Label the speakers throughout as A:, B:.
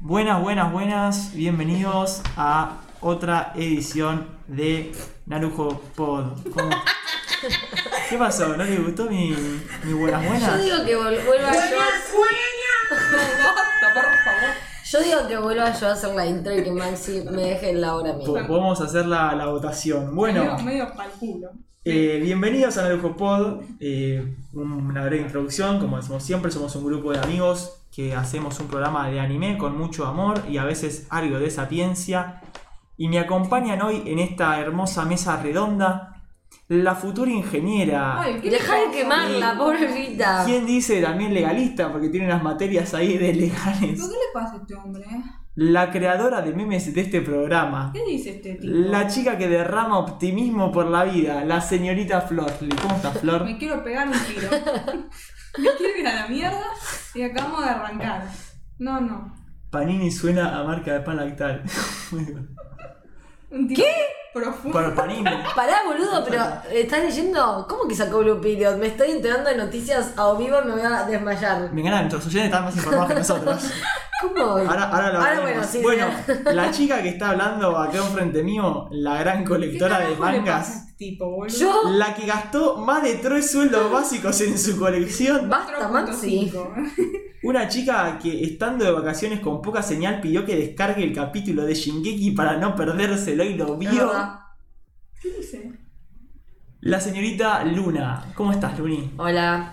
A: Buenas, buenas, buenas. Bienvenidos a otra edición de Narujo Pod. ¿Cómo- ¿Qué pasó? ¿No les gustó mi, mi buenas,
B: Yo
A: buenas?
B: digo que vol- vuelva yo. Yo digo que vuelva yo a hacer la intro y que Maxi me deje en la hora
A: Po-
B: mía.
A: Vamos a hacer la, la votación.
C: Medio,
A: Bueno,
C: medio pa'l culo.
A: eh, bienvenidos a Narujo Pod. Eh, una breve introducción. Como decimos siempre, somos un grupo de amigos que hacemos un programa de anime con mucho amor y a veces algo de sapiencia. Y me acompañan hoy en esta hermosa mesa redonda la futura ingeniera.
C: Ay, ¿qué
B: Deja de
C: pasa?
B: quemarla, pobrecita.
A: ¿Quién dice también legalista? Porque tiene unas materias ahí de
C: ¿Pero
A: legales.
C: qué le pasa a este hombre?
A: La creadora de memes de este programa.
C: ¿Qué dice este tipo?
A: La chica que derrama optimismo por la vida. La señorita Flor. ¿Cómo estás, Flor?
C: Me quiero pegar un tiro. me quiero ir a la mierda y acabamos de arrancar. No, no.
A: Panini suena a marca de pan lactal.
C: Un tipo ¿Qué? Profundo.
A: Para Panini.
B: Pará, boludo, pero ¿estás leyendo? ¿Cómo que sacó Blue Period? Me estoy enterando de noticias a vivo y me voy a desmayar.
A: Me ganan, nuestros oyentes están más informados que nosotros.
B: ¿Cómo?
A: Ahora, ahora lo
B: Ahora,
A: veremos.
B: bueno, sí,
A: la chica que está hablando acá enfrente mío, la gran
C: ¿Qué
A: colectora de
C: carajo le pasa a
A: mangas,
C: este tipo, boludo?
B: Yo.
A: la que gastó más de tres sueldos básicos en su colección,
B: Basta, Maxi.
C: 4.5.
A: Una chica que estando de vacaciones con poca señal pidió que descargue el capítulo de Shingeki para no perdérselo y lo
B: Es
A: vio.
B: verdad.
C: ¿Qué dice?
A: La señorita Luna. ¿Cómo estás, Luni?
B: Hola.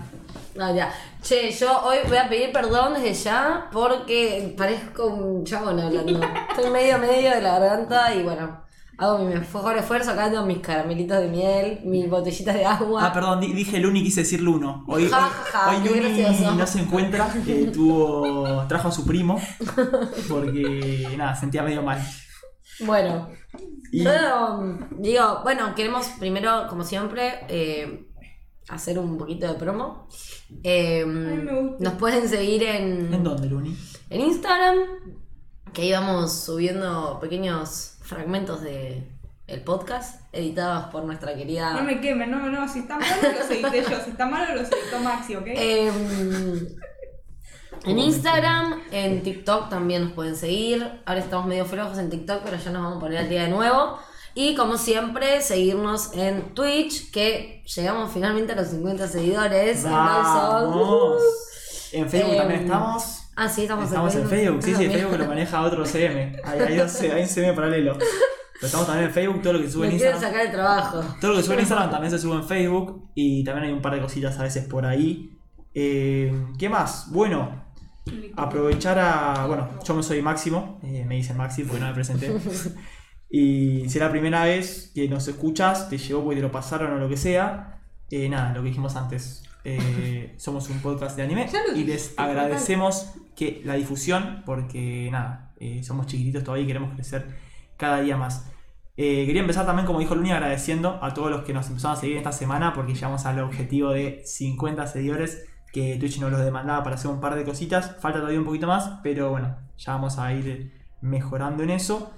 B: No, ya. Che, yo hoy voy a pedir perdón desde ya porque parezco un chabón hablando. Estoy medio, medio de la garganta y bueno, hago mi mejor esfuerzo. Acá tengo mis caramelitos de miel, mis botellitas de agua.
A: Ah, perdón, di- dije Luni, quise decir Luno. Hoy, hoy,
B: Ja, ja,
A: hoy
B: qué
A: Luni
B: gracioso.
A: no se encuentra, eh, tuvo, trajo a su primo porque nada, sentía medio mal.
B: Bueno,
A: Y-
B: yo um, digo, bueno, queremos primero, como siempre, eh, hacer un poquito de promo. Eh,
C: me gusta.
B: nos pueden seguir en,
A: ¿En dónde, Luni?
B: en Instagram, que íbamos subiendo pequeños fragmentos de el podcast editados por nuestra querida.
C: No me quemen, no, no. Si está malo, los edité yo. Si está malo, los editó Maxi, ¿ok?
B: Eh, en Instagram, en TikTok también nos pueden seguir. Ahora estamos medio flojos en TikTok, pero ya nos vamos a poner al día de nuevo. Y como siempre, seguirnos en Twitch, que llegamos finalmente a los 50 seguidores.
A: Vamos. En Facebook
B: Em,
A: también estamos.
B: Ah, sí, estamos,
A: Estamos en Facebook, sí, sí,
B: Ah,
A: Facebook lo maneja otro CM. Hay, hay dos C- hay un CM paralelo. Pero estamos también en Facebook, todo lo que sube
B: Me
A: en
B: quieren
A: Instagram.
B: sacar el trabajo.
A: Todo lo que sube en Instagram también se sube en Facebook. Y también hay un par de cositas a veces por ahí. Eh, ¿Qué más? Bueno, aprovechar a. Bueno, yo me soy Máximo, eh, me dicen Maxi porque no me presenté. Y si es la primera vez que nos escuchas, te llegó porque te lo pasaron o lo que sea, eh, nada, lo que dijimos antes. eh, somos un podcast de anime
C: Ya lo
A: y les
C: dijiste,
A: agradecemos que la difusión, porque nada, eh, somos chiquititos todavía y queremos crecer cada día más. Eh, quería empezar también, como dijo Luni, agradeciendo a todos los que nos empezaron a seguir esta semana porque llegamos al objetivo de 50 seguidores que Twitch nos los demandaba para hacer un par de cositas. Falta todavía un poquito más, pero bueno, ya vamos a ir mejorando en eso.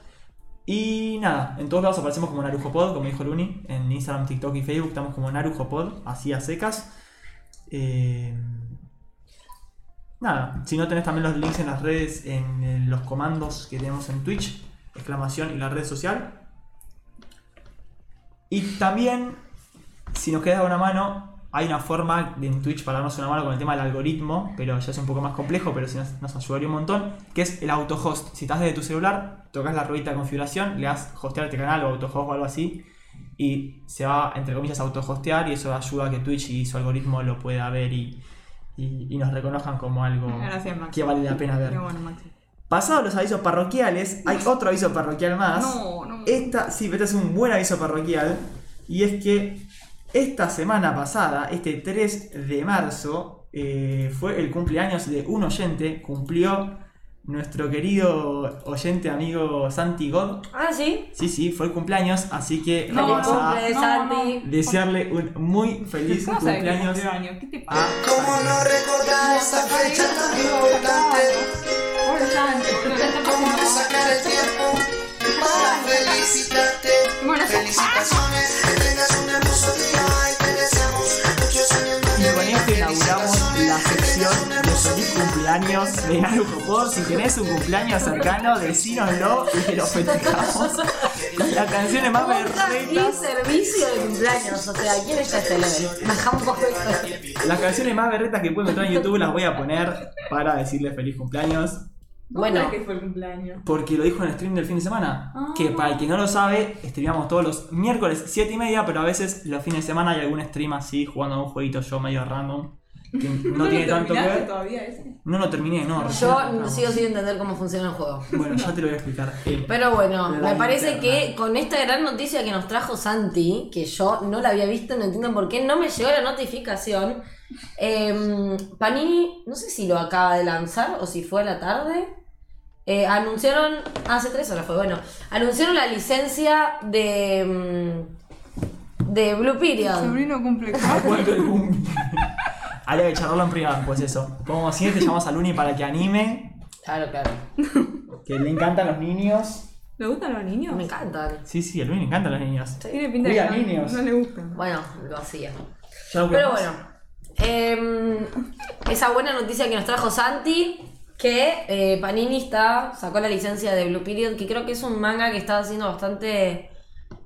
A: Y nada, en todos lados aparecemos como Narujo Pod, como dijo Luni, en Instagram, TikTok y Facebook estamos como Narujo Pod, así a secas. Eh, nada, si no tenés también los links en las redes, en, eh, los comandos que tenemos en Twitch, exclamación y la red social. Y también, si nos querés dar una mano, hay una forma de en Twitch para darnos una mano con el tema del algoritmo, pero ya es un poco más complejo, pero sí nos, nos ayudaría un montón, que es el autohost. Si estás desde tu celular, tocas la ruedita de configuración, le das hostear este canal o autohost o algo así, y se va, entre comillas, a autohostear y eso ayuda a que Twitch y su algoritmo lo pueda ver y, y- y nos reconozcan como algo
C: Gracias, Maxi.
A: que vale la pena ver.
C: Pero bueno, Maxi.
A: Pasados los avisos parroquiales, hay otro aviso parroquial más.
C: No, no.
A: Esta, sí, pero este es un buen aviso parroquial. Y es que esta semana pasada, este 3 de marzo, eh, fue el cumpleaños de un oyente. Cumplió nuestro querido oyente amigo Santi God.
B: Ah, sí.
A: Sí, sí, fue el cumpleaños, así que
C: No,
A: vamos
C: no,
A: a
B: cumple,
C: no,
B: Santi.
A: desearle un muy feliz
C: ¿Cómo sabe que
A: cumpleaños Ah.
C: cumplió años? ¿Qué te
A: a
C: pasa?
D: ¿Cómo no recordar esa fecha tan importante?
C: Pobre Santi, boludo, ya está
D: ¿Cómo no
C: pasando.
D: sacar el tiempo para felicitarte?
C: Bueno,
D: Felicitaciones, que tengas un hermoso día y te deseamos muchos años más
A: Y
D: de
A: con
D: vida.
A: esto inauguramos la
D: Felicitaciones, que tengas
A: sección
D: un
A: de
D: hermoso
A: feliz
D: día
A: cumpleaños de Naruto Pod. Si tenés un cumpleaños cercano, decínoslo y te lo festejamos. Con Las canciones más
B: Y
A: berretas.
B: servicio de cumpleaños, o sea, ¿quién es este level? Bajamos un poco esto.
A: Las canciones más berretas que pueden encontrar en YouTube las voy a poner para decirle feliz cumpleaños.
B: Bueno,
C: que fue el cumpleaños?
A: Porque lo dijo en el stream del fin de semana.
C: Ah.
A: Que para el que no lo sabe, streameamos todos los miércoles 7 y media, pero a veces los fines de semana hay algún stream así jugando a un jueguito yo medio random. Que no
C: lo
A: tiene tanto que
C: terminaste
A: ver.
C: todavía ese?
A: No lo terminé, no. recién lo
B: yo
A: arrancamos.
B: sigo sin entender cómo funciona el juego.
A: Bueno, ya te lo voy a explicar. Eh,
B: Pero bueno,
A: La
B: me parece
A: linterna.
B: que con esta gran noticia que nos trajo Santi, que yo no la había visto, no entiendo por qué, no me llegó la notificación. eh, Panini, no sé si lo acaba de lanzar o si fue a la tarde. eh, anunciaron, ah, hace tres horas fue, bueno, anunciaron la licencia de, mm, de Blue Period.
C: sobrino cumple cuatro.
A: ¿Cuánto le cumple? Habría que charlarlo en privado, pues eso. Como siempre, llamamos a Luni para que anime,
B: Claro, claro.
A: que le encantan los niños.
C: ¿Le gustan los niños?
B: Me encantan.
A: Sí, sí, a Luni le encantan los niños.
C: Tiene pinta de
A: Cuida
C: que no-
A: niños.
C: no le gustan.
B: Bueno, lo hacía.
A: Ya lo
B: Pero
A: probamos.
B: bueno, em, esa buena noticia que nos trajo Santi, que eh, Panini está, sacó la licencia de Blue Period, que creo que es un manga que estaba siendo bastante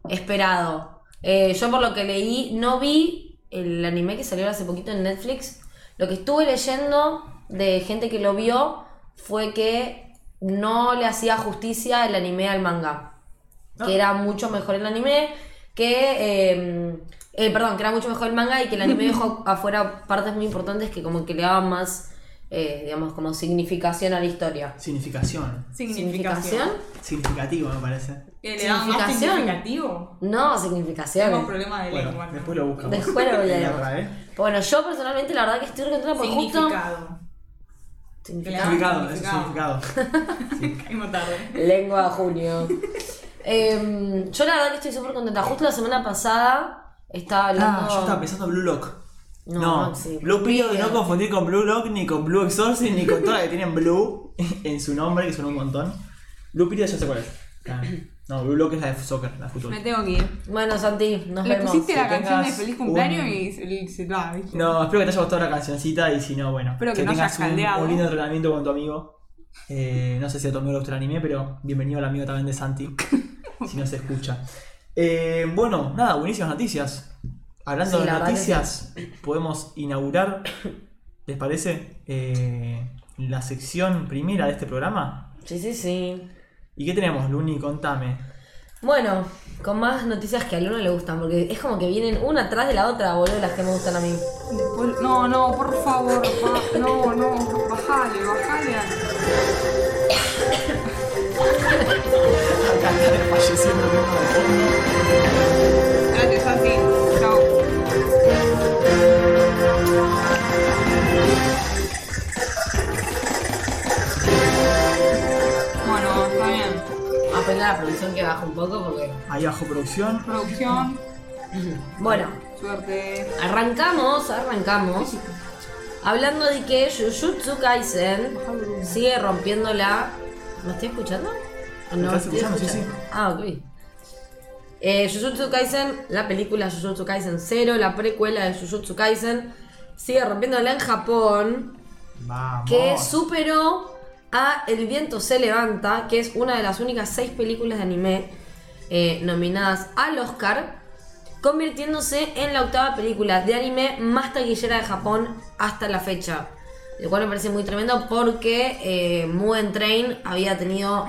B: esperado. Eh, yo por lo que leí, no vi el anime que salió hace poquito en Netflix. Lo que estuve leyendo de gente que lo vio fue que no le hacía justicia el anime al manga
A: Ah.
B: que era mucho mejor el anime, que... eh, eh, perdón, que era mucho mejor el manga y que el anime dejó afuera partes muy importantes que como que le daban más, eh, digamos, como significación a la historia.
A: Significación. Significativo, me parece.
C: ¿Que le dan más
B: Significación.
C: significativo?
B: No,
C: Tenemos
B: significación.
C: problemas de
A: Bueno,
C: lengua. ¿no?
A: después lo buscamos.
B: Después lo voy a
A: En la ¿eh?
B: llamar.
A: RAE.
B: Bueno, yo personalmente la verdad que estoy recontra por justo...
C: Significado.
B: Significado.
A: Significado, eso es significado.
C: Caímos tarde.
B: Lengua junio. Em, yo la verdad que estoy súper contenta. Justo la semana pasada estaba hablando...
A: Ah, yo estaba pensando Blue Lock.
B: No,
A: No,
B: sí.
A: Blue Period, no confundir con Blue Lock, ni con Blue Exorcist, ni con todas las que tienen Blue en su nombre, que son un montón. Blue Period ya sé cuál es. Ah, No, Blue Lock es la de soccer, la de fútbol.
C: Me tengo que ir.
B: Bueno, Santi, nos
C: Le
B: vemos.
C: pusiste
A: que
C: la canción de
A: tengas
C: feliz cumpleaños
A: un-
C: y se, se va, ¿viste?
A: No, espero que te haya gustado la cancioncita y si no, bueno,
C: Espero que no
A: tengas
C: hayas
A: un,
C: caldeado.
A: un lindo entrenamiento con tu amigo. Eh, no sé si a tu amigo le gusta el anime, pero bienvenido al amigo también de Santi, si no se escucha. Eh, bueno, nada, buenísimas noticias. Hablando
B: Sí,
A: de
B: la verdad que
A: noticias, podemos inaugurar, ¿les parece? Eh, la sección primera de este programa.
B: Sí, sí, sí.
A: ¿Y qué tenemos, Luni? Contame.
B: Bueno, con más noticias que a Luna le gustan, porque es como que vienen una atrás de la otra, boludo, las que me gustan a mí.
C: Después- No, no, por favor. pa- No, no. Bajale, bajale. a-
A: Acá está desfalleciendo el mundo de fondo.
C: Gracias, Santi. Chao. Bueno, está bien.
B: Voy A pedir a la producción que baja un poco, porque.
A: Ahí bajo producción.
C: Producción,
B: Bueno,
C: suerte.
B: arrancamos, arrancamos. Hablando de que Jujutsu Kaisen sigue rompiéndola. ¿Me estoy escuchando? ¿O
A: ¿Me estás
B: estoy
A: escuchando? Sí, sí.
B: Ah, ok. Eh, Jujutsu Kaisen, la película Jujutsu Kaisen 0, la precuela de Jujutsu Kaisen, sigue rompiéndola en Japón.
A: Vamos.
B: que superó a El viento se levanta, que es una de las únicas seis películas de anime eh, nominadas al Oscar, convirtiéndose en la octava película de anime más taquillera de Japón hasta la fecha. Lo cual me parece muy tremendo porque eh, Mugen Train había tenido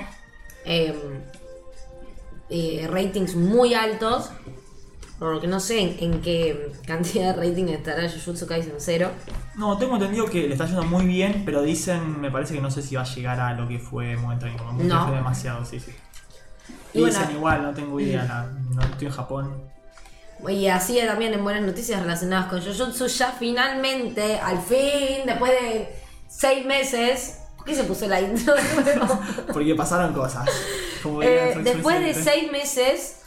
B: eh, eh, ratings muy altos. Por lo que no sé en, en qué cantidad de rating estará Jujutsu Kaisen 0.
A: No, tengo entendido que le está yendo muy bien, pero dicen, me parece que no sé si va a llegar a lo que fue Moment Train, como que
B: No.
A: fue demasiado, sí, sí.
B: Y bueno.
A: dicen igual, no tengo idea, la- no estoy en Japón.
B: Y así también en buenas noticias relacionadas con Jujutsu, ya finalmente, al fin, después de seis meses. ¿Por qué se puso la intro de nuevo?
A: Porque pasaron cosas. como diría
B: Eh,
A: Frank
B: después de
A: Suárez.
B: seis meses,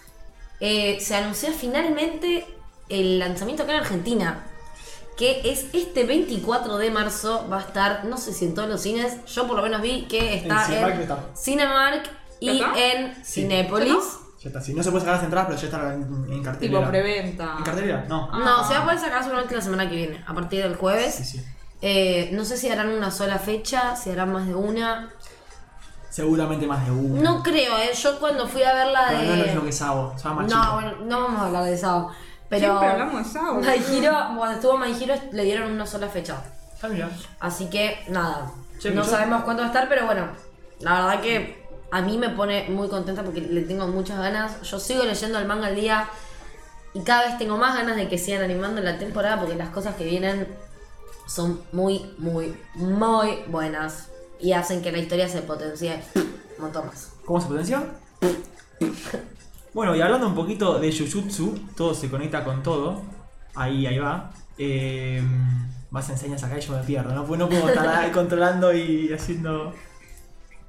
B: eh, se anunció finalmente el lanzamiento acá en Argentina. Que es este 24 de marzo, va a estar, no sé si en todos los cines, yo por lo menos vi que está en,
A: Cinemark está.
B: Cinemark y
C: ¿Está?
B: en
A: Sí.
B: Cinépolis.
A: Ya está, sí, no se puede sacar las entradas, pero ya está en, en cartelera.
C: Tipo preventa.
B: Ah.
A: ¿En cartelera? No.
B: No, se va a poder sacar solamente la semana que viene, a partir del jueves.
A: Sí, sí.
B: Eh, no sé si harán una sola fecha, si harán más de una.
A: Seguramente más de uno.
B: No creo, eh. yo cuando fui a ver la
A: Pero no es lo que
B: de.
A: es Sabo, Sabo más
B: No,
A: chico.
B: bueno, no vamos a hablar de Sao. Pero.
C: Siempre hablamos de Sao.
B: My Hero, cuando estuvo My Hero le dieron una sola fecha.
A: Ah, mira.
B: Así que nada,
A: Che,
B: no
A: yo-
B: sabemos cuánto va a estar, pero bueno, la verdad que a mí me pone muy contenta porque le tengo muchas ganas. Yo sigo leyendo el manga al día y cada vez tengo más ganas de que sigan animando la temporada porque las cosas que vienen son muy, muy, muy buenas y hacen que la historia se potencie un montón más.
A: ¿Cómo se potenció? Bueno, y hablando un poquito de Jujutsu, todo se conecta con todo. Ahí, ahí va. Eh, vas a enseñar acá y yo me pierdo, ¿no? Pues no puedo estar ahí controlando y haciendo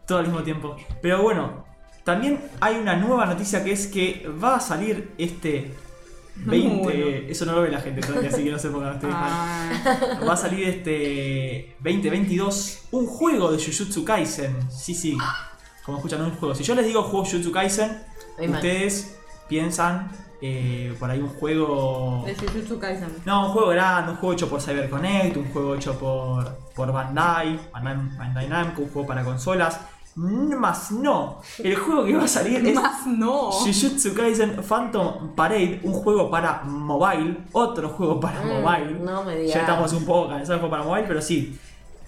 A: todo al mismo tiempo. Pero bueno, también hay una nueva noticia que es que va a salir este 20.
C: Bueno.
A: Eso no lo ve la gente todavía, así que no sé por qué no estoy mal.
C: Ah,
A: Va a salir este 2022 un juego de Jujutsu Kaisen. Sí, sí. Como escuchan, un juego. Si yo les digo juego Jujutsu Kaisen,
B: Ahí va.
A: ustedes piensan eh, por ahí un juego.
C: de Jujutsu Kaisen.
A: No, un juego grande, un juego hecho por CyberConnect, un juego hecho por, por Bandai, Bandai, Bandai Namco, un juego para consolas. Mm, Más no, el juego que va a salir es
C: Más no.
A: Jujutsu Kaisen Phantom Parade, un juego para mobile, otro juego para
B: Mm,
A: mobile.
B: no me digas.
A: Ya estamos un poco cansados del juego para mobile, pero sí.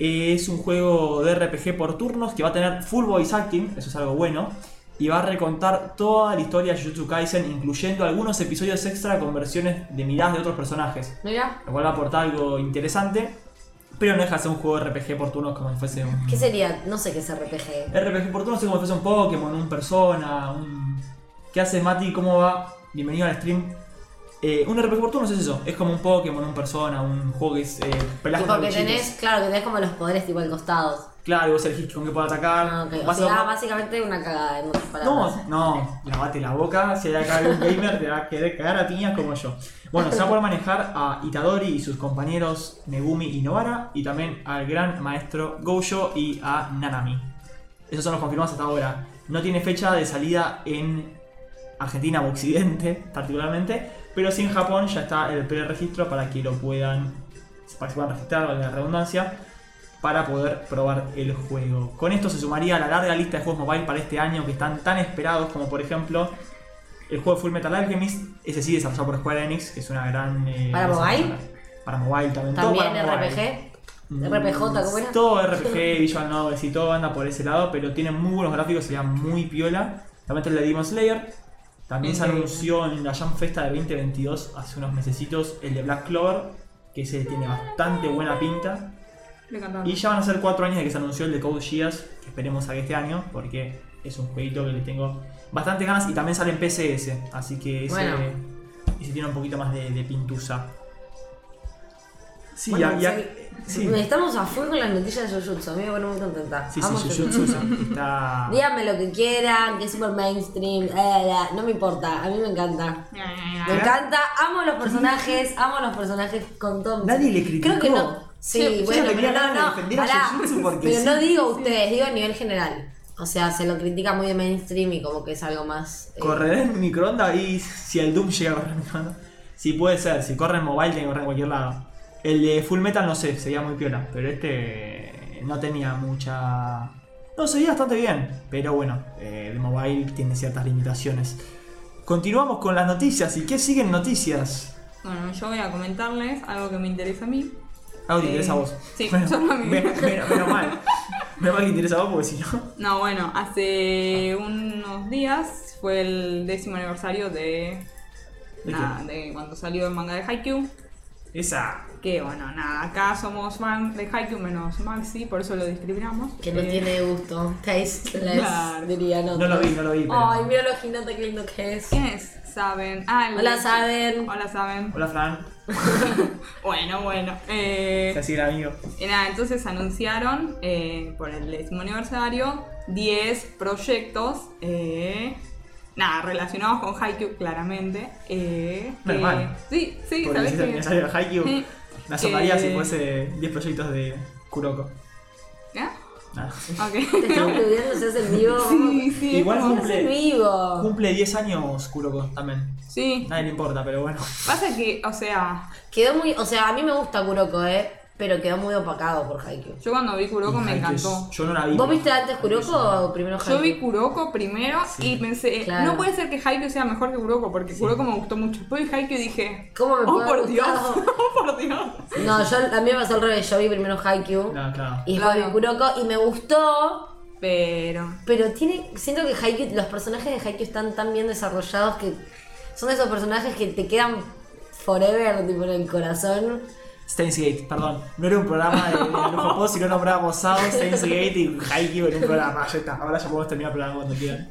A: Eh, Es un juego de RPG por turnos que va a tener full voice acting, eso es algo bueno. Y va a recontar toda la historia de Jujutsu Kaisen, incluyendo algunos episodios extra con versiones de miradas de otros personajes
B: Mira,
A: lo cual va a aportar algo interesante, pero no deja de ser un juego de RPG por turnos como si fuese un...
B: ¿qué sería? No sé qué es RPG.
A: RPG por turnos es como si fuese un Pokémon, un Persona, un... ¿Qué haces Mati? ¿Cómo va? Bienvenido al stream. Eh, un RPG por turnos es eso, es como un Pokémon, un Persona, un juego que es... Eh, pelás
B: Tipo
A: con
B: que
A: bichitos.
B: tenés, claro, que tenés como los poderes tipo al costado.
A: Claro, y vos elegís con qué puedo atacar.
B: Ah, ok. O
A: Vas a
B: sea,
A: tomar-
B: básicamente una cagada en otras
A: No,
B: palabras.
A: no, lavate la boca, si hay acá algún gamer te va a querer cagar a piñas como yo. Bueno, se va a poder manejar a Itadori y sus compañeros Megumi y Novara y también al gran maestro Gojo y a Nanami. Esos son los confirmados hasta ahora. No tiene fecha de salida en Argentina o Occidente particularmente, pero sí en Japón ya está el preregistro para que lo puedan, para que puedan registrar, valga la redundancia para poder probar el juego. Con esto se sumaría a la larga lista de juegos mobile para este año que están tan esperados como por ejemplo el juego Full Metal Alchemist, ese sí desarrollado por Square Enix, que es una gran... eh,
B: ¿Para mobile?
A: desarrolladora. Para mobile también. todo
B: También
A: para mobile.
B: RPG.
A: Mm,
B: RPJ, ¿cómo era?
A: Todo RPG, Visual Novels y todo anda por ese lado, pero tiene muy buenos gráficos, sería muy piola. También está el de Demon Slayer. También se
C: Ok.
A: anunció en la Jam Festa de 2022, hace unos mesecitos, el de Black Clover, que se tiene bastante buena pinta.
C: Le cantando.
A: Y ya van a ser cuatro años de que se anunció el de Code Geass, que esperemos a que este año, porque es un jueguito que le tengo bastante ganas y también sale en PCS, así que ese,
B: Bueno.
A: ese tiene un poquito más de, de pintusa. Sí,
B: Bueno,
A: ya- ya- sí.
B: Estamos a full con las noticias de Jujutsu, a mí me pone muy contenta.
A: Sí, sí,
B: Vamos,
A: Jujutsu está.
B: Díganme lo que quieran, que es super mainstream, eh, eh, no me importa, a mí me encanta. Me
A: ¿Eh?
B: encanta, amo los personajes, amo los personajes con todo. mi-
A: Nadie le criticó.
B: Creo que no. Sí,
A: Yo- yo
B: bueno,
A: no tenía
B: pero
A: ganas de
B: no,
A: defender a
B: pará.
A: Jujutsu porque
B: Pero
A: sí.
B: no digo ustedes, digo a nivel general. O sea, se lo critica muy de mainstream y como que es algo más. eh,
A: Correr en microondas y si el Doom llega a correr en microondas. Sí, puede ser. Si corre en mobile, tiene que correr en cualquier lado. El de Full Metal no sé, sería muy piola. Pero este no tenía mucha. No, se veía bastante bien. Pero bueno, eh, el mobile tiene ciertas limitaciones. Continuamos con las noticias. ¿Y qué siguen noticias?
C: Bueno, yo voy a comentarles algo que me interesa a mí.
A: Ah, te
C: Eh,
A: interesa a vos.
C: sí,
A: Bueno,
C: solo a mí.
A: men- men- menos mal. Menos mal que interesa a vos porque si no.
C: No, bueno, hace unos días fue el décimo aniversario de.
A: ¿De
C: Nada, de cuando salió el manga de Haikyuu.
A: Esa.
C: Que bueno, nada, acá somos fan de Haikyuu menos Maxi, por eso lo discriminamos.
B: Que no
C: Eh,
B: tiene gusto. Tasteless,
C: Claro.
B: diría, no.
A: No lo vi, no lo vi. pero-
B: Ay, mira lo gigante que lindo que es.
C: ¿Quiénes saben? Ah, el-
B: Hola, saben.
C: Hola, saben.
A: Hola, Fran.
C: Bueno, bueno. Eh,
A: Se sigue el amigo.
C: Y nada, entonces anunciaron eh, por el décimo aniversario 10 proyectos eh, nada, relacionados con Haikyuu, claramente. Eh,
A: Menos
C: que-
A: mal.
C: Sí, sí,
A: Porque
C: sabés
A: si es el
C: que-
A: aniversario de Haikyuu,
C: Sí.
A: me asomaría
C: Eh,
A: si fuese 10 proyectos de Kuroko.
C: ¿Eh?
A: Nada.
B: Te
C: Ok.
B: están incluyendo si haces vivo.
C: sí, sí.
A: Igual
C: como-
B: Vamos, si haces vivo.
A: Cumple 10 años Kuroko también.
C: Sí.
A: Nadie le importa, pero bueno.
C: Pasa que, o sea,
B: Quedó muy. O sea, a mí me gusta Kuroko, eh. pero quedó muy opacado por Haikyuu.
C: Yo cuando vi Kuroko me
A: Haikyuu es-
C: encantó.
A: Yo no la vi.
B: ¿Vos viste antes Kuroko o primero Haikyuu?
C: Yo vi Kuroko primero y pensé, eh,
B: Claro.
C: no puede ser que Haikyuu sea mejor que Kuroko, porque Kuroko me gustó mucho. Después vi Haikyuu y dije,
B: ¿Cómo me
C: oh
B: puede haber
C: por Dios,
B: gustado?
C: oh por Dios.
B: No, yo, a mí me pasó al revés. Yo vi primero Haikyuu
A: No, claro.
B: y después
C: Claro.
B: vi Kuroko y me gustó,
C: Pero...
B: Pero tiene. Siento que Haikyuu, los personajes de Haikyuu están tan bien desarrollados que. Son de esos personajes que te quedan forever, tipo, en el corazón.
A: Steins Gate, perdón. No era un programa de, de Lujo Post, sino nombrábamos Sao, Steins Gate y Haikyuu en un programa. Ya está. Ahora ya podemos terminar el programa cuando quieran.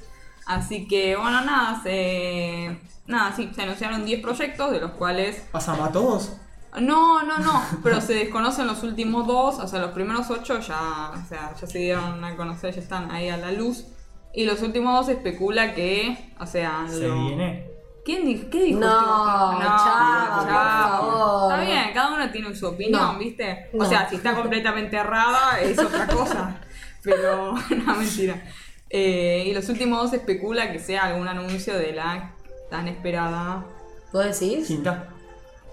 C: Así que, bueno, nada, se... Nada, sí, se anunciaron 10 proyectos, de los cuales
A: ¿Pasamos a todos?
C: No, no, no, pero se desconocen los últimos dos, o sea, los primeros ocho ya, o sea, ya se dieron a conocer, ya están ahí a la luz. Y los últimos dos se especula que, o sea,
A: Se
C: lo-
A: viene.
C: ¿Quién dijo? ¿Qué dijo?
B: No,
C: Estuvo-
B: Chava, por favor.
C: Está bien, cada uno tiene su opinión,
B: No.
C: ¿viste?
B: No.
C: O sea, si está completamente errada es otra cosa, pero no, mentira. Eh, y los últimos dos se especula que sea algún anuncio de la tan esperada.
B: ¿Vos decís?
A: Quinta.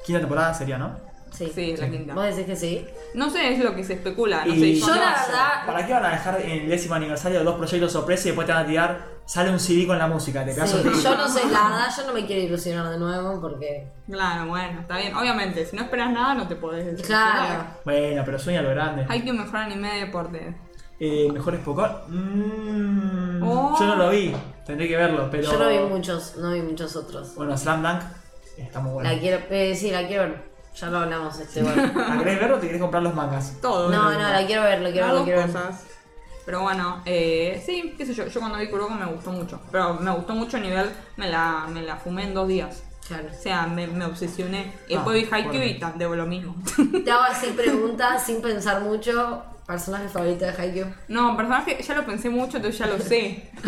A: Quinta temporada sería, ¿no?
B: Sí.
C: Sí, es la quinta.
B: ¿Vos decís que sí?
C: No sé, es lo que se especula. No
A: Y-
C: sé,
B: Yo la verdad-
A: ¿Para qué van a dejar en el décimo aniversario dos proyectos sorpresa y después te van a tirar? Sale un CD con la música, te
B: Sí.
A: quedas sorprendido.
B: Yo no sé, la verdad, yo no me quiero ilusionar de nuevo porque.
C: Claro, bueno, está bien. Obviamente, si no esperas nada, no te podés decepcionar.
B: Claro.
A: Bueno, pero sueña lo grande.
C: Hay que un mejor anime de deporte.
A: Eh, ¿Mejores Pokémon? Mm,
C: Oh.
A: Yo no lo vi, tendré que verlo, pero.
B: Yo no vi muchos, no vi muchos otros.
A: Bueno, Slam Dunk está muy bueno.
B: La quiero. eh, sí, la quiero ver. Ya lo hablamos este bueno.
A: ¿La querés ver o te querés comprar los mangas?
C: Todo.
B: No, no, la quiero ver, la quiero ver,
C: Las
B: la
C: dos
B: quiero ver.
C: cosas. Pero bueno, eh, sí, qué sé yo. Yo cuando vi Kuroko me gustó mucho. Pero me gustó mucho a nivel, me la, me la fumé en dos días.
B: Claro.
C: O sea, me, me obsesioné.
B: Ah,
C: Y después vi Haikyuu y tan debo lo mismo.
B: Te hago así preguntas sin pensar mucho. Personaje favorito de Haikyuu.
C: No, personaje, ya lo pensé mucho, entonces ya lo sé.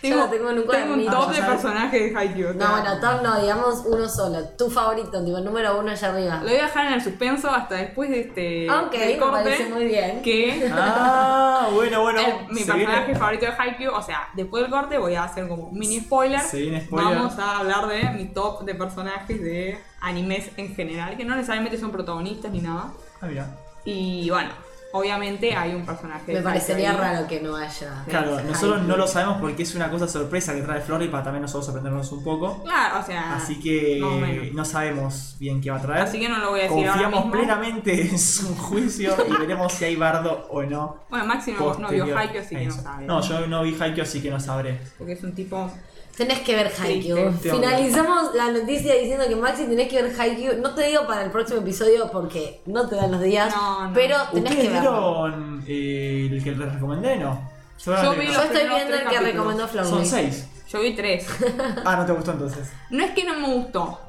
B: Ya lo tengo en un
C: un
B: cuadernito.
C: top
A: Ah,
C: de
A: ya sabes.
C: personajes de Haikyuu.
B: No, bueno, top no, digamos uno solo. Tu favorito, tipo, número uno allá arriba.
C: Lo voy a dejar en el suspenso hasta después de este
B: Ok,
C: del
B: me
C: corte,
B: parece muy bien.
C: Que
A: Ah, bueno, bueno.
C: el- mi
A: se viene-
C: personaje favorito de Haikyuu, o sea, después del corte voy a hacer como un mini spoiler.
A: Se viene spoiler.
C: Vamos a hablar de mi top de personajes de animes en general, que no necesariamente son protagonistas ni nada.
A: Ah, mira.
C: Y bueno, obviamente hay un personaje.
B: Me
C: de
B: parecería
C: Haikyuu.
B: raro que no haya.
A: Claro, nosotros
B: Haikyuu.
A: no lo sabemos porque es una cosa sorpresa que trae Flori para también nosotros sorprendernos un poco.
C: Claro, o sea.
A: Así que
C: Ah, más o menos.
A: no sabemos bien qué va a traer.
C: Así que no lo voy a decir ahora
A: Confiamos
C: mismo.
A: plenamente en su juicio y veremos si hay bardo o no.
C: Bueno, Maxi no, no vio
A: posterior
C: Haikyuu, así
A: a
C: que no
A: eso.
C: sabe.
A: No, yo no vi Haikyuu, así que no sabré.
C: Porque es un tipo
B: Tenés que ver Haikyuu.
A: Sí, te- te
B: Finalizamos la noticia diciendo que Maxi tenés que ver Haikyuu. No te digo para el próximo episodio porque no te dan los días.
C: No, no.
B: Pero tenés que
A: ¿Ustedes
B: verlo.
A: vieron eh, el que les recomendé, no?
C: Yo
A: Seguramente
C: vi
A: no.
B: Yo estoy
C: Los
B: viendo
C: primeros
B: el
C: tres
B: que
C: capítulos.
B: recomendó
A: Son
B: Flowmix.
A: seis.
C: Yo vi tres.
A: Ah, no te gustó entonces.
C: No es que no me gustó.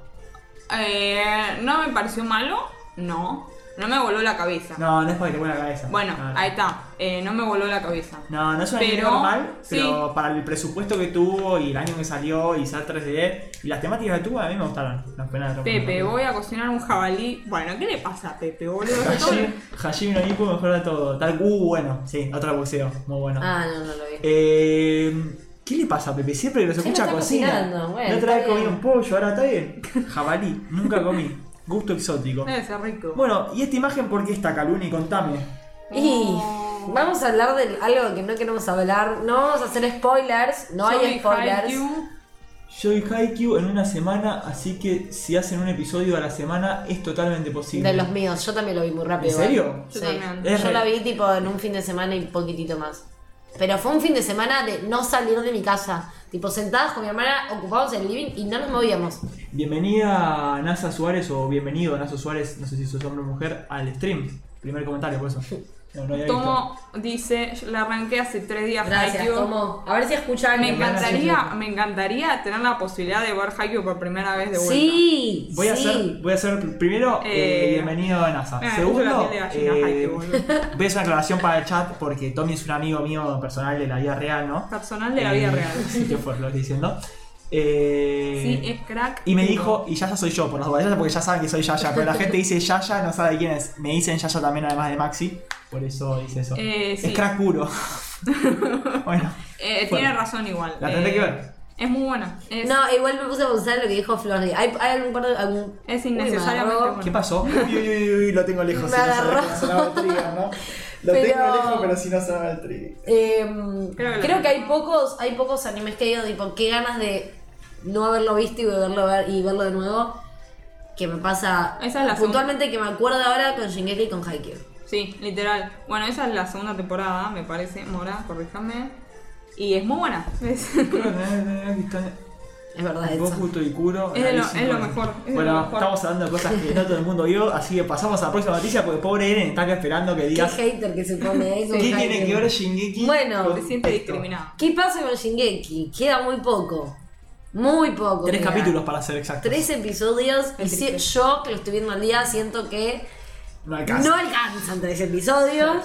C: Eh, no me pareció malo. No. No me voló la cabeza.
A: No, no es para que te ponga la cabeza.
C: Bueno,
A: No, no.
C: ahí está. Eh, no me voló la cabeza.
A: No, no es una anime
C: Pero,
A: normal,
C: sí.
A: pero para el presupuesto que tuvo y el año que salió y ser 3D y las temáticas que tuvo, a mí me gustaron. Las penas de
C: Pepe, voy a cocinar un jabalí. Bueno, ¿qué le pasa a Pepe, boludo? Todo-
A: Hajime Hajime no Ippo mejor de todo. Tal, uh, bueno, sí, otro boxeo, muy bueno.
B: Ah, no, no lo vi.
A: Eh, ¿Qué le pasa a Pepe? Siempre nos
B: Sí, no
A: escucha
B: está
A: cocina.
B: cocinando, bueno,
A: la otra vez
B: está
A: comí
B: bien.
A: un pollo, ahora está bien. Jabalí, nunca comí. Gusto exótico.
C: Debe ser rico.
A: Bueno, ¿y esta imagen por qué está, Caluni? Contame.
B: Y
C: Oh.
B: vamos a hablar de algo que no queremos hablar. No vamos a hacer spoilers. No
C: Yo
B: hay
C: vi
B: spoilers.
C: Haikyuu.
A: Yo vi Haikyuu en una semana, así que si hacen un episodio a la semana es totalmente posible.
B: De los míos, yo también lo vi muy rápido.
A: ¿En
B: igual.
A: serio?
C: Yo
B: Sí.
C: también.
A: Es
B: Yo
A: re-
B: la vi tipo en un fin de semana y poquitito más. Pero fue un fin de semana de no salir de mi casa. Tipo, sentadas con mi hermana, ocupados en el living y no nos movíamos.
A: Bienvenida a Nasa Suárez o bienvenido Nasa Suárez, no sé si sos hombre o mujer, al stream. Primer comentario, por eso. No, no había visto.
C: Tomo dice, "Yo la arranqué hace tres días
B: Gracias,
C: Haikyuu".
B: Tomo. A ver si escuchan.
C: Me encantaría,
A: Gracias.
C: me encantaría tener la posibilidad de ver Haikyuu por primera vez de vuelta.
B: Sí,
A: Voy a
B: sí.
A: hacer, voy a hacer primero eh,
C: Eh,
A: bienvenido a NASA.
C: me puso la
A: Segundo,
C: piel de gallina,
A: eh,
C: Jaime, boludo.
A: voy a hacer una aclaración para el chat porque Tommy es un amigo mío personal de la vida real, ¿no?
C: Personal de la vida
A: Eh,
C: real.
A: Sí, qué fuerte lo que estoy diciendo. Eh,
C: Sí, es crack.
A: Y me
C: pero-
A: dijo, y Yaya soy yo, por las dudas, Yaya porque ya saben que soy Yaya, pero la gente dice Yaya, no sabe quién es. Me dicen Yaya también, además de Maxi, por eso dice eso.
C: Eh, sí.
A: Es crack puro. bueno,
C: Eh,
A: Bueno.
C: tiene razón igual.
A: la
C: Eh,
A: tendré que ver.
C: Es muy buena. Es,
B: No, igual me puse a pensar lo que dijo Florri. Hay, hay algún par de. Algún...
C: es
B: Uy, me
C: innecesariamente
B: agarró.
A: ¿Qué
C: buena.
A: pasó?
E: Uy, uy, uy, uy, lo tengo lejos.
B: Me
E: si no se
B: agarró.
E: me sonaba el trigger, ¿no? Lo
B: Pero-
E: tengo lejos, pero si no sonaba el trigger.
B: Eh,
C: Creo
B: creo
C: que
B: que,
C: lo-
B: hay pocos hay pocos animes que digo, tipo, qué ganas de no haberlo visto y volverlo a ver, y verlo de nuevo. Que me pasa
C: Esa es la
B: puntualmente que me acuerdo ahora con Shingeki y con Haikyuu.
C: Sí, literal. Bueno, esa es la segunda temporada, me parece. Mora, corríjame. Y es muy buena. Es,
B: Es verdad eso.
A: Goku Toikuro.
C: Es de lo-
A: Analysis
C: es lo
A: Corner.
C: mejor, es de
A: ¿eh? bueno,
C: lo mejor.
A: estamos hablando de cosas que no todo el mundo vio, así que pasamos a la próxima noticia porque pobre Eren está acá esperando que
B: Qué
A: digas. ¿Qué,
B: hater que se pone ahí con
A: tiene
B: Haikyuu.
A: que ver Shingeki?
B: Bueno,
A: con
C: se siente
A: esto?
C: discriminado.
B: ¿Qué pasa con Shingeki? Queda muy poco. Muy poco.
A: Tres
B: queda.
A: capítulos para ser exactos.
B: Tres episodios.
C: Qué
B: Y si-
C: triste.
B: yo, que lo estoy viendo al día, siento que
A: No alcanza.
B: No alcanzan tres episodios.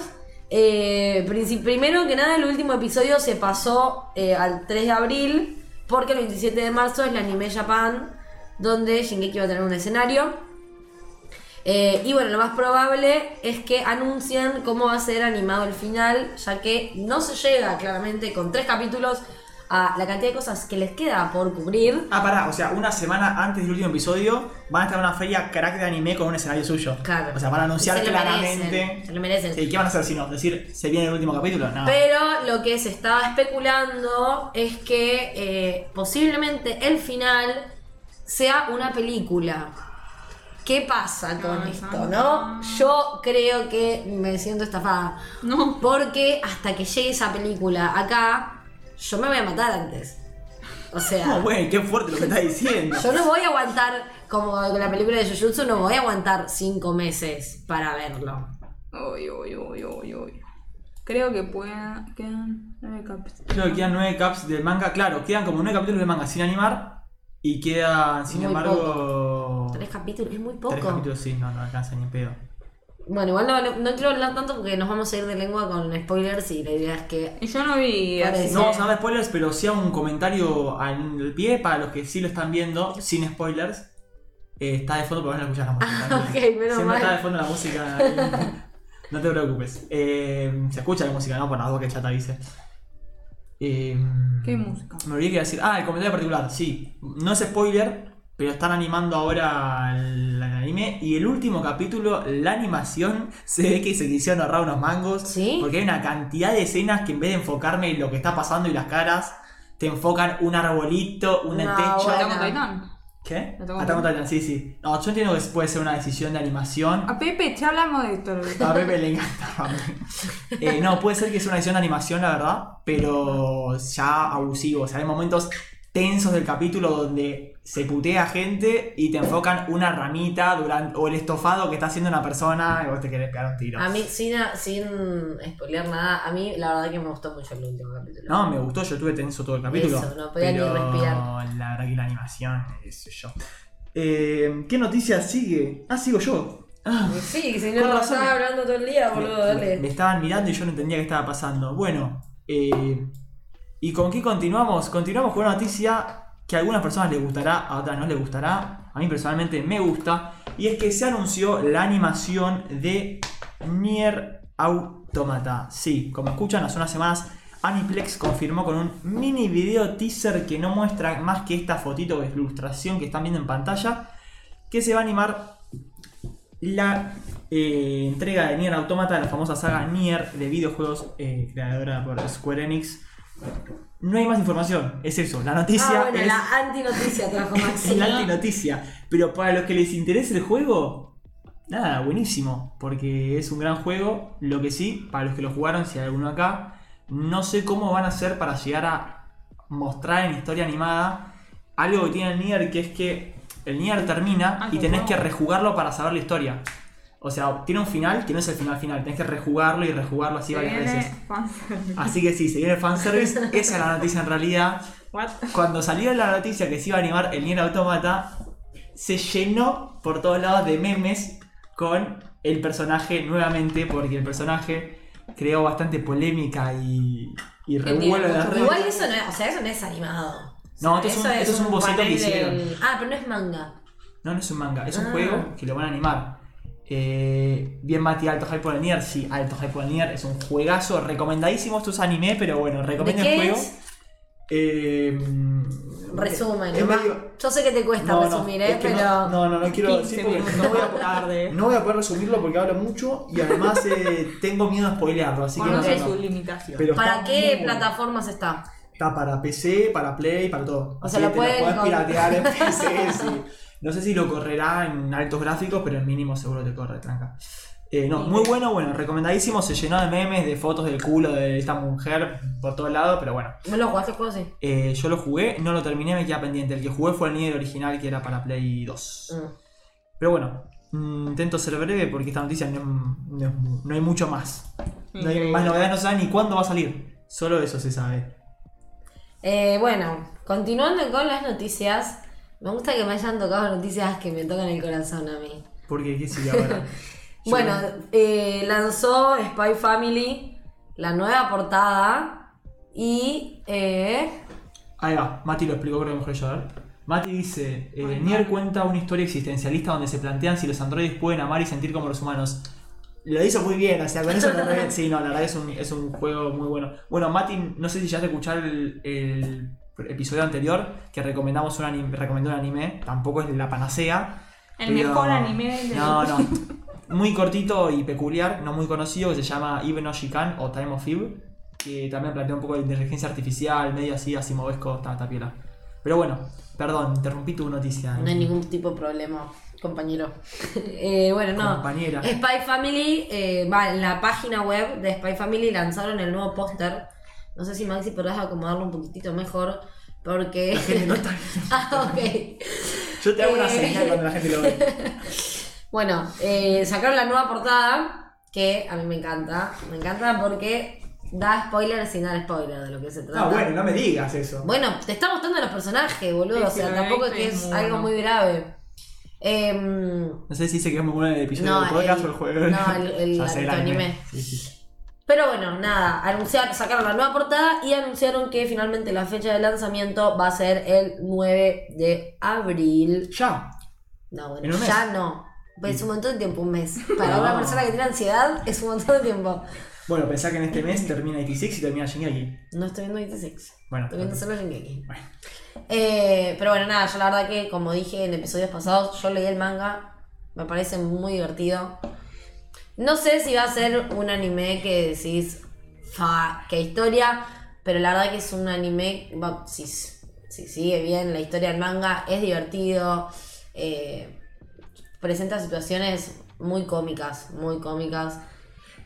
B: Eh, princi- primero que nada, el último episodio se pasó eh, al 3 de abril, porque el 27 de marzo es la Anime Japan, donde Shingeki va a tener un escenario. Eh, y bueno, lo más probable es que anuncien cómo va a ser animado el final, ya que no se llega claramente con tres capítulos a la cantidad de cosas que les queda por cubrir.
A: Ah, pará, o sea, una semana antes del último episodio van a estar en una feria crack de anime con un escenario suyo.
B: Claro.
A: O sea, van a anunciar
B: Se lo
A: claramente.
B: merecen, se lo merecen.
A: ¿Y qué van a hacer si no? ¿Decir se viene el último capítulo? No.
B: Pero lo que se estaba especulando es que eh, posiblemente el final sea una película. ¿Qué pasa con
C: No,
B: esto,
C: no,
B: no?
C: no.
B: Yo creo que me siento estafada.
C: No.
B: Porque hasta que llegue esa película acá, yo me voy a matar antes. O sea,
A: No, güey, qué fuerte lo que está diciendo.
B: yo no voy a aguantar, como con la película de Jujutsu, no voy a aguantar cinco meses para verlo.
C: Uy, uy, uy, uy, uy. Creo que pueda. Quedan nueve capítulos.
A: Creo que quedan nueve caps del manga. Claro, quedan como nueve capítulos del manga sin animar. Y quedan, sin
B: Muy
A: embargo.
B: Tres capítulos, es muy poco.
A: tres capítulos, sí, no, no alcanza ni en pedo.
B: Bueno, igual no, no- no quiero hablar tanto porque nos vamos a ir de lengua con spoilers y la idea es que.
C: Y yo no vi.
B: Parece.
C: así.
A: No vamos a dar spoilers, pero sí hago un comentario al pie para los que sí lo están viendo, sin spoilers. Eh, está de fondo, pero van a escuchar la música.
B: Ah, ok, menos
A: Siempre
B: mal.
A: está de fondo la música. no te preocupes. Eh, se escucha la música, ¿no? Por las dos que ya te avise. Eh,
C: ¿Qué música?
A: Me olvidé que iba a decir. Ah, el comentario particular, sí. No es spoiler, pero están animando ahora el, el anime. Y el último capítulo, la animación, se ve que se quisieron ahorrar unos mangos.
B: ¿Sí?
A: Porque hay una cantidad de escenas que en vez de enfocarme en lo que está pasando y las caras, te enfocan un arbolito, un
B: No,
A: techo.
B: bueno.
C: Attack on Titan.
A: ¿Qué?
C: Attack on
A: Attack on
C: Titan.
A: Titan, sí, sí. No, yo entiendo que puede ser una decisión de animación.
C: A Pepe, ya hablamos de esto. lo vi.
A: A Pepe le encanta ramen. Eh, no, puede ser que sea una edición de animación, la verdad, pero ya abusivo. O sea, hay momentos tensos del capítulo donde se putea gente y te enfocan una ramita durante, o el estofado que está haciendo una persona y vos te querés pegar un tiro.
B: A mí, sin, sin spoiler nada, a mí la verdad que me gustó mucho el último capítulo.
A: No, me gustó, yo estuve tenso todo el capítulo.
B: Eso, no podía ni
A: pero
B: respirar.
A: La verdad que la animación, qué sé yo. Eh, ¿Qué noticia sigue? Ah, sigo yo. Ah,
B: Sí, si
A: Con
B: no,
A: razón.
B: estaba hablando todo el día,
A: me,
B: boludo,
A: me- me
B: dale.
A: estaban mirando y yo no entendía qué estaba pasando. Bueno, eh, ¿y con qué continuamos? Continuamos con una noticia que a algunas personas les gustará, a otras no les gustará. A mí personalmente me gusta. Y es que se anunció la animación de Nier Automata. Sí, como escuchan, hace unas semanas Aniplex confirmó con un mini video teaser que no muestra más que esta fotito de ilustración que están viendo en pantalla. Que se va a animar la eh, entrega de Nier Automata, la famosa saga Nier de videojuegos eh, creadora por Square Enix. No hay más información, es eso. La noticia
B: Ah, bueno,
A: es
B: la antinoticia trajo
A: es
B: Maxi.
A: la antinoticia. Pero para los que les interese el juego, nada, buenísimo. Porque es un gran juego. Lo que sí, para los que lo jugaron, si hay alguno acá, no sé cómo van a hacer para llegar a mostrar en historia animada algo que tiene el Nier, que es que el Nier termina
C: Ah,
A: y
C: qué
A: tenés
C: bueno.
A: que rejugarlo para saber la historia. O sea, tiene un final que no es el final final, tenés que rejugarlo y rejugarlo así
C: Se
A: varias
C: viene
A: veces.
C: fanservice.
A: Así que sí, se viene el fanservice, esa es la noticia en realidad.
C: What?
A: Cuando salió la noticia que se iba a animar el Nier Automata, se llenó por todos lados de memes con el personaje nuevamente, porque el personaje creó bastante polémica y, y revuelo en las redes.
B: Igual eso no es, o sea, eso no es animado.
A: No,
B: O
A: esto
B: sea,
A: es un- esto es un boceto que
B: panel
A: hicieron.
B: del- Ah, pero no es manga.
A: No, no es un manga, es un
B: Ah.
A: juego que lo van a animar. Eh, bien, Mati, alto hype por el Nier. Sí, alto hype por el Nier. Es un juegazo, recomendadísimo. Esto es anime, pero bueno, recomiendo
B: ¿De
A: el
B: qué
A: juego.
B: es?
E: Eh,
B: Resumen,
E: es
B: nomás.
E: medio-
B: Yo sé que te cuesta
E: No, no,
B: resumir,
E: es
B: ¿eh?
E: que
B: Pero.
E: No, no, no, no quiero
C: 15
E: decir porque
C: minutos
E: no voy, a,
C: tarde.
E: no voy a poder resumirlo porque habla mucho y además eh, tengo miedo a spoilearlo, así que no,
C: Conoce
E: no,
C: sus
E: no.
C: limitaciones.
E: Pero
B: ¿Para
E: está
B: qué
E: muy-
B: plataformas está?
E: Está para PC, para Play, para todo.
B: O
E: Así
B: sea, lo
E: que te
B: pueden
E: podés
B: con-
E: piratear en PC, sí.
A: No sé si lo correrá en altos gráficos, pero en mínimo seguro te corre, tranca. Eh, no, muy bueno, bueno, recomendadísimo. Se llenó de memes, de fotos del culo de esta mujer por todos lados, pero bueno.
B: ¿Vos lo jugaste juego sí?
A: Eh, yo lo jugué, no lo terminé, me queda pendiente. El que jugué fue el Nier original que era para Play 2.
B: Mm.
A: Pero bueno, mm, intento ser breve porque esta noticia no, no es- no hay mucho más. No hay
C: Increíble.
A: más novedades, no se sabe ni cuándo va a salir. Solo eso se sabe.
B: Eh, bueno, continuando con las noticias, me gusta que me hayan tocado noticias que me tocan el corazón a mí.
A: Porque qué sigue ahora. Yo-
B: Bueno, eh, lanzó Spy Family la nueva portada y eh,
A: Ahí va, Mati lo explicó creo que mejor yo. a ver. Mati dice, eh,
C: Ay,
A: Nier
C: no.
A: cuenta una historia existencialista donde se plantean si los androides pueden amar y sentir como los humanos. Lo hizo muy bien, o sea, con eso me re- Sí, no, la verdad que es un, es un juego muy bueno. Bueno, Mati, no sé si ya te escuchar el, el episodio anterior que recomendamos un anime, recomendó un anime, tampoco es la panacea.
C: El mejor anime de-
A: No, no. Muy cortito y peculiar, no muy conocido, que se llama Even Oshikan o Time of Eve, que también plantea un poco de inteligencia artificial, medio así, así movesco, está, está piola. Pero bueno, perdón, interrumpí tu noticia.
E: Ah,
A: eh,
B: no hay ningún tipo de problema, compañero. Eh, bueno, no.
A: Compañera.
B: Spy Family, eh, va, en la página web de Spy Family lanzaron el nuevo póster. No sé si Maxi podrás acomodarlo un poquitito mejor porque...
E: La gente no está-
B: ah, ok.
E: Yo te hago una
B: Eh.
E: señal cuando la gente lo ve.
B: Bueno, eh, sacaron la nueva portada, que a mí me encanta. Me encanta porque da spoiler sin dar spoiler de lo que se trata.
A: Ah,
E: No, bueno, no me digas eso.
B: Bueno, te está mostrando los personajes, boludo. O sea,
C: Sí,
B: tampoco es que
C: es
B: es
C: muy
B: algo
C: bueno.
B: muy grave. Em,
A: No sé si dice que es muy bueno el episodio
B: No,
A: del podcast
B: el-
A: o el juego.
B: no, el- el-
A: Ya sé,
B: el anime.
A: Sí, sí.
B: pero bueno, nada, anunciaron, sacaron la nueva portada y anunciaron que finalmente la fecha de lanzamiento va a ser el 9 de abril.
A: Ya.
B: No,
A: ¿En
B: bueno,
A: un mes?
B: ya no. Pues es un montón de tiempo, un mes. Para una
A: No.
B: persona que tiene ansiedad, es un montón de tiempo.
A: Bueno, pensá que en este mes termina X6 y termina Shingeki.
B: No estoy viendo 26.
A: Bueno,
B: Estoy viendo solo Shingeki.
A: Bueno.
B: Eh, pero bueno, nada, yo la verdad que, como dije en episodios pasados, yo leí el manga. Me parece muy divertido. No sé si va a ser un anime que decís, fa, qué historia. Pero la verdad que es un anime, va, si, si sigue bien la historia del manga, es divertido. eh, presenta situaciones muy cómicas, muy cómicas.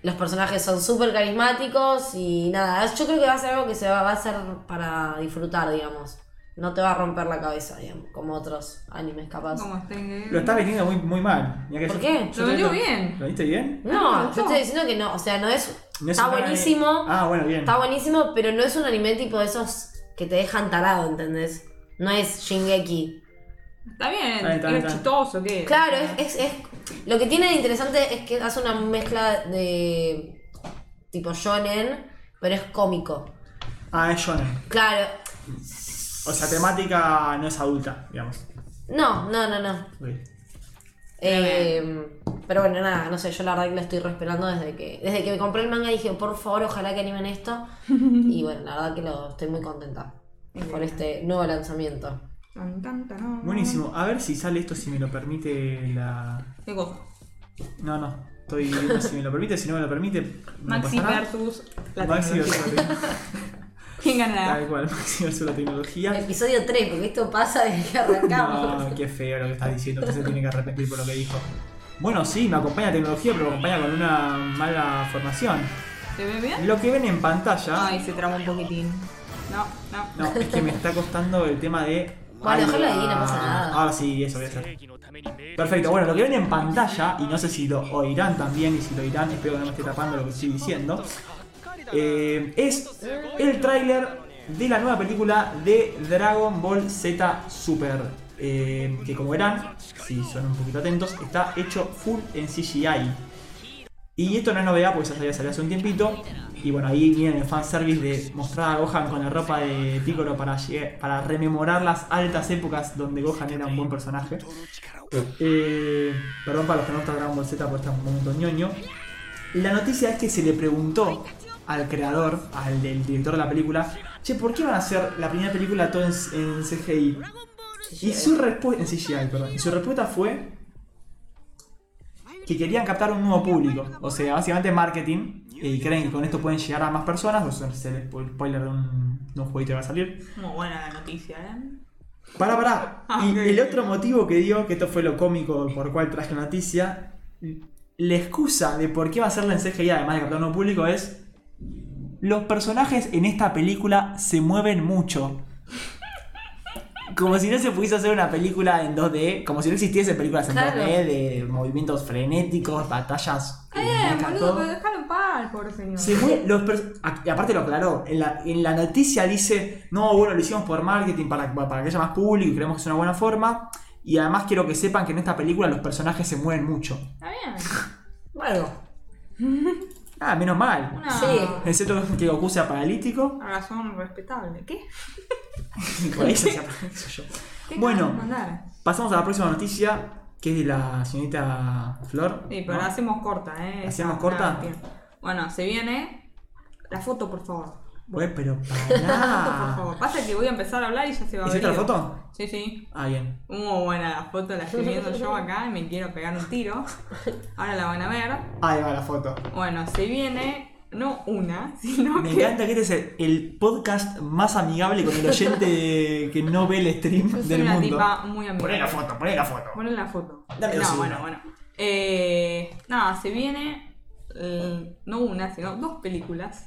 B: Los personajes son súper carismáticos y nada, yo creo que va a ser algo que se va, va a hacer para disfrutar, digamos. No te va a romper la cabeza, digamos, como otros animes capaz.
C: Como estén-
A: lo estás vendiendo muy, muy mal. Mirá que
B: ¿Por
A: yo-
B: qué?
A: yo
C: Lo
A: te-
C: vendió bien.
A: ¿Lo viste bien?
C: Ah,
B: No,
C: no.
B: yo estoy diciendo que no, o sea, no es...
A: No es
B: está
A: un anime-
B: buenísimo,
A: Ah, bueno, bien.
B: está buenísimo, pero no es un anime tipo de esos que te dejan tarado, ¿entendés? No es Shingeki.
C: Está bien,
A: Ahí está, ahí
C: es
A: está.
C: chistoso que.
B: Claro, es, es, es- Lo que tiene de interesante es que hace una mezcla de tipo shonen, pero es cómico.
A: Ah, es Shonen.
B: Claro.
A: O sea, temática no es adulta, digamos.
B: No, no, no, no.
A: Ok.
B: Eh, pero bueno, nada, no sé, yo la verdad que lo estoy respirando desde que desde que me compré el manga dije, por favor, ojalá que animen esto. Y bueno, la verdad que lo estoy muy contenta por este nuevo lanzamiento.
C: Tan, tan, tan.
A: Buenísimo. A ver si sale esto, si me lo permite la.
C: ¿Qué cosa?
A: No, no. Estoy viendo si me lo permite, si no me lo permite. No
C: Maxi
A: pasa nada.
C: versus la
A: Maxi versus
C: tecnología.
A: la tecnología.
C: ¿Quién ganará?
A: Tal cual, Maxi versus la tecnología.
B: Episodio 3, porque esto pasa desde que arrancamos.
A: No, qué feo lo que estás diciendo. Usted se tiene que arrepentir por lo que dijo. Bueno, sí, me acompaña la tecnología, pero me acompaña con una mala formación.
C: ¿Se ve bien?
A: Lo que ven en pantalla.
C: Ay, se traba un poquitín. No, no.
A: No, es que me está costando el tema de.
B: Bueno, déjalo ahí, no
A: Ah,
B: pasa nada.
A: Ahora sí, eso voy a hacer. Perfecto, bueno, lo que ven en pantalla, y no sé si lo oirán también, y si lo oirán, espero que no me esté tapando lo que estoy diciendo, eh, es el tráiler de la nueva película de Dragon Ball Z Super, eh, que como verán, si son un poquito atentos, está hecho full en CGI. Y esto no es novedad porque ya sabía salir hace un tiempito. Y bueno, ahí miren el fanservice de mostrar a Gohan con la ropa de Piccolo para, llegue- para rememorar las altas épocas donde Gohan era un buen personaje. Eh, perdón para los que no están Dragon Ball Z por estar un momento ñoño. La noticia es que se le preguntó al creador, al del director de la película, Che, ¿por qué van a hacer la primera película todo en, en CGI? Y su respuesta. En CGI, perdón. Y su respuesta fue. Que querían captar un nuevo público. O sea, básicamente marketing. eh, Y creen que con esto pueden llegar a más personas. O sea, es el spo- spoiler de un, de un jueguito que va a salir.
C: Muy buena la noticia, ¿eh?
A: Pará, pará.
C: Ah,
A: y
C: ok.
A: el otro motivo que dio, que esto fue lo cómico por el cual traje la noticia, la excusa de por qué va a ser la en CGI, además de captar un nuevo público, es. Los personajes en esta película se mueven mucho. Como si no se pudiese hacer una película en 2D, como si no existiese películas en
B: Claro.
A: 2D de movimientos frenéticos, batallas. eh,
C: Eh,
A: mecas,
C: boludo,
A: todo.
C: pero déjalo en paz, pobre señor.
A: Se fue, los pers- a- y aparte lo aclaró, en la, en la noticia dice, no, bueno, lo hicimos por marketing para, para que haya más público y creemos que es una buena forma. Y además quiero que sepan que en esta película los personajes se mueven mucho.
C: Está bien.
B: Bueno,
A: Ah, menos mal.
C: Una
B: Sí.
A: Excepto que Goku sea paralítico.
C: razón respetable. ¿Qué?
A: Por ahí se hacía paralítico yo.
C: ¿Qué
A: Bueno.
C: querés mandar?
A: Pasamos a la próxima noticia, que es de la señorita Flor.
C: Sí, pero
A: ¿no?
C: la hacemos corta, ¿eh?
A: ¿La hacemos
C: Esa,
A: corta?
C: nada, tiene. Bueno, se viene. La foto, por favor.
A: Bueno, pero
C: La foto, por
A: pará.
C: favor. Pasa que voy a empezar a hablar y ya se va a ver.
A: Ah. ¿Hiciste la foto?
C: Sí, sí.
A: Ah, bien.
C: Muy buena la foto, la estoy viendo yo acá y me quiero pegar un tiro. Ahora la van a ver.
A: Ahí va la foto.
C: Bueno, se viene. No una, sino
A: Me
C: que.
A: encanta que este es el podcast más amigable con el oyente que no ve el stream
C: Yo soy
A: del
C: una
A: mundo.
C: tipa muy amiga.
A: Poné la foto, poné la foto.
C: Ponen la foto.
A: Dame
C: no,
A: dos y
C: bueno,
A: una.
C: bueno. Eh, nada, se viene eh, no una, sino dos películas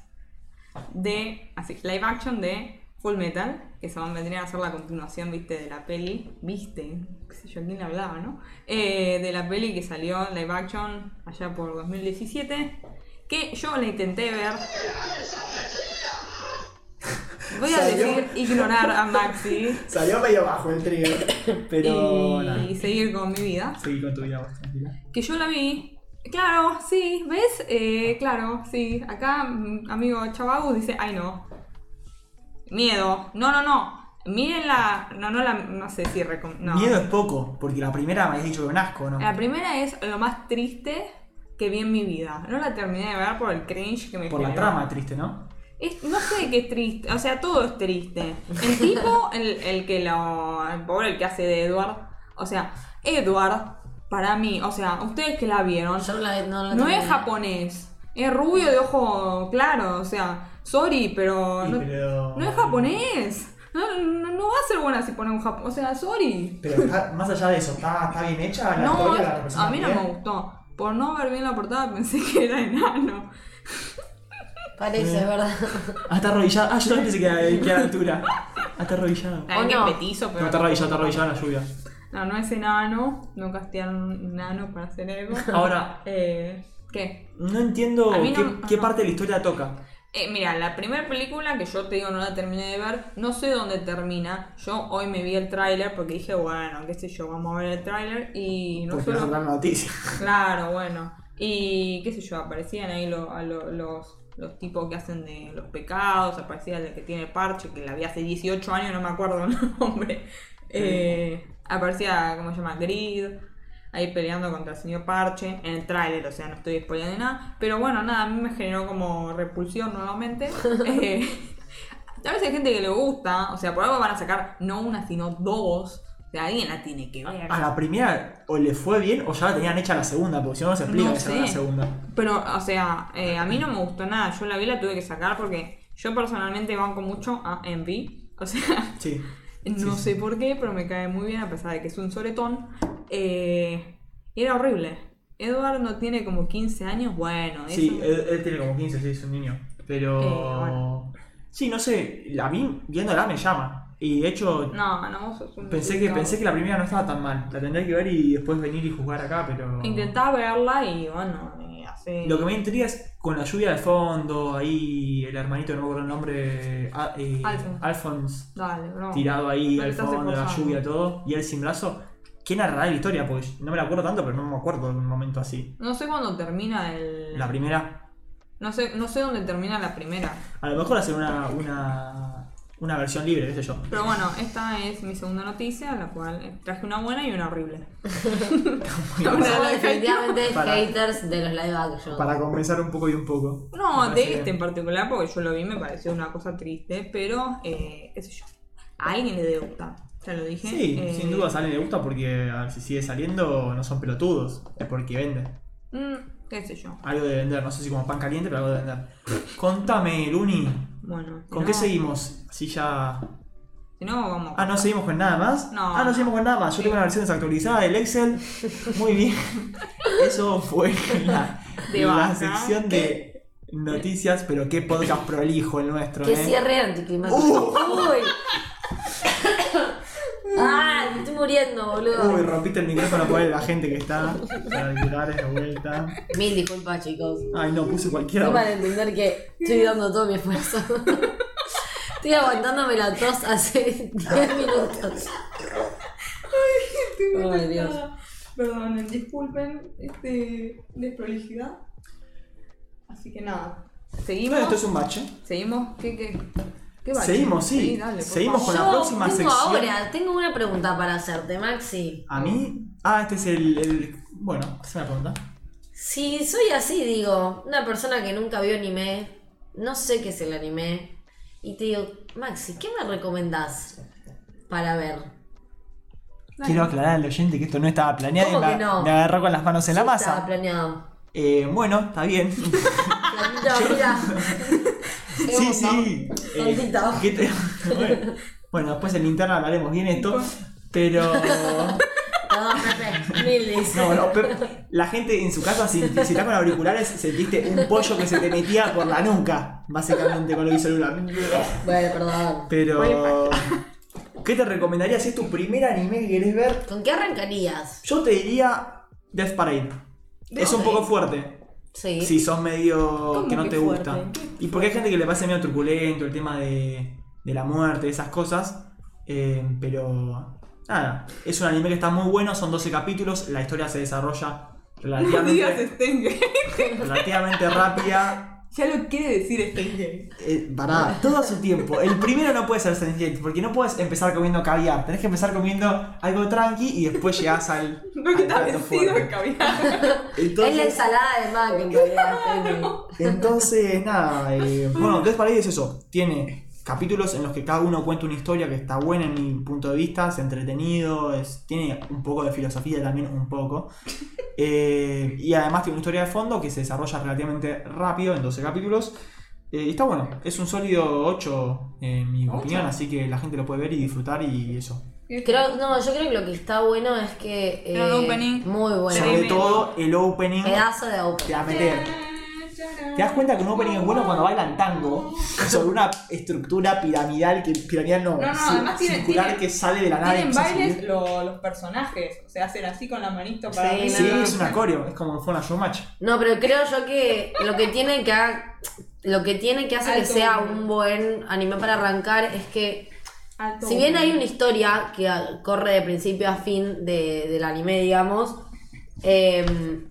C: de así, live action de Full Metal, que se van vendrían a ser la continuación, viste, de la peli, viste, qué sé yo, quién le hablaba, ¿no? Eh, de la peli que salió en live action allá por 2017, que yo la intenté ver. Voy a
E: Salió.
C: decir ignorar a Maxi
E: Salió medio bajo el trigger.
A: Pero.
C: y
A: nada,
C: seguir con mi vida.
A: Seguí con tu vida vos, tranquila.
C: Que yo la vi. Claro, sí, ¿ves? Eh, claro, sí. Acá, mm, amigo Chavau dice, ay no. Miedo. No, no, no. Miren la. No, no la. No sé si recom- no.
A: Miedo es poco, porque la primera me habías dicho que un asco, ¿no?
C: La primera es lo más triste que vi en mi vida. No la terminé de ver por el cringe que me
A: Por la
C: generó.
A: trama triste, ¿no?
C: Es- no sé qué es triste, o sea, todo es triste. El tipo, el, el que lo. El pobre, el que hace de Edward. O sea, Edward, para mí, o sea, ustedes que la vieron,
B: yo la, no la
C: no
B: terminé.
C: es japonés. Es rubio de ojo claro, o sea, sorry, pero.
A: Sí,
C: No,
A: pero-
C: no es japonés. No, no, no va a ser buena si pone un japonés. O sea, sorry.
A: Pero está- más allá de eso, ¿está, está bien hecha la
C: No,
A: historia la persona
C: a mí no
A: bien?
C: me gustó. Por no ver bien la portada pensé que era enano.
B: Parece, es verdad.
A: Ah, está arrodillado. Ah, yo también pensé que era que era altura. Ah, está arrodillado.
B: O no.
C: petizo,
A: No, está arrodillado, está arrodillado en la lluvia.
C: No, no es enano. No castearon un enano para hacer algo.
A: Ahora-
C: Eh, ¿Qué?
A: No entiendo
C: A mí no-
A: qué,
C: no,
A: qué
C: no.
A: parte de la historia toca.
C: Eh, mira, la primera película que yo te digo no la terminé de ver, no sé dónde termina. Yo hoy me vi el tráiler porque dije, bueno, qué sé yo, vamos a ver el tráiler y no
A: porque
C: solo...
A: no la noticia.
C: Claro, bueno. Y qué sé yo, aparecían ahí lo- a lo- los, los tipos que hacen de los pecados, aparecía el que tiene parche, que la vi hace 18 años, no me acuerdo el nombre. Eh, aparecía, ¿cómo se llama? Grid, ahí peleando contra el señor Parche, en el tráiler, o sea, no estoy spoileando ni nada. Pero bueno, nada, a mí me generó como repulsión nuevamente. Eh, Tal vez hay gente que le gusta, o sea, por algo van a sacar no una, sino dos. O sea, alguien la tiene que ver.
A: A la primera o le fue bien o ya la tenían hecha la segunda, porque si no, no se explica
C: No
A: que se haga la
C: sé.
A: segunda.
C: Pero, o sea, eh, a mí no me gustó nada. Yo la vi, la tuve que sacar porque yo personalmente banco mucho a Envy. O sea,
A: Sí.
C: no
A: Sí, sí.
C: sé por qué, pero me cae muy bien a pesar de que es un soretón. Eh, era horrible. Edward no tiene como 15 años. Bueno, eso.
A: Sí, él, él tiene como 15, sí, es un niño. Pero.
C: Eh, bueno.
A: Sí, no sé, a mí viéndola me llama. Y de hecho,
C: No, no, vos sos un
A: eh, pensé, que,
C: desubicado.
A: pensé que la primera no estaba tan mal. La tendría que ver y después venir y jugar acá, pero.
C: Intentá verla y bueno, eh, así.
A: Lo que me intriga es con la lluvia de fondo, ahí el hermanito, no me acuerdo el nombre. a- eh,
C: Alphonse.
A: Alphonse.
C: Dale, bro.
A: tirado ahí
C: No le
A: al
C: estás
A: fondo, la
C: esforzando.
A: lluvia, todo, y él sin brazo. ¿Qué narrará la historia? Porque no me la acuerdo tanto, pero no me acuerdo de un momento así.
C: No sé cuándo termina el.
A: La primera.
C: No sé, no sé dónde termina la primera.
A: A lo mejor hacer una. una una versión libre, qué sé yo.
C: Pero bueno, esta es mi segunda noticia, la cual traje una buena y una horrible. Ahora
B: Somos
C: la
B: definitivamente
E: Para-
B: haters de los live action.
E: Para compensar un poco y un poco.
C: No,
E: Me
C: de
E: parece
C: este
E: bien.
C: en particular, porque yo lo vi, me pareció una cosa triste, pero, eh, qué sé yo, a alguien le debe gustar, ya lo dije.
A: Sí,
C: eh,
A: sin duda a alguien le gusta porque a ver, si sigue saliendo no son pelotudos, es porque vende.
C: mm, qué sé yo,
A: Algo de vender, no sé si como pan caliente, pero algo de vender. Contame, Luni,
C: bueno.
A: ¿con
C: si
A: qué
C: no-
A: seguimos? Si ya.
C: Si no, vamos.
A: Ah, no seguimos con nada más.
C: No.
A: Ah, no seguimos con nada más. Yo tengo una versión desactualizada del Excel. Muy bien. Eso fue la,
C: De
A: la
C: baja.
A: sección de noticias, pero qué podcast prolijo el nuestro,
B: Que
A: ¿eh?
B: cierre anticlimático.
A: Uh.
B: Uy. ah, me estoy muriendo, boludo.
A: Uy, rompiste el micrófono por la gente que está. Para titulares de vuelta.
B: Mil disculpas, chicos.
A: Ay, no, puse cualquiera.
B: Fue para entender que estoy dando todo mi esfuerzo. Estoy aguantándome la tos hace 10 minutos.
C: Estoy muy
B: Ay, Dios.
C: cansada. Perdón, disculpen este desprolijidad. Así que nada. Seguimos.
A: Bueno, esto es un bache.
C: Seguimos. ¿Qué, qué? ¿Qué va?
A: Seguimos, sí.
C: dale, por
A: Seguimos
C: favor.
A: con la próxima
B: tengo
A: sección.
B: ahora, tengo una pregunta para hacerte, Maxi.
A: A mí. Ah, este es el. el- Bueno, es una pregunta.
B: Si soy así, digo, una persona que nunca vio anime, no sé qué es el anime, y te digo, Maxi, ¿qué me recomendás para ver?
C: Dale.
A: Quiero aclarar al oyente que esto no estaba planeado y
B: ¿Cómo
A: me,
B: que no?
A: me agarró con las manos en la
B: Sí Estaba
A: masa.
B: planeado.
A: Eh, bueno, está bien.
B: Platita, mira.
A: sí, sí. Eh,
B: Tontito.
A: ¿qué te- bueno, bueno, después en interna hablaremos bien esto. Pero.
B: Perdón, Pepe. Mil dis.
A: No, no, pero la gente en su casa, si, si estás con auriculares, sentiste un pollo que se te metía por la nuca, básicamente con lo bicelular.
B: Bueno, perdón.
A: Pero. ¿Qué te recomendaría si es tu primer anime que querés ver?
B: ¿Con qué arrancarías?
A: Yo te diría Death Parade. Es un
B: Ok.
A: poco fuerte.
B: Sí.
A: Si sos medio que no
C: Eh, que
A: te
C: fuerte?
A: gusta. Y porque hay gente que le parece medio truculento el tema de, de la muerte, esas cosas. eh, pero nada, es un anime que está muy bueno, son 12 capítulos, la historia se desarrolla
C: No digas
A: relativamente,
C: Stenger.
A: relativamente rápida.
C: Ya lo quiere decir Stenger.
A: eh, pará, todo a su tiempo. El primero no puede ser sencillo, porque no puedes empezar comiendo caviar. Tenés que empezar comiendo algo tranqui y después llegás al,
C: No
A: al
C: que está
A: plato
C: vencido
A: fuerte.
C: el caviar.
B: es la
A: Entonces,
B: ensalada de Mac en realidad. Pepe.
A: Entonces, nada, eh, bueno, Death Parade es eso. Tiene capítulos en los que cada uno cuenta una historia que está buena en mi punto de vista, es entretenido, es- tiene un poco de filosofía también, un poco. Eh, y además tiene una historia de fondo que se desarrolla relativamente rápido en 12 capítulos. Eh, y está bueno, es un sólido 8 en mi opinión, así que la gente lo puede ver y disfrutar y eso.
B: Creo, no, yo creo que lo que está bueno es que. eh,
C: Era un opening.
B: Muy bueno.
A: Sobre
C: Tremendo.
A: todo el opening
B: Pedazo de opening.
A: te va a meter. ¿Te das cuenta que un opening es bueno cuando bailan tango sobre una estructura piramidal que piramidal no,
C: No, no,
A: ci-
C: además tiene-
A: circular
C: tiene-
A: que sale de la nada? y
C: Tienen
A: empieza a
C: bailes
A: subir?
C: lo- los personajes, o sea, hacen así con la manito para
B: Sí,
C: arriba.
A: Sí, es una coreo, es como fue una showmatch.
B: No, pero creo yo que lo que tiene que ha- lo que tiene que hacer que
C: Alto
B: sea
C: volumen.
B: un buen anime para arrancar es que
C: Alto
B: si bien hay una historia que a- corre de principio a fin de- del anime, digamos, em,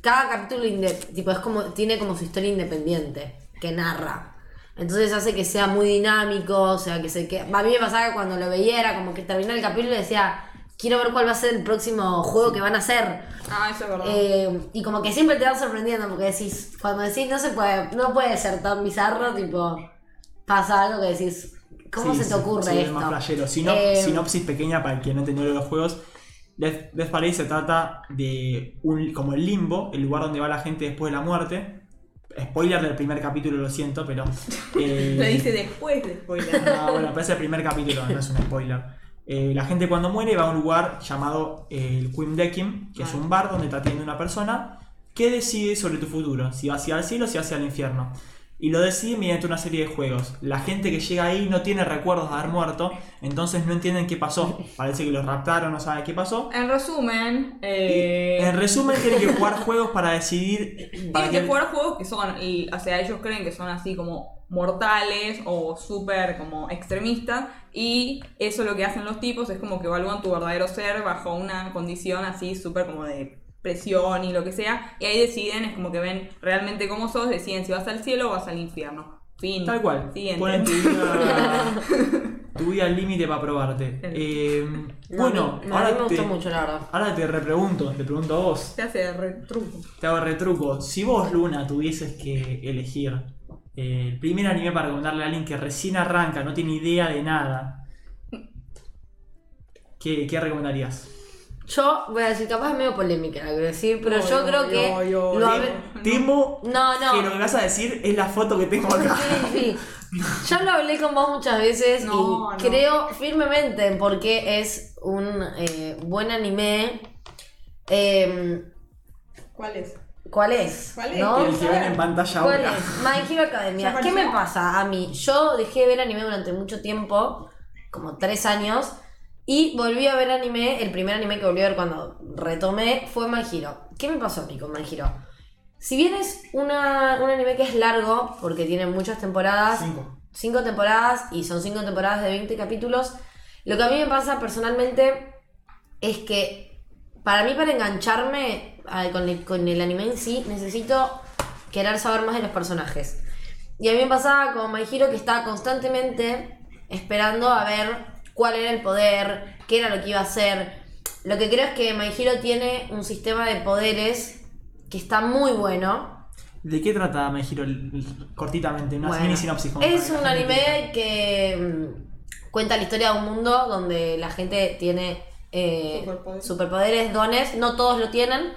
B: cada capítulo inde- tipo, es como, tiene como su historia independiente que narra. Entonces hace que sea muy dinámico, o sea, que se que A mí me pasaba que cuando lo veía era como que terminaba el capítulo y decía, quiero ver cuál va a ser el próximo juego que van a hacer.
C: Ah, eso es verdad.
B: Eh, y como que siempre te van sorprendiendo porque decís, cuando decís no se puede, no puede ser tan bizarro, tipo, pasa algo que decís, ¿cómo
A: Sí,
B: se te
A: sí,
B: ocurre
A: sí, es
B: esto?
A: más flashero. Sinop-
B: Eh,
A: sinopsis pequeña para quien no entendió los juegos. Death, Death Parade se trata de un como el limbo, el lugar donde va la gente después de la muerte. Spoiler del primer capítulo, lo siento, pero. eh,
C: Lo dice después de spoiler.
A: No, Ah, bueno, pero es el primer capítulo, no es un spoiler. Eh, la gente cuando muere va a un lugar llamado eh, el Quim Dekim, que es un bar donde te atiende una persona que decide sobre tu futuro, si va hacia el cielo o si va hacia el infierno. Y lo decide mediante una serie de juegos. La gente que llega ahí no tiene recuerdos de haber muerto, entonces no entienden qué pasó. Parece que los raptaron, no saben qué pasó.
C: En resumen, eh,
A: En resumen, tienen que jugar juegos para decidir... Para
C: tienen que jugar juegos que son, y, o sea, ellos creen que son así como mortales o súper como extremistas y eso lo que hacen los tipos es como que evalúan tu verdadero ser bajo una condición así súper como de presión y lo que sea y ahí deciden, es como que ven realmente cómo sos, deciden si vas al cielo o vas al infierno. Fin.
A: Tal cual.
C: Siguiente.
A: Ponen tu vida, tu vida al límite para probarte. Eh,
B: No,
A: bueno,
B: a mí- no, a mí
A: ahora,
B: me
A: te,
B: gustó mucho, la verdad.
A: ahora te repregunto, te pregunto a vos.
C: Se hace retruco.
A: Te hago retruco. Si vos, Luna, tuvieses que elegir eh, el primer anime para recomendarle a alguien que recién arranca, no tiene idea de nada, ¿qué, qué recomendarías?
B: Yo voy a decir, capaz es medio polémica lo que voy a decir, pero yo creo que. lo hab-
A: Temo
B: No, no.
A: que lo que vas a decir es la foto que tengo acá.
B: Sí, sí. Ya lo hablé con vos muchas veces y
C: No, no.
B: creo firmemente en por qué es un eh, buen anime. Eh,
C: ¿Cuál es?
B: ¿Cuál es?
C: ¿Cuál es?
B: ¿No?
A: El que ven en pantalla
B: ¿Cuál
A: ahora.
B: es? My Hero Academia.
C: Ya
B: ¿Qué me
C: apareció.
B: pasa a mí? Yo dejé de ver anime durante mucho tiempo, como tres años, y volví a ver anime. El primer anime que volví a ver cuando retomé fue My Hero. ¿Qué me pasó a mí con My Hero? Si bien es una- un anime que es largo, porque tiene muchas temporadas,
A: Cinco.
B: cinco temporadas y son cinco temporadas de 20 capítulos. Lo que a mí me pasa personalmente es que para mí, para engancharme al- con el, con el anime en sí, necesito querer saber más de los personajes. Y a mí me pasaba con My Hero que estaba constantemente esperando a ver cuál era el poder, qué era lo que iba a hacer. Lo que creo es que My Hero tiene un sistema de poderes que está muy bueno.
A: ¿De qué trata Me giro el- el- cortitamente? Una
B: Bueno,
A: mini sinopsis. como
B: Es
A: para
B: un
A: que la gente
B: anime que mm, cuenta la historia de un mundo donde la gente tiene eh,
C: Superpoderes.
B: superpoderes, dones, no todos lo tienen.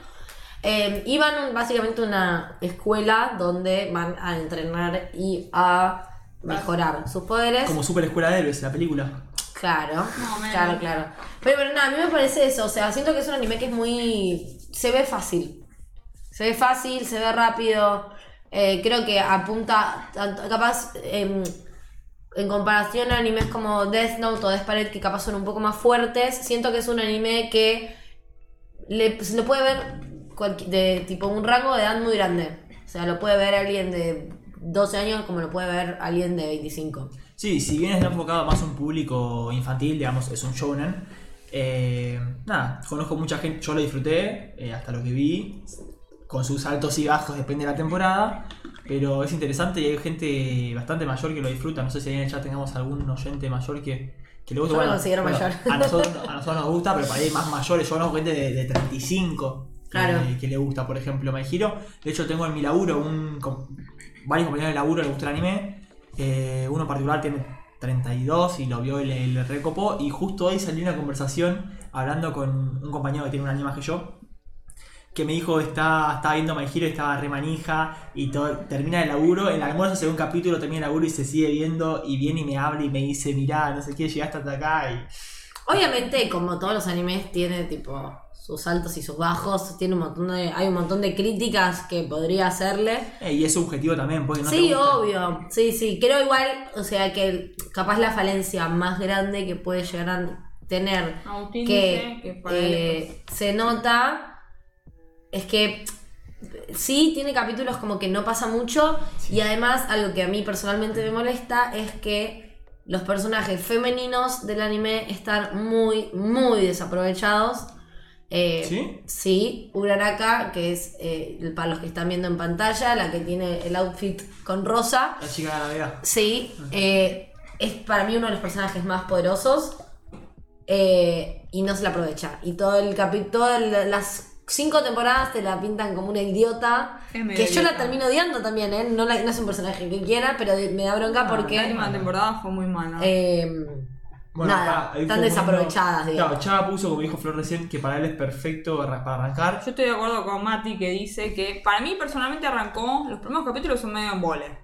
B: Eh, y van un- básicamente a una escuela donde van a entrenar y a mejorar sus poderes.
A: Como Super Escuela de Héroes, la película.
B: Claro,
C: o menos.
B: claro, claro. Pero, pero nada, a mí me parece eso. O sea, siento que es un anime que es muy. Se ve fácil. Se ve fácil, se ve rápido. Eh, creo que apunta. tanto- Capaz. em, en comparación a animes como Death Note o Death Parade, que capaz son un poco más fuertes, siento que es un anime que le- se lo puede ver cualqui- de tipo un rango de edad muy grande. O sea, lo puede ver alguien de 12 años como lo puede ver alguien de 25.
A: Sí, si bien está enfocado más a un público infantil, digamos, es un shounen. eh, nada, conozco mucha gente, yo lo disfruté, eh, hasta lo que vi, con sus altos y bajos, depende de la temporada, pero es interesante y hay gente bastante mayor que lo disfruta. No sé si ahí en el chat tengamos algún oyente mayor que, que le gusta.
B: Yo me considero mayor.
A: A nosotros, a nosotros nos gusta, pero para ahí hay más mayores, yo conozco gente de, de 35 que-
B: Claro.
A: eh, que, le gusta, por ejemplo, My Hero. De hecho, tengo en mi laburo un, com- varios compañeros de laburo que les gusta el anime. Eh, uno en particular tiene 32 y lo vio y le, le recopó. Y justo hoy salió una conversación hablando con un compañero que tiene un año más que yo. Que me dijo, está, está viendo My Hero, estaba remanija y todo, termina el laburo. En el almuerzo se ve un capítulo, termina el laburo y se sigue viendo. Y viene y me habla y me dice, mirá, no sé qué, llegaste hasta acá. Y
B: Obviamente, como todos los animes, tiene tipo sus altos y sus bajos, tiene un montón de, hay un montón de críticas que podría hacerle.
A: Eh, y es subjetivo también, porque no te
B: sí,
A: gusta.
B: obvio, sí, sí, creo igual, o sea que capaz la falencia más grande que puede llegar a tener
C: Agustín
B: que,
C: dice que para
B: eh,
C: él
B: se nota es que sí tiene capítulos como que no pasa mucho y además algo que a mí personalmente me molesta es que los personajes femeninos del anime están muy muy desaprovechados Eh,
A: ¿Sí?
B: Sí, Uraraka, que es eh, para los que están viendo en pantalla, la que tiene el outfit con rosa.
A: La chica de la vida.
B: Sí, eh, es para mí uno de los personajes más poderosos eh, y no se la aprovecha. Y todo el capítulo, las cinco temporadas te la pintan como una idiota.
C: Es medio
B: Que yo la
C: idiota.
B: termino odiando también, ¿eh? No, la- no es un personaje que quiera, pero de- me da bronca
C: Ah, La
B: porque...
C: última temporada fue muy mala.
B: eh, nada,
A: pará, ahí
B: están
A: fue
B: desaprovechadas,
A: poniendo-
B: digamos.
A: Claro, Chava puso, como dijo Flor recién, que para él es perfecto arran- para arrancar.
C: Yo estoy de acuerdo con Mati que dice que para mí personalmente arrancó, los primeros capítulos son medio en vole.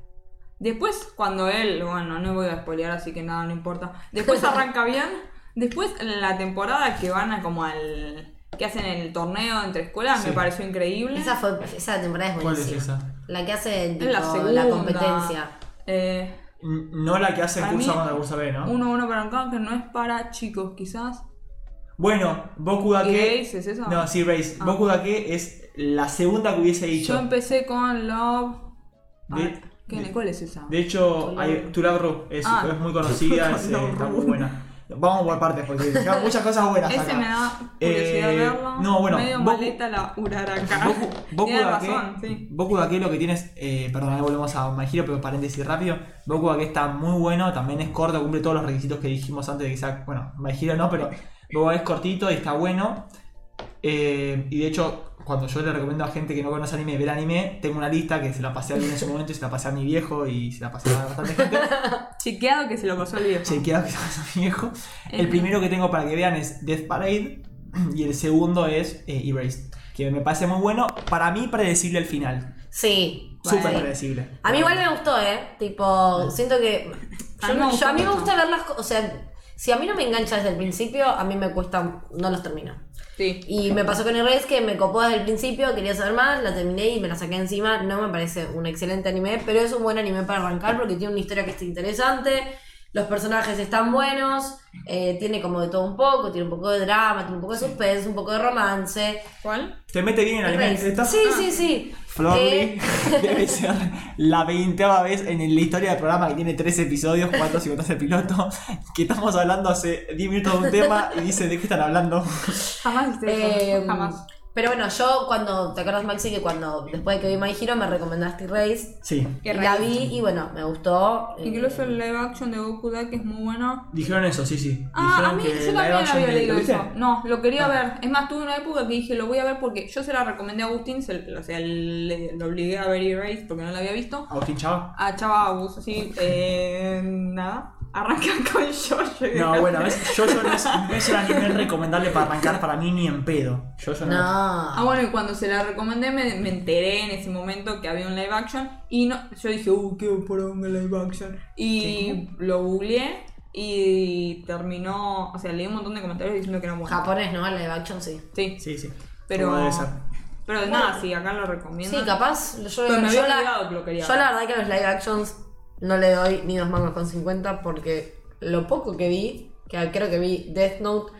C: Después, cuando él, bueno, no voy a spoilear, así que nada, no importa. Después arranca bien. Después, la temporada que van a como al. que hacen el torneo entre escuelas
A: Sí.
C: me pareció increíble.
B: Esa, fue, esa temporada es
A: ¿Cuál es
B: buenísima.
A: esa?
B: La que hace
C: Es la
B: tipo,
C: segunda.
B: la competencia.
C: Eh,
A: N- No la que hace
C: Para
A: curso
C: mí,
A: contra curso B, ¿no?
C: uno, uno para acá, que no es para chicos, quizás.
A: Bueno, Boku da
C: ¿Y
A: que.
C: Grace es eso?
A: No, sí, Race.
C: Ah.
A: Boku da que es la segunda que hubiese
C: Yo
A: dicho.
C: empecé con Love.
A: De-
C: Ay, ¿qué-
A: de-
C: ¿Cuál es esa?
A: De hecho, hay, Tulabru es,
C: Ah.
A: es muy conocida, es, eh,
C: Tulabru.
A: está muy buena.
E: Vamos por partes, porque dejaron muchas cosas buenas
C: Ese me
E: acá.
C: da curiosidad
A: Eh,
C: verlo.
A: no, bueno,
C: Medio
A: Boku-
C: maleta la Uraraka.
A: Boku, Boku
C: Tiene
A: Dake-
C: razón, sí.
A: Boku Dake lo que tienes, eh, perdón, ahí volvemos a My Hero, pero paréntesis rápido. Boku Dake está muy bueno, también es corto, cumple todos los requisitos que dijimos antes de que sea, bueno, My Hero no, pero Boku Dake es cortito y está bueno. Eh, y de hecho, cuando yo le recomiendo a gente que no conoce anime ver anime, tengo una lista que se la pasé a alguien en su momento y se la pasé a mi viejo y se la pasé a bastante gente.
C: Chequeado que se lo pasó el viejo.
A: Chequeado que se la pasó a mi viejo. El
C: Ejá.
A: primero que tengo para que vean es Death Parade y el segundo es eh, Erased, que me parece muy bueno. Para mí, predecible el final.
B: Sí.
A: Súper
B: sí.
A: predecible.
B: A mí igual me gustó, ¿eh? Tipo, siento que.
C: A
B: Yo,
C: mí
B: no-
C: me
B: yo- a mí me
C: gustó
B: gusta ver las cosas. O sea, si a mí no me engancha desde el principio, a mí me cuesta. No los termino.
C: Sí.
B: Y me pasó con Erased que me copó desde el principio, quería saber más, la terminé y me la saqué encima. No me parece un excelente anime, pero es un buen anime para arrancar porque tiene una historia que está interesante, los personajes están buenos, eh, tiene como de todo un poco, tiene un poco de drama, tiene un poco de suspense, un poco de romance.
C: ¿Cuál?
A: Te mete bien en el anime.
B: Erased.
A: Estás
B: Sí, sí, sí.
A: Florly
B: Eh,
A: debe ser la veinteava vez en la historia del programa que tiene tres episodios, cuatro si contás el piloto, que estamos hablando hace 10 minutos de un tema y dice de qué están hablando.
C: Jamás hice
B: Eh,
C: eso. Jamás.
B: Pero bueno, yo cuando, ¿te acuerdas Maxi que cuando después de que vi My Hero me recomendaste Erased?
A: Sí.
C: Qué
B: La
C: raro.
B: vi y bueno, me gustó. eh,
C: Incluso el live action de Goku Dake es muy bueno.
A: Dijeron eso, sí, sí.
C: Ah, a
A: Dijeron
C: mí
A: que
C: yo
A: la
C: también
A: Evasion
C: había
A: de- Ah.
C: leído
A: ¿Lo viste?
C: eso. No, lo quería ver. Es más, tuve una época que dije, lo voy a ver porque yo se la recomendé a Agustín, se- o sea, le, lo obligué a ver Erased porque no la había visto.
A: Agustín Chava.
C: A Chava Agus, así, eh, nada. Arranca con George.
A: No, bueno, ves, Jojo no es, no es un anime recomendable para arrancar para mí ni en pedo. Jojo no.
C: Ah,
B: No.
C: bueno, y cuando se la recomendé me, me enteré en ese momento que había un live action y no, yo dije, uh, qué poronga live action. Y lo googleé y terminó, o sea, leí un montón de comentarios diciendo que era bueno.
B: Japonés, ¿no? La de action, sí.
C: Sí,
A: Sí, sí.
C: pero...
A: Como debe ser.
C: Pero nada, sí, acá lo recomiendo.
B: Sí, capaz. Yo,
C: Pero me
B: yo
C: había
B: la,
C: olvidado que lo quería
B: yo
C: ver.
B: la verdad que a los live actions no le doy ni dos mangos con 50 porque lo poco que vi, que creo que vi Death Note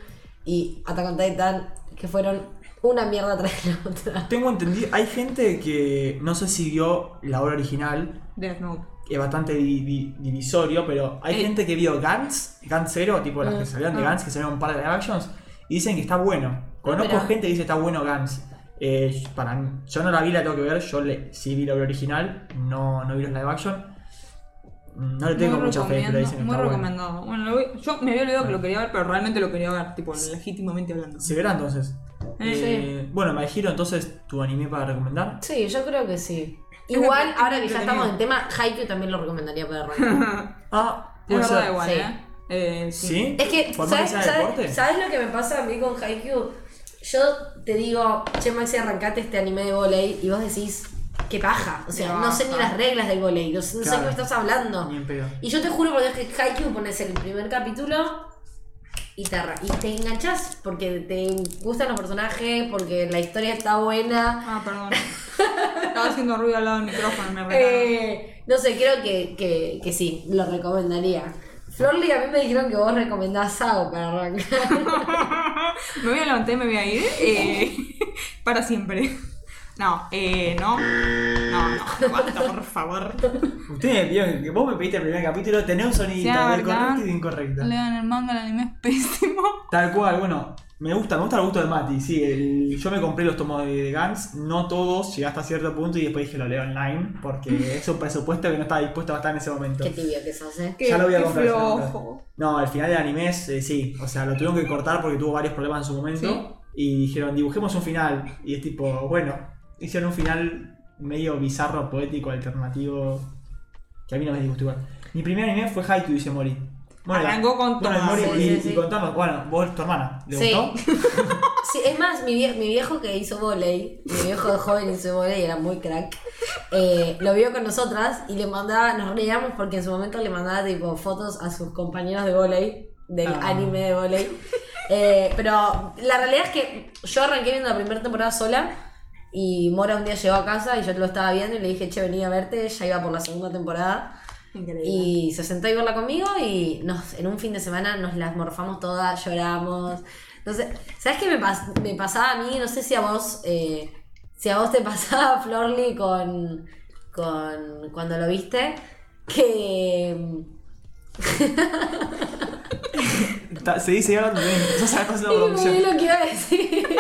B: y Attack on Titan, que fueron una mierda tras la otra.
A: Tengo entendido, hay gente que no sé si vio la obra original,
C: Death Note.
A: que es bastante di- di- divisorio, pero hay
C: Eh.
A: gente que vio Gantz, Gantz Zero, tipo las que salieron de
C: ah.
A: Gantz, que salieron un par de live actions, y dicen que está bueno. Conozco
B: mirá.
A: gente que dice está bueno Gantz. Eh, para mí- yo no la vi, la tengo que ver, yo le, sí vi la obra original, no, no vi los live action. Mm, No le tengo
C: Muy
A: mucha fe, pero
C: recomiendo-
A: dicen que
C: Muy
A: está bueno.
C: recomendado. Bueno, lo vi- yo me había olvidado que lo quería ver, pero realmente lo quería ver, tipo, legítimamente hablando.
A: Se verá entonces.
C: Eh,
A: Eh, Bueno, me giro entonces tu anime para recomendar.
B: Sí, yo creo que sí.
C: Es
B: Igual,
C: entre-
B: ahora que ya
C: entretenido.
B: estamos en tema, Haikyuu también lo recomendaría para arrancar.
A: Ah,
C: Es
A: puede
C: verdad
A: ser.
C: igual,
B: sí.
C: ¿eh? Eh, sí.
A: ¿Sí?
B: Es que,
A: ¿Por más
B: ¿sabes,
A: sea
B: sabes-
A: deporte?
B: sabes lo que me pasa a mí con Haikyuu? Yo te digo, che, Maxi, arrancate este anime de volei y vos decís, qué paja. O sea,
C: Qué
B: no sé ni
C: paja.
B: las reglas del volei, no sé no sé
A: Claro.
B: qué me estás hablando.
A: Ni en pedo.
B: Y yo te juro por Dios que Haikyuu pones el primer capítulo y te, arra- y te enganchas porque te gustan los personajes, porque la historia está buena.
C: Ah, perdón. Estaba haciendo ruido al lado del micrófono, me regañaron.
B: Eh, no sé, creo que, que, que sí, lo recomendaría. Florly, a mí me dijeron que vos recomendás Sao para arrancar.
C: Me voy a levantar y me voy a ir. eh, para siempre. No, eh, no. No, no, basta, por favor.
A: Ustedes vieron que vos me pediste el primer capítulo, tenés un sonidito
C: Sea
A: de
C: verdad.
A: correcto y de incorrecto.
C: Lean el manga, el anime es pésimo.
A: Tal cual, bueno, me gusta, me gusta el gusto de Mati, sí, el- yo me compré los tomos de, de Gantz, no todos, llegué hasta cierto punto y después dije lo leo online, porque es un presupuesto que no estaba dispuesto a gastar en ese momento.
B: Qué tibio que sos, eh.
C: Qué-
A: ya lo voy a
C: qué
A: comprar. ya lo voy a comprar.
C: flojo.
A: No, al final del anime es, eh, sí, o sea, lo tuvieron que cortar porque tuvo varios problemas en su momento y dijeron, dibujemos un final. Y es tipo, bueno, hicieron un final medio bizarro, poético, alternativo, que a mí no me disgustó igual. Mi primer anime fue Haikyuu, dice Mori. Bueno,
C: Arrancó con
A: bueno,
C: todo.
A: Mori,
B: Sí,
A: y,
B: sí, sí.
A: y contanos, bueno, vos, tu hermana, ¿le
B: Sí.
A: gustó?
B: Sí, es más, mi, vie- mi viejo que hizo volei, mi viejo de joven hizo volei, era muy crack, eh, lo vio con nosotras y le mandaba, nos reíamos porque en su momento le mandaba tipo fotos a sus compañeros de volei, del
A: Ah.
B: anime de volei. Eh, pero la realidad es que yo arranqué viendo la primera temporada sola y Mora un día llegó a casa y yo lo estaba viendo y le dije, che, venía a verte, ya iba por la segunda temporada.
C: Increíble.
B: Y se sentó a verla conmigo y nos, en un fin de semana nos las morfamos todas, lloramos. Entonces, ¿sabes qué me, pas- me pasaba a mí? No sé si a vos, eh, si a vos te pasaba, Florly, con, con cuando lo viste, que...
A: Ta- seguí, seguí hablando de Empezás a hacer la
B: Y me di
A: producción.
B: lo que iba a decir.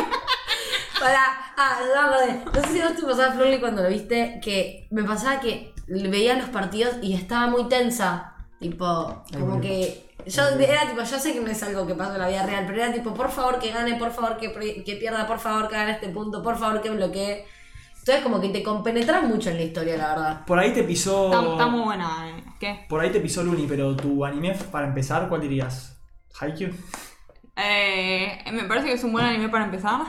B: Para, ah, no me acordé. No sé si vos te pasaba, Florly, cuando lo viste, que me pasaba que veía los partidos y estaba muy tensa. Tipo, como
A: boludo.
B: que. Yo era tipo, yo sé que no es algo que pasó en la vida real, pero era tipo, por favor que gane, por favor que, pre- que pierda, por favor que gane este punto, por favor que bloquee. Entonces, como que te compenetras mucho en la historia, la verdad.
A: Por ahí te pisó.
C: Está, está muy buena, eh. ¿Qué?
A: Por ahí te pisó Luni, pero tu anime para empezar, ¿cuál dirías? ¿Haikyuu?
C: Eh, me parece que es un buen anime para empezar.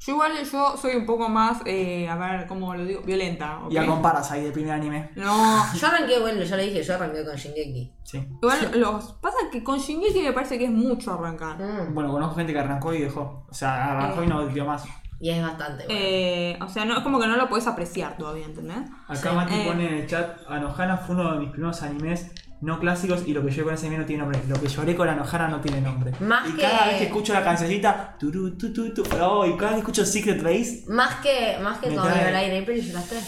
C: Yo igual, yo soy un poco más, eh, a ver, ¿cómo lo digo? Violenta, ¿ok?
A: Y la comparas ahí de primer anime.
C: No,
B: Yo arranqué, bueno, yo le dije, yo arranqué con Shingeki.
A: Sí.
C: igual los... Pasa que con Shingeki me parece que es mucho arrancar.
B: Mm,
A: Bueno, conozco gente que arrancó y dejó. O sea, arrancó y
B: Eh,
A: no dio más.
B: y es bastante bueno.
C: Eh, o sea, no, es como que no lo podés apreciar todavía, ¿entendés?
A: Acá Mati
C: Eh.
A: pone en el chat, Anohana fue uno de mis primeros animes no clásicos y lo que yo con ese anime no tiene nombre. Lo que lloré con Anohana no tiene nombre.
B: Más
A: y
B: que-
A: cada vez que escucho la cancioncita, turu, tu, tu, tu, oh, y cada vez que escucho Secret Race,
B: Más que, más que
A: Me
B: con
A: trae-
B: el aire, pero lloraste.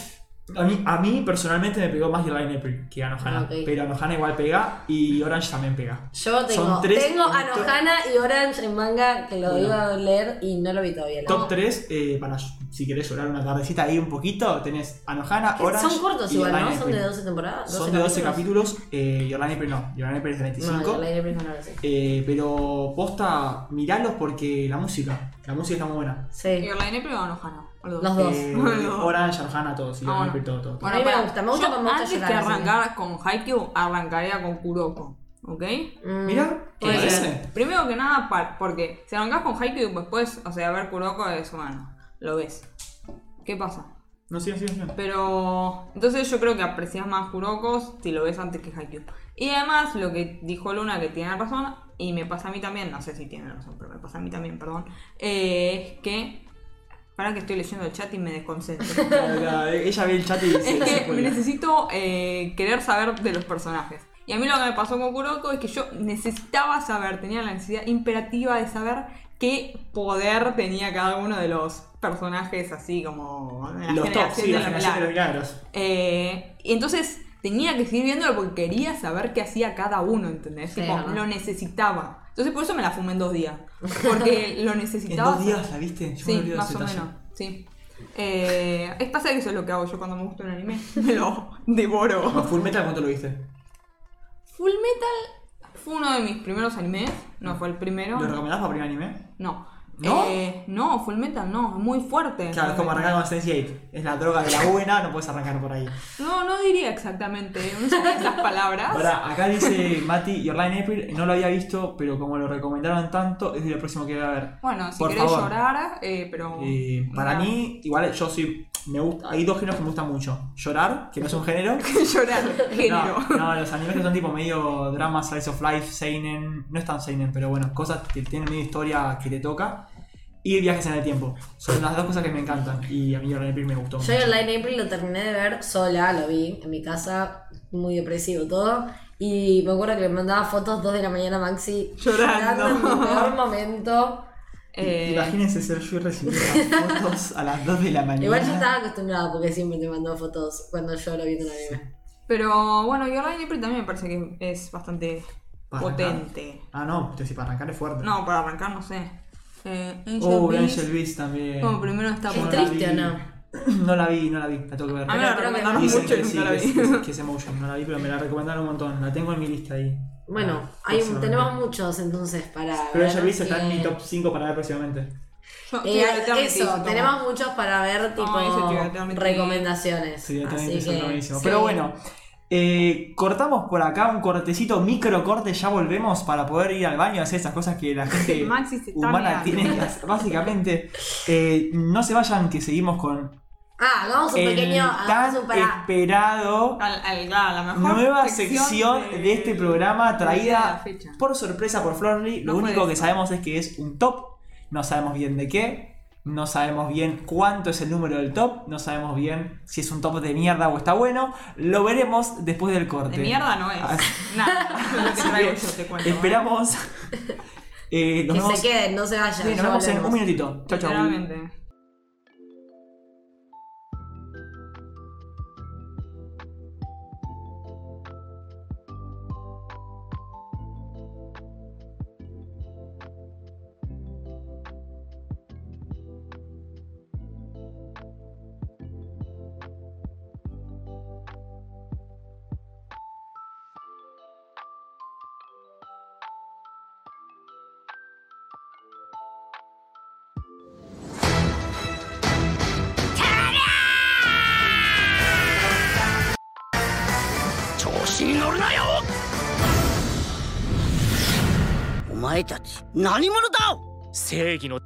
A: a mí, a mí personalmente me pegó más Line April que Anohana.
B: Ah, ok.
A: Pero Anohana igual pega y Orange también pega.
B: Yo tengo,
A: Son tres
B: tengo
A: en
B: a
A: to-
B: Nohana y Orange en manga que lo
A: Bueno.
B: iba a leer y no lo vi todavía. ¿no?
A: Top 3, para si querés llorar una tardecita ahí un poquito, tenés Anohana,
B: Que
A: Orange.
B: Son cortos
A: y
B: igual,
A: Your
B: ¿no?
A: Line
B: Son de
A: April.
B: 12 temporadas.
A: Son de 12 capítulos, eh, Your Line April no, Your Line April es de 25.
B: No, el aire primero no lo sé.
A: Eh, pero posta, miralos porque la música, la música está muy buena.
B: Sí.
C: ¿Y Orlaine Prima o Anohana? O los
B: Los
C: dos.
B: dos.
A: Eh,
C: No.
A: Orange, Arjana, todos, y
C: Ah, bueno.
A: todo, todo.
B: A mí me
C: pará.
B: gusta, me gusta
C: Yo
B: cuando me gusta
C: Antes
B: llorar,
C: que
B: así que-
C: arrancar con Haikyuu, arrancaría con Kuroko, ¿ok?
B: Mm.
A: Mirá, ¿te
C: Eh,
B: Puede ser.
A: parece?
C: Primero que nada, pa- porque si arrancás con Haikyuu, después, o sea, a ver Kuroko es humano. Lo ves. ¿Qué pasa?
A: No, sí, sí, sí.
C: Pero entonces yo creo que aprecias más Kuroko si lo ves antes que Haikyuu. Y además lo que dijo Luna que tiene razón, y me pasa a mí también, no sé si tiene razón, pero me pasa a mí también, perdón, eh, es que... Para que estoy leyendo el chat y me desconcentro.
A: Claro, claro, Ella ve el chat y dice,
C: Es
A: se
C: que
A: cuelga.
C: necesito eh, querer saber de los personajes. Y a mí lo que me pasó con Kuroko es que yo necesitaba saber, tenía la necesidad imperativa de saber qué poder tenía cada uno de los personajes, así como de la
A: los top,
C: generación
A: sí, la
C: de los
A: generación de los
C: milagros.
A: milagros.
C: Eh, y entonces tenía que seguir viéndolo porque quería saber qué hacía cada uno, ¿entendés?
B: Sí,
C: Tipo,
B: ajá.
C: lo necesitaba. Entonces por eso me la fumé en dos días. Porque lo
A: En
C: necesitaba.
A: dos días la viste, yo me
C: Sí,
A: olvido de
C: más
A: ese
C: o
A: detalle.
C: menos, sí. Eh, es pasa que eso es lo que hago yo cuando me gusta un anime. Me lo
A: Con
C: devoro.
A: Full Metal, ¿cuánto lo viste?
C: Full Metal fue uno de mis primeros animes. No fue el primero.
A: ¿Lo recomendás para primer anime?
C: No.
A: ¿No?
C: Eh, no, Full Metal no. Es muy fuerte.
A: Claro, es como arrancar con Sense8. Es la droga de la buena, no puedes arrancar por ahí.
C: No, no diría exactamente. No sé esas palabras.
A: Ahora, acá dice Mati, Your Line April, no lo había visto, pero como lo recomendaron tanto, es de lo próximo que voy a ver.
C: Bueno, si
A: Por
C: querés
A: favor.
C: llorar, eh, pero.
A: Eh, para
C: Nah.
A: mí, igual yo sí, me gusta, hay dos géneros que me gustan mucho. Llorar, que no es un género.
C: llorar, género.
A: No, no, los animes que son tipo medio drama, slice of life, seinen, no es tan seinen, pero bueno, cosas que tienen medio historia que te toca. Y viajes en el tiempo. Son las dos cosas que me encantan. Y a mí Your Line April me gustó
B: Yo
A: mucho.
B: el Line April lo terminé de ver sola, lo vi en mi casa, muy depresivo todo. Y me acuerdo que le mandaba fotos 2 de la mañana a Maxi
C: Llorando.
B: en mi peor momento.
C: Eh,
A: Imagínense ser yo y recibir las fotos a las 2 de la mañana.
B: Igual yo estaba acostumbrada porque siempre te mandaba fotos cuando yo lo viendo en anime.
C: pero bueno, Your Line April también me parece que es bastante
A: Para
C: potente.
A: Ah, no, te si para arrancar es fuerte.
C: No, para arrancar no sé. Eh, Angel
A: Oh,
C: Beats,
A: Angel Beats también.
C: Como primero está
A: Yo
B: Es
A: no
C: por
A: la
B: triste,
A: vi.
B: ¿o no?
A: No la vi, no la vi, la tengo que ver.
C: A mí me la
B: Creo que
C: recomendaron
B: no.
A: Dicen
C: mucho y
A: que sí,
C: nunca la
A: que es,
C: vi.
A: que es- que es Emotion, no la vi, pero me la recomendaron un montón. La tengo en mi lista ahí.
B: Bueno,
A: Ah,
B: hay, un-
A: próximamente.
B: tenemos muchos entonces para.
A: Pero
B: ver
A: Angel Beats está en mi
B: que-
A: top 5 para ver próximamente.
C: Yo
B: Eh,
C: quiero evitar mis
B: eso,
C: síntomas.
B: tenemos muchos para ver tipo
C: Ay, eso te iba a terminar.
B: recomendaciones.
A: Sí, también
B: Así
A: está
B: que,
A: buenísimo.
B: sí.
A: Pero bueno, eh, cortamos por acá un cortecito, micro corte, ya volvemos para poder ir al baño, hacer esas cosas que la gente
C: Maxi se está
A: humana
C: mirando.
A: tiene que hacer. Básicamente, eh, no se vayan que seguimos con
B: Ah, hagamos un
A: el Eh, tan
B: pequeño.
A: eh,
B: Hagamos un pará.
A: esperado
C: Al- al- a la mejor
A: nueva sección de, este programa
C: de la
A: traída
C: fecha.
A: por sorpresa por Florly. Lo
C: No fue
A: único que
C: eso.
A: sabemos es que es un top. No sabemos bien de qué. No sabemos bien cuánto es el número del top. No sabemos bien si es un top de mierda o está bueno. Lo veremos después del corte.
C: De mierda no es.
A: Así
C: Nada, es lo que traigo yo, te cuento.
A: que esperamos. Eh, nos
B: Que
A: vemos,
B: se queden, no se
A: sí,
B: vayan.
A: nos
B: ya
A: vemos en
B: volvemos.
A: un minutito. Chao, chao.
C: Literalmente.
F: 星に乗るなよお前たち何者だ
G: 正義の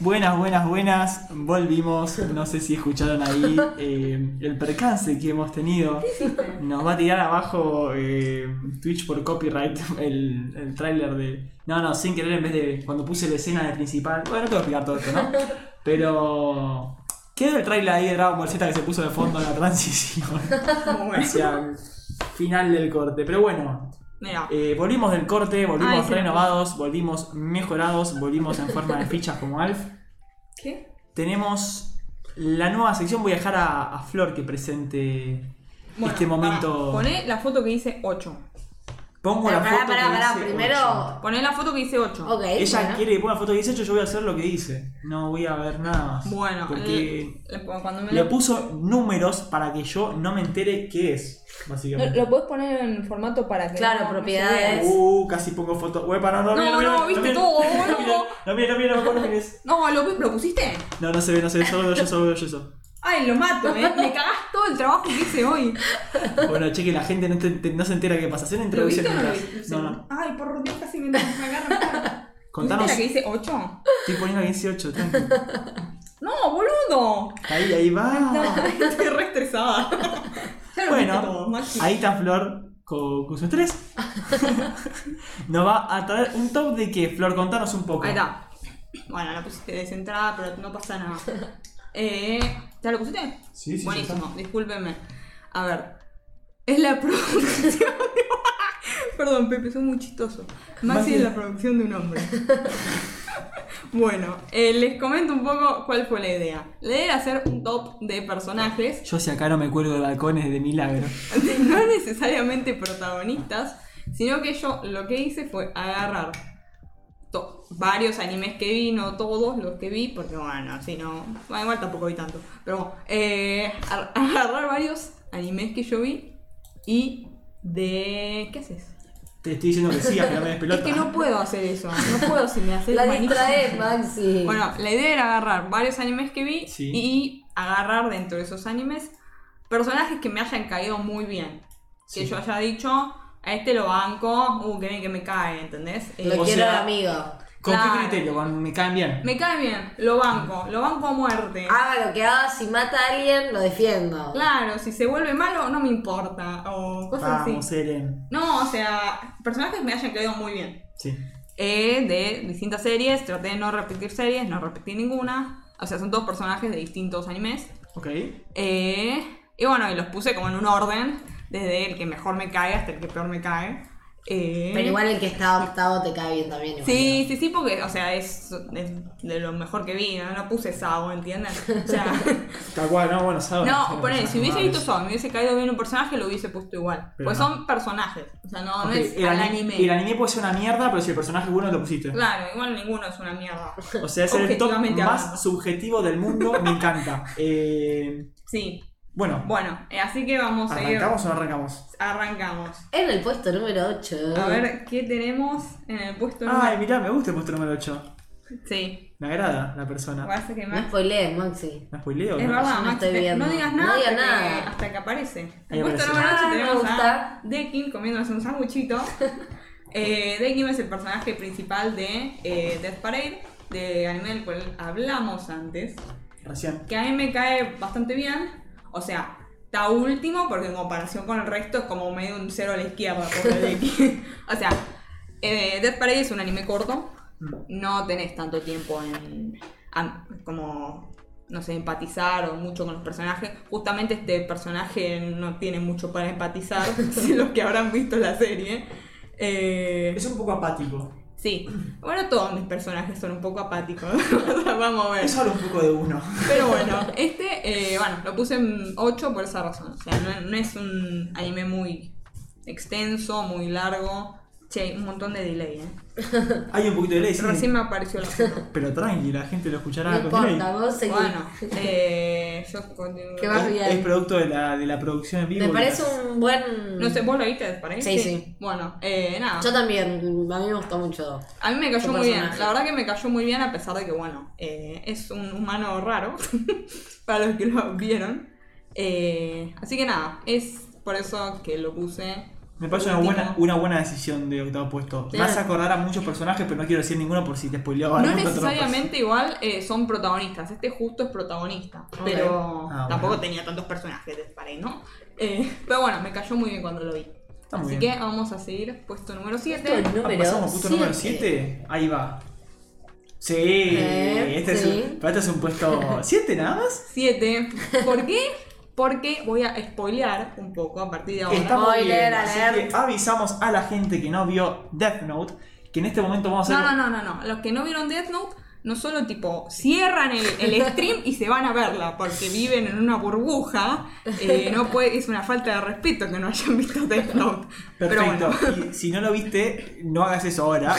A: Buenas, buenas, buenas. Volvimos. No sé si escucharon ahí eh, el percance que hemos tenido. Nos va a tirar abajo eh, Twitch por copyright el, el tráiler de... No, no, sin querer en vez de cuando puse la escena de principal... Bueno, no tengo que explicar todo esto, ¿no? Pero... Queda el tráiler ahí de Dragon Ball Z que se puso de fondo en la transición hacia el final del corte. Pero bueno,
C: Mira,
A: eh, volvimos del corte, volvimos
C: Ay, sí,
A: renovados, volvimos mejorados, volvimos en forma de fichas como Alf. este
C: ¿qué?
A: Tenemos la nueva sección. Voy a dejar a, a Flor que presente
C: Bueno,
A: este momento.
C: pará, Poné la foto que dice 8.
A: Pongo
B: Pará,
A: la
B: pará,
A: foto.
B: pará,
A: que
B: pará,
A: dice
B: primero-
A: ocho.
C: Poné la foto que dice 8.
B: Ok,
A: Ella
B: bueno.
A: quiere que ponga la foto que dice 8, yo voy a hacer lo que dice. No voy a ver nada más.
C: Bueno,
A: Porque
C: le- le- cuando me
A: le puso números para que yo no me entere qué es,
C: lo,
A: básicamente.
C: lo puedes poner en formato para que.
B: Claro,
C: no- no se
B: propiedades.
C: vea.
A: Uh, casi pongo foto. Ué, para, no,
C: No,
A: mira, mira,
C: no, viste
A: mira,
C: todo,
A: no, mira,
C: boludo.
A: No, mira, no, mira, no, mira, no, mira.
C: No, ¿lo, pu- ¿lo pusiste?
A: No, no se ve, no se ve, solo veo yo, solo veo yo eso.
C: Ay, lo mato, ¿eh? Me cagás todo el trabajo que hice hoy.
A: Bueno, cheque, la gente no, te- te- no se entera qué pasa. Hacer una
C: ¿Lo
A: introducción.
C: viste o no lo
A: mientras-
C: viste?
A: no, no.
C: Ay, por Dios, casi me me agarra. ¿Viste
A: Contanos,
C: la que dice 8?
A: estoy poniendo 18, tranqui.
C: No, boludo.
A: Ahí, ahí va.
C: Estoy re estresada. Ya lo viste todo,
A: Ah. Bueno,
C: Maxi.
A: ahí está Flor con, con su estrés. Nos va a traer un top de qué, Flor, contanos un poco.
C: Ahí está. Bueno, la pusiste descentrada, pero no pasa nada. Eh, ¿Ya lo pusiste?
A: Sí, sí, ya
C: Buenísimo, discúlpenme. A ver. Es la producción. Perdón, Pepe, soy muy chistoso. Maxi
A: Maxi.
C: es la producción de un hombre. bueno, eh, les comento un poco cuál fue la idea. La idea era hacer un top de personajes
A: Yo si acá no me cuelgo de balcones de milagro.
C: no necesariamente protagonistas, sino que yo lo que hice fue agarrar to- varios animes que vi, no todos los que vi, porque bueno, si no, bueno, igual tampoco vi tanto, pero bueno, eh, ar- agarrar varios animes que yo vi y de... ¿Qué haces?
A: Te estoy diciendo que sigas, que no me des pelota.
C: Es que no puedo hacer eso, no puedo si me haces
B: La
C: manija.
B: distrae, Maxi.
C: Bueno, la idea era agarrar varios animes que vi
A: Sí.
C: y agarrar dentro de esos animes personajes que me hayan caído muy bien. Que
A: Sí.
C: yo haya dicho, a este lo banco, uh, que bien que me cae, ¿entendés? Eh,
B: lo
A: o
B: quiero
A: sea-
B: amigo.
A: ¿Con
C: Claro.
A: qué criterio? ¿Con me caen bien?
C: me cae bien, lo banco, lo banco a muerte.
A: Ah.
B: Haga lo que haga, si mata a alguien, lo defiendo.
C: Claro, si se vuelve malo, no me importa, o cosas
A: Vamos,
C: así.
A: Eren.
C: No, o sea, personajes que me hayan caído muy bien.
A: Sí.
C: eh, de distintas series. Traté de no repetir series, no repetí ninguna. O sea, son dos personajes de distintos animes.
A: Ok.
C: Eh, y bueno, y los puse como en un orden, desde el que mejor me cae hasta el que peor me cae. Eh,
B: Pero igual el que está octavo te cae bien también. igual.
C: Sí, sí, sí, porque, o sea, es, es de lo mejor que vi, no, no puse Sao, ¿entiendes? O sea,
A: Tal cual, no, bueno, sabes.
C: no, poné, si hubiese visto
A: eso
C: Sao, me hubiese caído bien un personaje, lo hubiese puesto igual.
A: Pero
C: pues
A: no.
C: son personajes, o sea, no, no es
A: el,
C: al
A: ani-
C: anime.
A: el anime puede ser una mierda, pero si el personaje es bueno lo pusiste.
C: Claro, igual ninguno es una mierda.
A: O sea, es el top
C: Objetivamente hablando.
A: más subjetivo del mundo, me encanta. Eh,
C: Sí,
A: bueno,
C: Bueno, eh, así que vamos a ir.
A: ¿arrancamos o no arrancamos?
C: Arrancamos.
B: En el puesto número 8.
C: A ver qué tenemos en el puesto
A: Ay,
C: número.
A: mirá, me gusta el puesto número 8.
C: Sí,
A: Me agrada la persona.
C: pasa que
B: No
C: más.
B: spoilees, Maxi.
A: ¿Me spoileo?
C: Es
A: no?
C: verdad,
B: no
C: Max,
B: estoy
C: te-
B: viendo.
C: no digas nada,
B: No diga
C: hasta, Que,
B: nada.
C: hasta que aparece. En
A: Ahí
C: el puesto
A: aparece.
C: número 8
B: Ah, me
C: tenemos a
B: gusta.
C: Dekin comiéndose un sándwichito. eh, Dekin es el personaje principal de eh, Death Parade, de anime del cual hablamos antes.
A: Recién.
C: que a mí me cae bastante bien. O sea, está último porque en comparación con el resto es como medio un cero a la izquierda. por el X. o sea, eh, Death Parade es un anime corto. No tenés tanto tiempo en a- como no sé, empatizar o mucho con los personajes. Justamente este personaje no tiene mucho para empatizar, si los que habrán visto la serie. Eh,
A: Es un poco apático.
C: sí, bueno, todos mis personajes son un poco apáticos. Vamos a ver.
A: Eso habla un poco de uno.
C: Pero bueno, este, eh, bueno, lo puse en 8 por esa razón. O sea, no, no es un anime muy extenso, muy largo. Che, un montón de delay, ¿eh?
A: Hay un poquito de ley, sí.
C: Recién me apareció la foto.
A: Pero tranqui, la gente lo
B: No
A: escuchará con delay.
B: importa, vos seguís.
C: Bueno, eh, yo continúo.
B: ¿Qué va?
A: Es, es producto de la, de la producción en vivo.
B: Me
A: y
B: parece
A: las-
B: un buen.
C: No sé, ¿vos lo viste para ahí?
B: Sí, sí.
C: Bueno, eh, nada.
B: Yo también, a mí me gustó mucho.
C: A mí me cayó
B: Tu
C: muy bien,
B: personaje.
C: la verdad que me cayó muy bien a pesar de que, bueno, eh, es un humano raro, para los que lo vieron. Eh, así que nada, es por eso que lo puse.
A: Me parece una
C: último.
A: buena, una buena decisión de octavo puesto.
B: Claro.
A: Vas a acordar a muchos personajes, pero no quiero decir ninguno por si te spoileaba.
C: No
A: algún otro
C: necesariamente igual eh, son protagonistas, este justo es protagonista, pero
A: Ah,
C: tampoco
A: bueno.
C: tenía tantos personajes para ahí, ¿no? Eh, pero bueno, me cayó muy bien cuando lo vi.
A: Está muy
C: Así
A: bien.
C: que vamos a seguir, puesto número
B: Esto
C: 7.
B: es
A: Ah,
B: número.
A: pasamos justo al número
B: siete.
A: 7. Ahí va. Sí,
B: Eh,
A: este, Es
B: sí.
A: un, pero este es un puesto 7 nada más.
C: 7. ¿Por qué? Porque voy a spoilear un poco a partir de ahora.
A: Está muy
B: Spoiler
A: bien. Así
B: alert.
A: que avisamos a la gente que no vio Death Note que en este momento vamos a
C: No,
A: hacer.
C: no, no, no, no. Los que no vieron Death Note no solo tipo cierran el, el stream y se van a verla porque viven en una burbuja. eh, no puede, es una falta de respeto que no hayan visto Death Note. Pero
A: Perfecto.
C: bueno,
A: Y si no lo viste, no hagas eso ahora.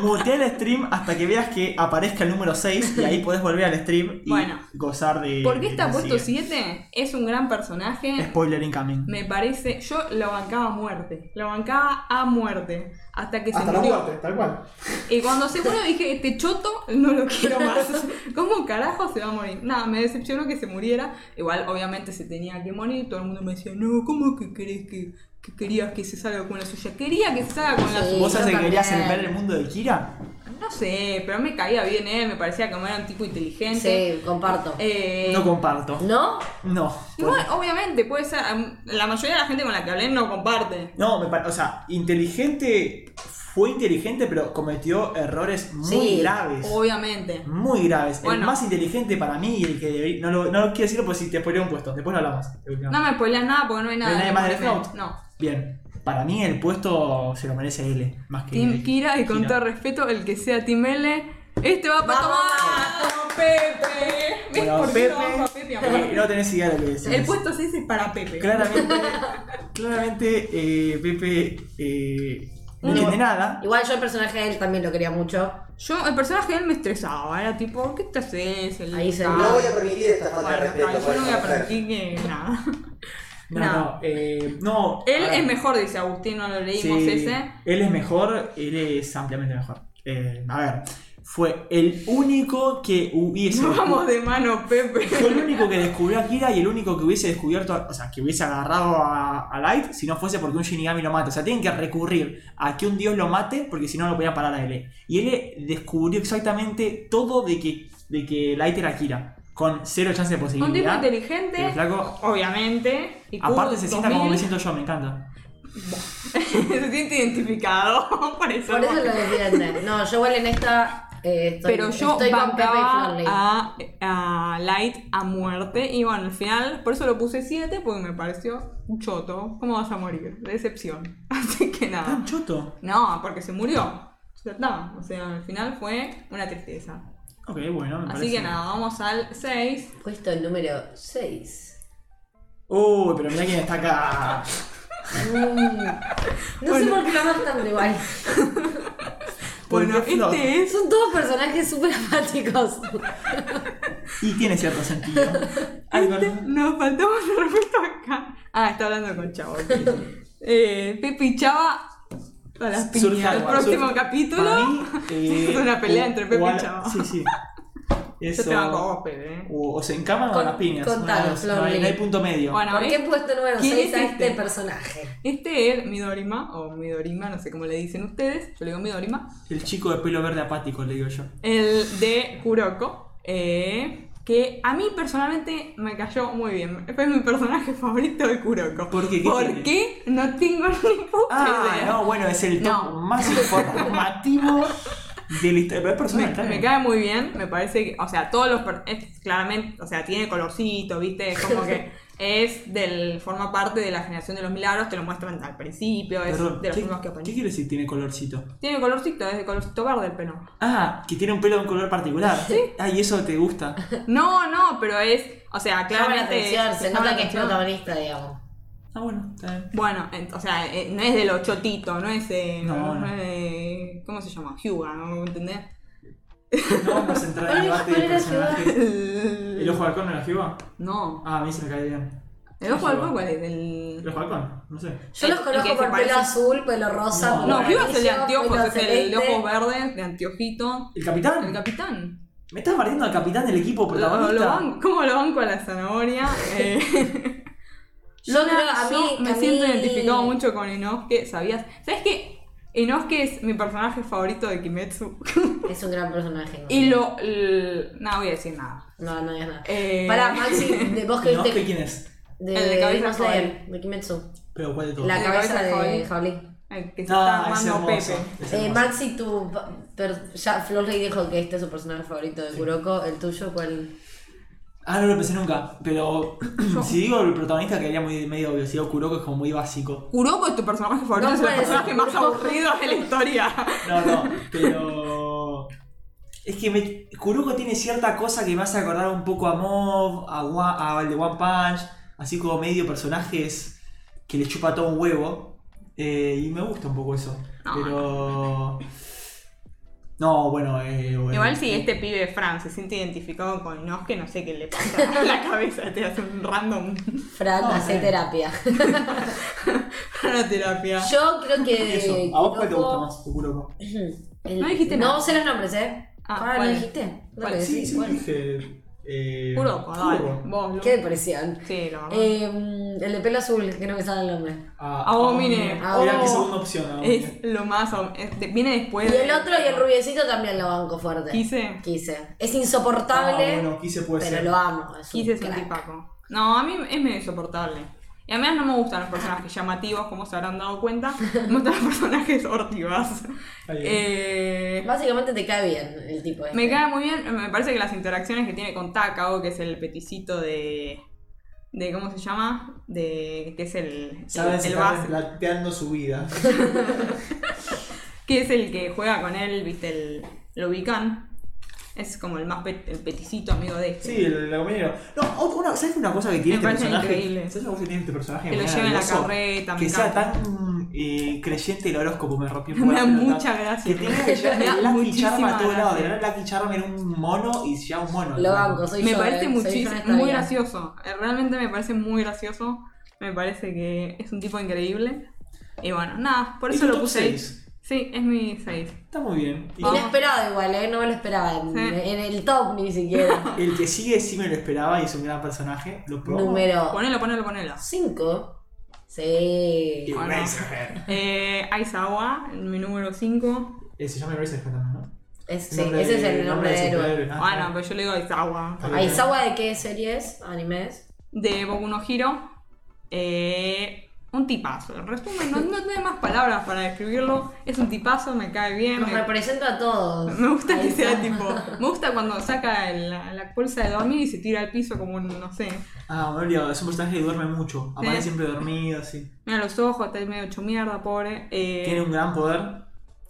A: Mutea el stream hasta que veas que aparezca el número 6 y ahí podés volver al stream y
C: Bueno.
A: gozar de.
C: ¿por qué
A: de
C: está
A: la
C: puesto
A: sigue.
C: 7? Es un gran personaje.
A: Spoiler incoming.
C: Me parece, yo lo bancaba a muerte, lo bancaba a muerte, hasta que se
E: Hasta la
C: murió.
E: muerte, tal cual.
C: Y cuando se murió dije, este choto no lo quiero más. ¿Cómo carajo se va a morir? Nada, me decepcionó que se muriera. Igual, obviamente, se tenía que morir. Todo el mundo me decía, no, ¿cómo que querés que, que querías que se salga con la suya? Quería que se salga con la
B: Sí.
C: suya.
A: ¿Vos sabés
B: yo
A: que querías
B: también.
A: ver el mundo de Kira?
C: No sé, pero me caía bien él, me parecía que era un tipo inteligente.
B: Sí, comparto.
C: Eh,
A: No comparto.
B: ¿No?
A: No. pues,
C: igual, obviamente, puede ser. am, La mayoría de la gente con la que hablé no comparte.
A: No, me pare- o sea, inteligente. Fue inteligente, pero cometió errores muy
B: Sí,
A: graves.
C: Obviamente.
A: Muy graves. El
C: Bueno. más
A: más inteligente para mí y el que debería. No, lo, no quiero decirlo porque si te spoileo un puesto. Después lo hablamos.
C: No me spoileas nada porque no hay nada.
A: ¿No hay nadie más de
C: anime.
A: Death Note?
C: No.
A: Bien. Para mí el puesto se lo merece L. Más que
C: Team Kira y con todo respeto, el que sea Team L, este va para
B: Vamos,
C: tomar. Pepe! ¿Ves
A: Bueno,
C: por qué
A: Pepe,
C: no vamos a Pepe,
A: eh,
C: amor?
A: no tenés idea de lo que decís. Eh,
C: El puesto 6 es para Pepe.
A: Claramente, claramente eh, Pepe eh, no entiende nada.
B: Igual yo el personaje de él también lo quería mucho.
C: Yo, el personaje de él me estresaba, era tipo, ¿qué te haces? El-
B: Ahí se
C: Ah,
B: ve.
D: No voy a permitir esta falta de
C: bueno,
D: respeto.
C: no,
D: por
C: yo no voy a
D: esta mujer.
C: permitir que nada.
A: No,
C: Nada.
A: no. eh, no,
C: Él
A: a ver,
C: es mejor, dice Agustín, no lo
A: sí,
C: leímos ese.
A: Él es mejor, él es ampliamente mejor. Eh, a ver, fue el único que hubiese.
C: No vamos de mano, Pepe.
A: Fue el único que descubrió a Kira y el único que hubiese descubierto, a- o sea, que hubiese agarrado a, a Light si no fuese porque un Shinigami lo mata. O sea, tienen que recurrir a que un dios lo mate porque si no lo podían parar a L. Y L descubrió exactamente todo de que, de que Light era Kira, con cero chance de
C: Un tipo
A: posibilidad.
C: inteligente,
A: Pero flaco.
C: obviamente. y
A: Aparte
C: Q
A: se sienta como
C: 2000.
A: me siento yo, me encanta.
C: Ah. se siente identificado, por eso.
B: Por eso lo defiende. No, yo igual en esta. eh, estoy,
C: Pero yo
B: estoy con Pepe y
C: bancaba
B: Florley.
C: a, a Light a muerte. Y bueno, al final, por eso lo puse 7, porque me pareció un choto. ¿Cómo vas a morir? De decepción. Así que nada.
A: Tan choto.
C: No, porque se murió. Ya está. O sea, al final fue una tristeza.
A: Ok, bueno, me parece.
C: Así que nada, vamos al 6.
B: Puesto el número 6.
A: Uy, pero mirá quién está acá.
C: Mm.
B: No sé por qué lo amas tanto igual.
A: Porque
C: Bueno,
A: Flor-
C: este es.
B: Son todos personajes súper apáticos.
A: Y tiene cierto sentido. Ay,
C: Este,
A: perdón.
C: nos faltamos de respeto acá. Ah, está hablando con Chavo. ok. Eh, Pepe y Chava. A las
A: Surge
C: piñas. El
A: algo,
C: próximo
A: surge. Para
C: capítulo.
A: mí, eh,
C: es una pelea
A: o-
C: entre Pepe
A: o a
C: y
A: la-
C: Chava.
A: Sí, sí.
C: Yo
A: Eso,
C: te banco a vos, Pepe. eh.
A: o, o se encaman o a
B: Con-
A: las piñas.
B: contalo,
A: una de dos. no, hay,
B: Florly.
A: no hay punto medio.
C: Bueno,
B: ¿Por qué
C: eh,
B: puesto el número
C: ¿Quién
B: 6 a
C: es este?
B: este personaje?
C: este es Midorima, o Midorima, no sé cómo le dicen ustedes, yo le digo Midorima,
A: El chico de pelo verde apático, le digo yo.
C: el de Kuroko, eh, que a mí personalmente me cayó muy bien. Fue mi personaje favorito de Kuroko.
A: ¿Por qué? ¿Qué tiene?
C: Porque no tengo ni puta
A: Ah,
C: idea.
A: no, bueno, es el top
C: No.
A: más informativo de la historia. Pero es personal,
C: Me,
A: está
C: me
A: bien.
C: cae muy bien, me parece que, o sea, todos los, per- es claramente, o sea, tiene colorcito, viste, es como que es del, forma parte de la generación de los milagros, te lo muestran al principio, es
A: Perdón,
C: de los
A: ¿qué,
C: mismos que
A: ¿Qué
C: aparecen.
A: quiere decir tiene colorcito?
C: Tiene colorcito, es de colorcito verde el pelo.
A: Ah, que tiene un pelo de un color particular. Ah, y eso te gusta.
C: No, no, pero es, o sea,
B: Llama la
C: claramente...
B: atención, se
C: llama
B: nota
C: la
B: que es
C: atención.
B: protagonista, digamos.
A: Ah, bueno, está bien.
C: Bueno, en- o sea, eh, no es de los chotitos, no es de.
A: No,
C: No,
A: no.
C: es de- ¿Cómo se llama? Hyuga, ¿no? ¿Entendés?
A: No vamos a entrar en el
B: Ay,
A: debate
B: ¿cuál
A: de
B: era
A: personajes. ¿El ojo de halcón no era Hyuga?
C: No.
A: Ah, a mí se me cae bien.
C: ¿El ojo al
A: Hyuga.
C: cuál es?
A: ¿El
C: El...
A: ojo de halcón? No sé.
B: Yo los
C: Y que
B: conozco
C: se
B: por
C: parece-
B: pelo azul, pelo rosa.
A: No,
B: pelo
C: No, Hyuga es el de
B: amarillo,
C: anteojos, es
B: pelo
C: el, el
B: celeste.
C: ojo verde, de anteojito.
A: ¿El
C: El
A: capitán?
C: capitán.
A: ¿Me estás partiendo al capitán del equipo
C: Lo,
A: protagonista?
C: lo ban- ¿Cómo lo banco a la zanahoria? Eh,
B: Yo
C: Yo,
B: creo-
C: creo-
B: a
C: yo
B: mí-
C: me
B: a
C: siento
B: mí-
C: identificado mucho con Inosuke, ¿sabías? ¿Sabes qué? Inosuke es mi personaje favorito de Kimetsu.
B: Es un gran personaje. ¿no?
C: y lo. l- No voy a decir nada.
B: No, no digas nada.
C: Eh,
B: Pará, Maxi, de vos que
A: No,
B: viste.
A: ¿qué quién es?
B: De,
C: El de cabeza
B: Demon Slayer,
C: joven.
B: de Kimetsu.
A: Pero ¿cuál de todos?
B: La
C: de
B: cabeza
C: cabeza
B: de
C: joven.
B: Jauli.
C: El que se está
A: Ah, es
C: armando
A: hermoso.
C: Pepe.
A: es
B: Eh,
A: hermoso.
B: Maxi, tu. per- ya Flor Ley dijo que este es su personaje favorito de Kuroko. ¿El tuyo cuál?
A: Ah, no lo pensé nunca, pero si digo el protagonista quedaría muy medio obvio, si digo Kuroko es como muy básico.
C: Kuroko es tu personaje favorito,
B: No
C: es el
B: puede ser.
C: personaje más aburrido de la historia.
A: No, no, pero... Es que me- Kuroko tiene cierta cosa que me hace acordar un poco a Mob, a, Wa- a el de One Punch, así como medio personajes que le chupa todo un huevo. eh, y me gusta un poco eso.
C: No.
A: Pero... No, bueno, eh, bueno.
C: Igual si este pibe Fran se siente identificado con Inosuke, no sé qué le pasa a la cabeza, te hace un random.
B: Fran,
A: No,
B: hace
A: eh.
B: terapia.
C: una terapia.
B: Yo creo que.
A: Eso, ¿a vos cuál te gusta
B: Eh, Kuroko-
A: más, de Kuroko?
B: El-
C: No dijiste
B: No
C: nada.
B: sé los nombres, ¿eh?
C: Ah,
B: Ah, ¿no
C: ¿cuál?
B: dijiste? No
C: ¿Cuál?
B: le
A: Sí,
B: decís,
A: sí,
B: ¿cuál?
A: dije... eh,
C: Kuroko, dale.
A: Kuroko.
C: Vos, Lu.
B: Qué depresión.
C: Sí, la verdad.
B: Eh, el de pelo azul, que no me sale el nombre.
A: A-
C: Abomine.
A: Abomine. Era mi
C: Oh.
A: ah, segunda opción, Ah, Abomine.
C: es lo más. au- es de- viene después.
B: Y el
C: de-
B: otro y el rubiecito también lo banco fuerte.
C: Quise.
B: Quise. Es
A: Ah,
B: insoportable,
A: bueno, quise puede
B: pero
A: ser.
B: lo amo. es un
C: Quise es un
B: crack.
C: tipaco. No, a mí es medio insoportable. Y a mí no me gustan los personajes llamativos, como se habrán dado cuenta. Me gustan los personajes ortivas.
A: Ahí.
C: Eh,
B: Básicamente te cae bien el tipo este.
C: Me cae muy bien, me parece que las interacciones que tiene con Takao, que es el peticito de. de ¿Cómo se llama? De, que es el.
A: Saben,
C: el,
A: se
C: el
A: están
C: base,
A: planteando su vida.
C: Que es el que juega con él, viste, el. lo ubican. Es como el más pe- el peticito amigo de este.
A: Sí, el, el compañero. No, ot- una, ¿sabes una cosa que tiene
C: Me
A: este
C: parece
A: personaje?
C: increíble.
A: ¿Sabes una cosa que tiene este personaje?
C: Que lo
A: Me da
C: lleve en la
A: nervioso.
C: carreta, me
A: Que sea
C: encanta.
A: tan eh, creyente el horóscopo, me rompió un poco
C: Me
A: la
C: da
A: pelota.
C: mucha
A: Que
C: gracia.
A: tenga que llevar
C: Me da
A: el Lucky
C: muchísima
A: Charm a todos
C: gracia.
A: lados. De verdad, Lucky Charm era un mono y ya un mono.
B: Lo banco, soy
C: me
B: yo.
C: parece
B: eh, soy yo en
C: muchísimo,
B: esta
C: muy
B: vida.
C: gracioso. Eh, Realmente me parece muy gracioso. Me parece que es un tipo increíble. Y bueno, nada, por
A: Es
C: eso
A: un
C: lo
A: top
C: puse.
A: seis.
C: ahí. Sí, es mi 6.
A: Está muy bien. Y
C: Vamos.
B: Inesperado igual, ¿eh? No me lo esperaba. En,
C: Sí.
B: en el top ni siquiera.
A: el que sigue sí me lo esperaba y es un gran personaje. Lo probó.
B: Número
C: Ponelo, ponelo, ponelo.
B: 5. Sí.
A: Y
C: Bueno.
A: Eraserhead.
C: Eh, Aizawa, mi número 5.
A: Eh, se llama Eraserhead también, ¿no?
B: Es- sí, ese es el nombre del héroe.
A: superhéroe.
C: Ah, no, pero yo le digo Aizawa.
A: Ah.
B: ¿Aizawa de qué serie es? ¿Animes?
C: De Boku no Hiro. Eh, un tipazo. En resumen, no, no tengo más palabras para describirlo. Es un tipazo, me cae bien.
B: Nos
C: Me,
B: representa a todos.
C: me gusta que sea
B: Aizawa.
C: tipo. Me gusta cuando saca el- la, la bolsa de dormir y se tira al piso como un, no sé.
A: Ah, me he olvidado, es un personaje que duerme mucho. Aparece
C: Sí.
A: siempre dormido, sí.
C: Mira los ojos, está medio hecho mierda, pobre. Eh,
A: Tiene un gran poder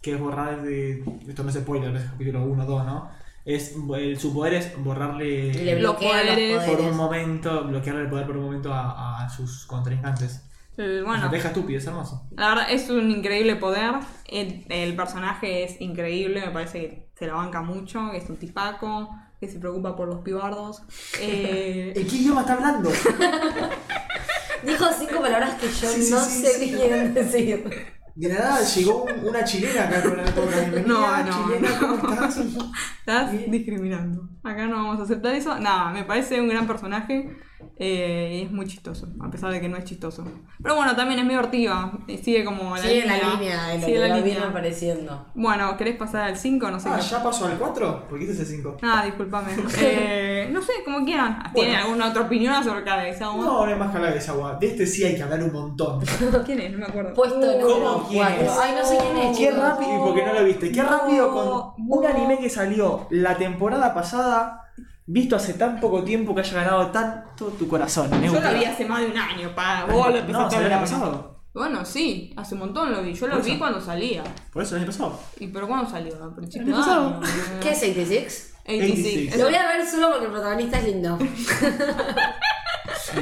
A: que es borrar de. Esto no es spoiler, es capítulo 1 2, ¿no? Es, el- su poder es
B: Le
A: borrarle
C: Los
B: bloquea los
C: poderes.
B: poderes.
A: por un momento, bloquearle el poder por un momento a, a sus contrincantes.
C: el-
A: Bueno.
C: bueno,
A: Deja estúpido, es hermoso.
C: la verdad es un increíble poder. El, el personaje es increíble, me parece que se la banca mucho, que es un tipaco, que se preocupa por los pibardos. Eh,
A: ¿En qué idioma está hablando?
B: Dijo cinco palabras que yo
A: Sí, sí,
B: no
A: sí,
B: sé
A: sí.
B: bien decir.
A: De la nada llegó un- una chilena acá con el podcast.
C: No, no,
A: chilena,
C: no.
A: ¿cómo estás?
C: estás discriminando. Acá no vamos a aceptar eso. Nada, me parece un gran personaje. eh, y es muy chistoso, a pesar de que no es chistoso. Pero bueno, también es medio hortiva. eh, Sigue como la
B: Sigue la
C: línea.
B: línea de lo
C: sigue
B: que
C: la
B: va
C: línea.
B: viene apareciendo.
C: Bueno, ¿querés pasar al 5? No sé
A: Ah,
C: qué-
A: ¿ya pasó al 4? Porque este es el 5.
C: Ah, discúlpame. Eh, no sé, como quieran. ¿Tienen
A: Bueno.
C: alguna otra opinión acerca de esa
A: No, no hay más que hablar de esa agua. De este sí hay que hablar un montón.
C: ¿Quién es? No me acuerdo.
A: Pues,
B: Puesto número
A: Uh, ¿Cómo quién es?
B: 4. Ay, no sé quién es.
A: Qué
B: chicos.
A: rápido, y porque no lo viste, qué
C: No,
A: rápido con un
C: no.
A: anime que salió la temporada pasada, visto hace tan poco tiempo que haya ganado tanto tu corazón.
C: yo
A: Neutra.
C: lo vi hace más de un año, pa. Vos lo empezaste
A: No,
C: a
A: ¿se
C: ver
A: había
C: ahora.
A: pasado?
C: Bueno, sí, hace un montón lo vi. Yo lo
A: Por
C: vi
A: eso.
C: cuando salía.
A: Por eso el año pasado.
C: ¿Y pero cuándo salió? ¿A principio
A: El
C: de
A: pasado.
C: año?
B: ¿Qué es 86?
C: 86.
B: Lo voy a ver solo porque el protagonista es lindo.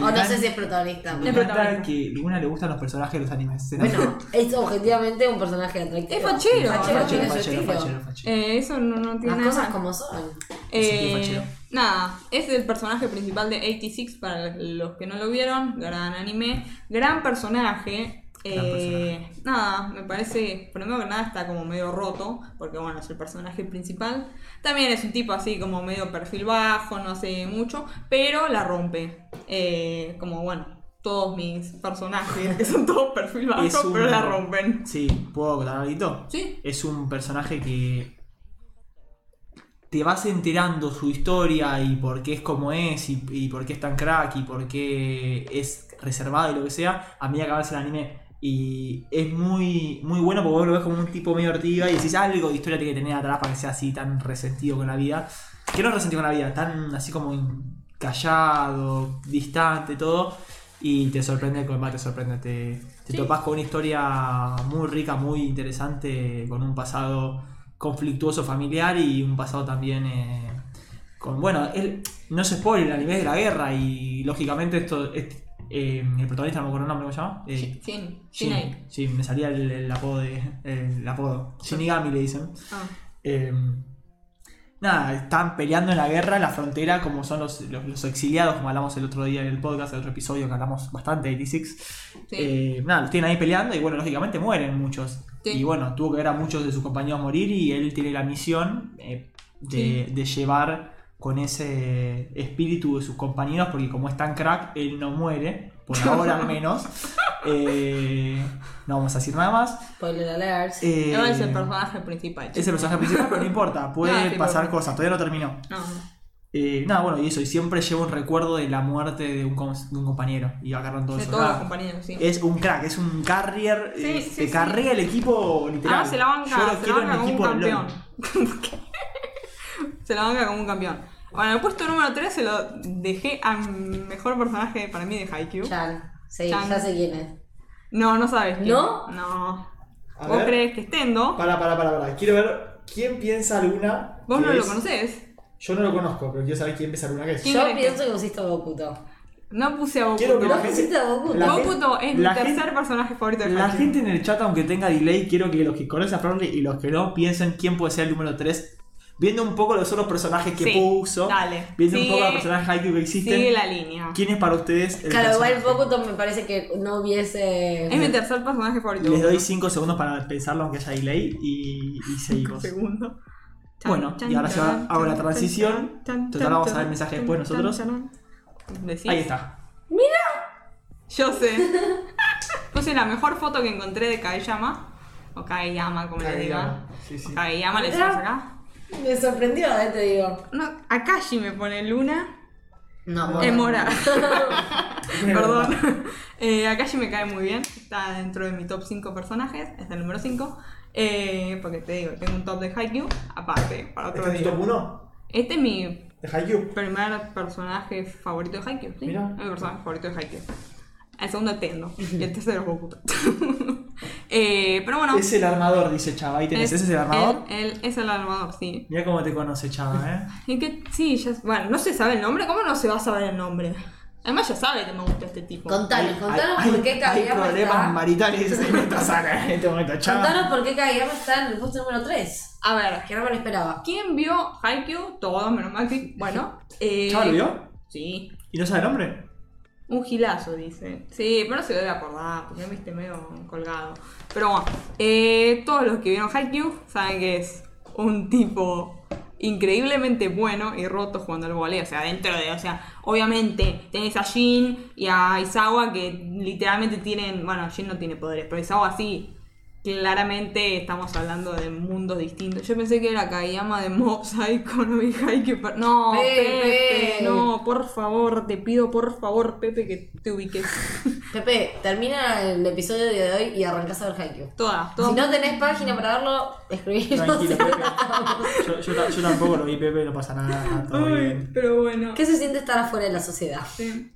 B: O no sé si es protagonista.
A: Me
C: Es
A: encanta
C: protagonista.
A: que Luna le gustan los personajes de los animes. Se
B: Bueno,
A: nota.
B: es objetivamente un personaje atractivo.
C: Es
B: Fachero
C: fachero. Fachero,
B: tiene su
A: fachero,
B: estilo.
A: fachero, fachero.
C: Eh, eso no, no tiene
B: Las
C: nada.
B: cosas como son.
A: Sí,
C: Eh,
A: fachero.
C: nada, es el personaje principal de 86 para los que no lo vieron, gran anime, gran personaje. eh, Nada, me parece, primero que nada está como medio roto, porque bueno, es el personaje principal. También es un tipo así como medio perfil bajo, no hace mucho, pero la rompe. Eh, como bueno, todos mis personajes, que son todos perfil bajo,
A: Es un-
C: Eh, pero la rompen.
A: Sí, ¿puedo contar algo?
C: Sí.
A: Es un personaje que te vas enterando su historia y por qué es como es y, y por qué es tan crack y por qué es reservado y lo que sea a medida que avanza el anime. Y es muy, muy bueno porque vos lo ves como un tipo medio ortiga y decís "Ah, algo de historia tiene que tener atrás para que sea así tan resentido con la vida. Que no resentido con la vida, tan así como in- callado, distante, todo. Y te sorprende el combate, te sorprende. Te, te
C: Sí.
A: topas con una historia muy rica, muy interesante, con un pasado conflictuoso familiar y un pasado también eh, con. Bueno, él, no se spoiler, el anime es de la guerra y lógicamente esto. este, eh, el protagonista, no me acuerdo el nombre, ¿cómo se llama? Eh,
C: Shin, Shin,
A: Shin.
C: Shinai.
A: Sí, me salía el, el apodo de. El apodo. Shinigami le dicen.
C: Ah.
A: Eh, nada, están peleando en la guerra, en la frontera, como son los, los- los exiliados, como hablamos el otro día en el podcast, el otro episodio que hablamos bastante de 86.
C: Sí.
A: Eh, nada, los tienen ahí peleando y bueno, lógicamente mueren muchos.
C: Sí.
A: Y bueno, tuvo que ver a muchos de sus compañeros morir y él tiene la misión eh, de, de llevar con ese espíritu de sus compañeros, porque como es tan crack, él no muere, por ahora al menos. Eh, no vamos a decir nada más.
B: Spoiler alert.
A: Eh,
C: No es el personaje principal.
A: es el personaje principal, pero no importa, puede
C: No, sí,
A: pasar
C: pero-
A: cosas, todavía no terminó.
C: No, no.
A: Eh, nada, bueno, y eso, y siempre llevo un recuerdo de la muerte de un, com- de un compañero. Y agarran todo
C: De
A: eso.
C: todos los
A: nada.
C: compañeros, sí.
A: es un crack, es un carrier,
C: Sí,
A: eh,
C: sí,
A: te
C: sí.
A: carrea el equipo literal.
C: Ah, se la banca,
A: Yo lo
C: se la
A: quiero en
C: banca
A: mi
C: como un
A: equipo de LOL.
C: campeón. se la banca como un campeón. Bueno, el puesto número 3 se lo dejé al mejor personaje para mí de Haikyuu.
B: Chan. Sí,
C: Chan.
B: ya sé quién es.
C: No, no sabes. quién.
B: ¿No?
C: No.
E: A
C: ¿Vos
E: ver.
C: crees que es Tendo?
E: Para, para, para, para. Quiero ver quién piensa Luna.
C: Vos
E: que
C: no lo
E: es-
C: conocés.
E: Yo no lo conozco, pero quiero saber quién piensa Luna que es.
C: ¿Quién este?
B: Yo
C: crees que-
B: pienso que pusiste a Bokuto.
C: No puse a
E: Quiero que
C: Bokuto.
E: la
B: ¿No
E: gente-
B: pusiste a Bokuto?
E: la gente-
C: Bokuto es mi
A: la
C: tercer
A: gente-
C: personaje favorito de
A: La
C: Haikyuu.
A: gente en el chat, aunque tenga delay, quiero que los que conocen a Frogly y los que no piensen quién puede ser el número 3. Viendo un poco los otros personajes que
C: Sí,
A: puso,
C: dale.
A: viendo
C: Sigue-
A: un poco los personajes Haikyuu que existen,
C: Sigue la línea.
A: ¿quién es para ustedes el
B: Claro, igual
A: personaje?
B: Bokuto me parece que no hubiese.
A: Em-
C: Es mi tercer personaje favorito.
A: Les doy
C: Bokuto.
A: 5 segundos para pensarlo, aunque haya delay, y, y seguimos.
C: segundo. Chan,
A: Bueno,
C: chan,
A: y ahora ya
C: chan,
A: hago la
C: chan,
A: transición.
C: chan,
A: Total,
C: chan,
A: vamos a
C: chan,
A: dar el mensaje
C: chan,
A: después
C: chan,
A: nosotros.
C: chan. Decís.
A: Ahí está.
C: Yo sé. Puse la mejor foto que encontré de Kaeyama. O Kaeyama, como le diga.
E: Kageyama, sí, sí.
C: Kaeyama, le
B: Mirá.
C: decimos acá.
B: Me sorprendió, eh, te digo.
C: No, Akashi me pone Luna.
B: No, bueno.
C: Es Mora. Perdón. Eh, Akashi me cae muy bien. Está dentro de mi top 5 personajes. Es el número 5. porque te digo, tengo un top de Haikyuu. Aparte, para otro
E: ¿Este es tu
C: día.
E: top 1
C: Este es mi
E: de Haikyuu?
C: primer personaje favorito de Haikyuu, ¿sí?
E: Mira.
C: Es Mi personaje favorito de Haikyuu. El segundo es Tendo. Y el tercero es Bokuto. eh, pero bueno.
A: Es el armador, dice Chava. Ahí tenés,
C: es-
A: ese es el armador.
C: Él, él es el armador, sí.
A: Mira cómo te conoce Chava, ¿eh?
C: Y que, sí, ya, bueno, no se sabe el nombre. ¿Cómo no se va a saber el nombre? Además ya sabe que me gusta este tipo.
B: Contanos, contanos
A: Hay-
B: por qué
A: hay
B: Kageyama
A: problemas
B: está.
A: maritales en esta sala, en este momento, Chava.
B: Contanos por qué Kageyama está en el puesto número 3.
C: A ver,
B: Que no me lo esperaba.
C: ¿quién vio Haikyuu? Todos, menos Maxi. Bueno. Eh,
A: ¿Chava lo vio?
C: Sí.
A: ¿Y no sabe el nombre?
C: Un gilazo, dice. Sí, pero no se debe acordar, porque me viste medio colgado. Pero bueno, eh, todos los que vieron Haikyuu saben que es un tipo increíblemente bueno y roto jugando al volei. O sea, dentro de. O sea, obviamente tenés a Jin y a Isawa que literalmente tienen. Bueno, Jin no tiene poderes, pero Isawa sí. Claramente estamos hablando de mundos distintos. Yo pensé que era Kageyama de Mob Psycho, no vi Haikyuu, pero- No,
B: Pepe.
C: Pepe, no, no, por favor, te pido por favor, Pepe, que te ubiques.
B: Pepe, termina el episodio de hoy y arrancás a ver Haikyuu.
C: Todas, todas.
B: Si no tenés página para verlo, escribinos.
A: Tranquilo, Pepe. Yo, yo ta- yo tampoco lo vi, Pepe, no pasa nada, está todo
C: Ay,
A: bien.
C: pero bueno.
B: ¿Qué se siente estar afuera de la sociedad?
C: Sí.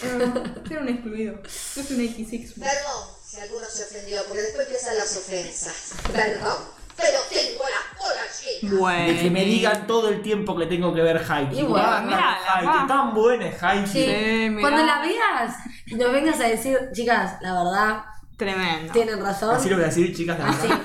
C: Ah, Era un excluido. Yo soy un X6.
G: Perdón si alguno se ofendió, porque después empiezan las ofensas. Perdón, pero tengo la cola llena.
C: Bueno.
A: de que me digan todo el tiempo que tengo que ver Haikyuu.
B: Y bueno,
A: Ah,
C: mirá,
A: Haikyuu,
C: la
A: tan buena es Haikyuu.
B: Sí.
C: Sí, mirá.
B: Cuando la veas, nos vengas a decir, chicas, la verdad,
C: Tremendo.
B: tienen razón.
A: Así lo voy a decir, chicas, la
B: Así.
A: verdad.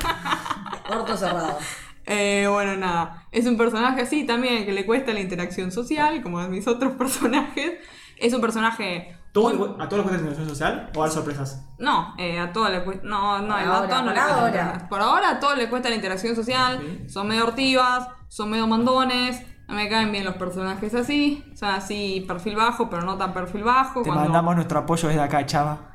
B: Orto cerrado.
C: Eh, bueno, nada. Es un personaje así también que le cuesta la interacción social, como a mis otros personajes. Es un personaje.
A: ¿Todo el- ¿A todos los cuentas de interacción social o a las sorpresas?
C: No, eh, a todos le cuesta. No, no,
B: Por
C: no, a
B: ahora,
C: todos no
B: por
C: le cuesta
B: ahora.
C: interacción. Por ahora a todos les cuesta la interacción social. Son medio hortivas, son medio mandones. No me caen bien los personajes así. Son así perfil bajo, pero no tan perfil bajo.
A: Te
C: Cuando-
A: mandamos nuestro apoyo desde acá, chava.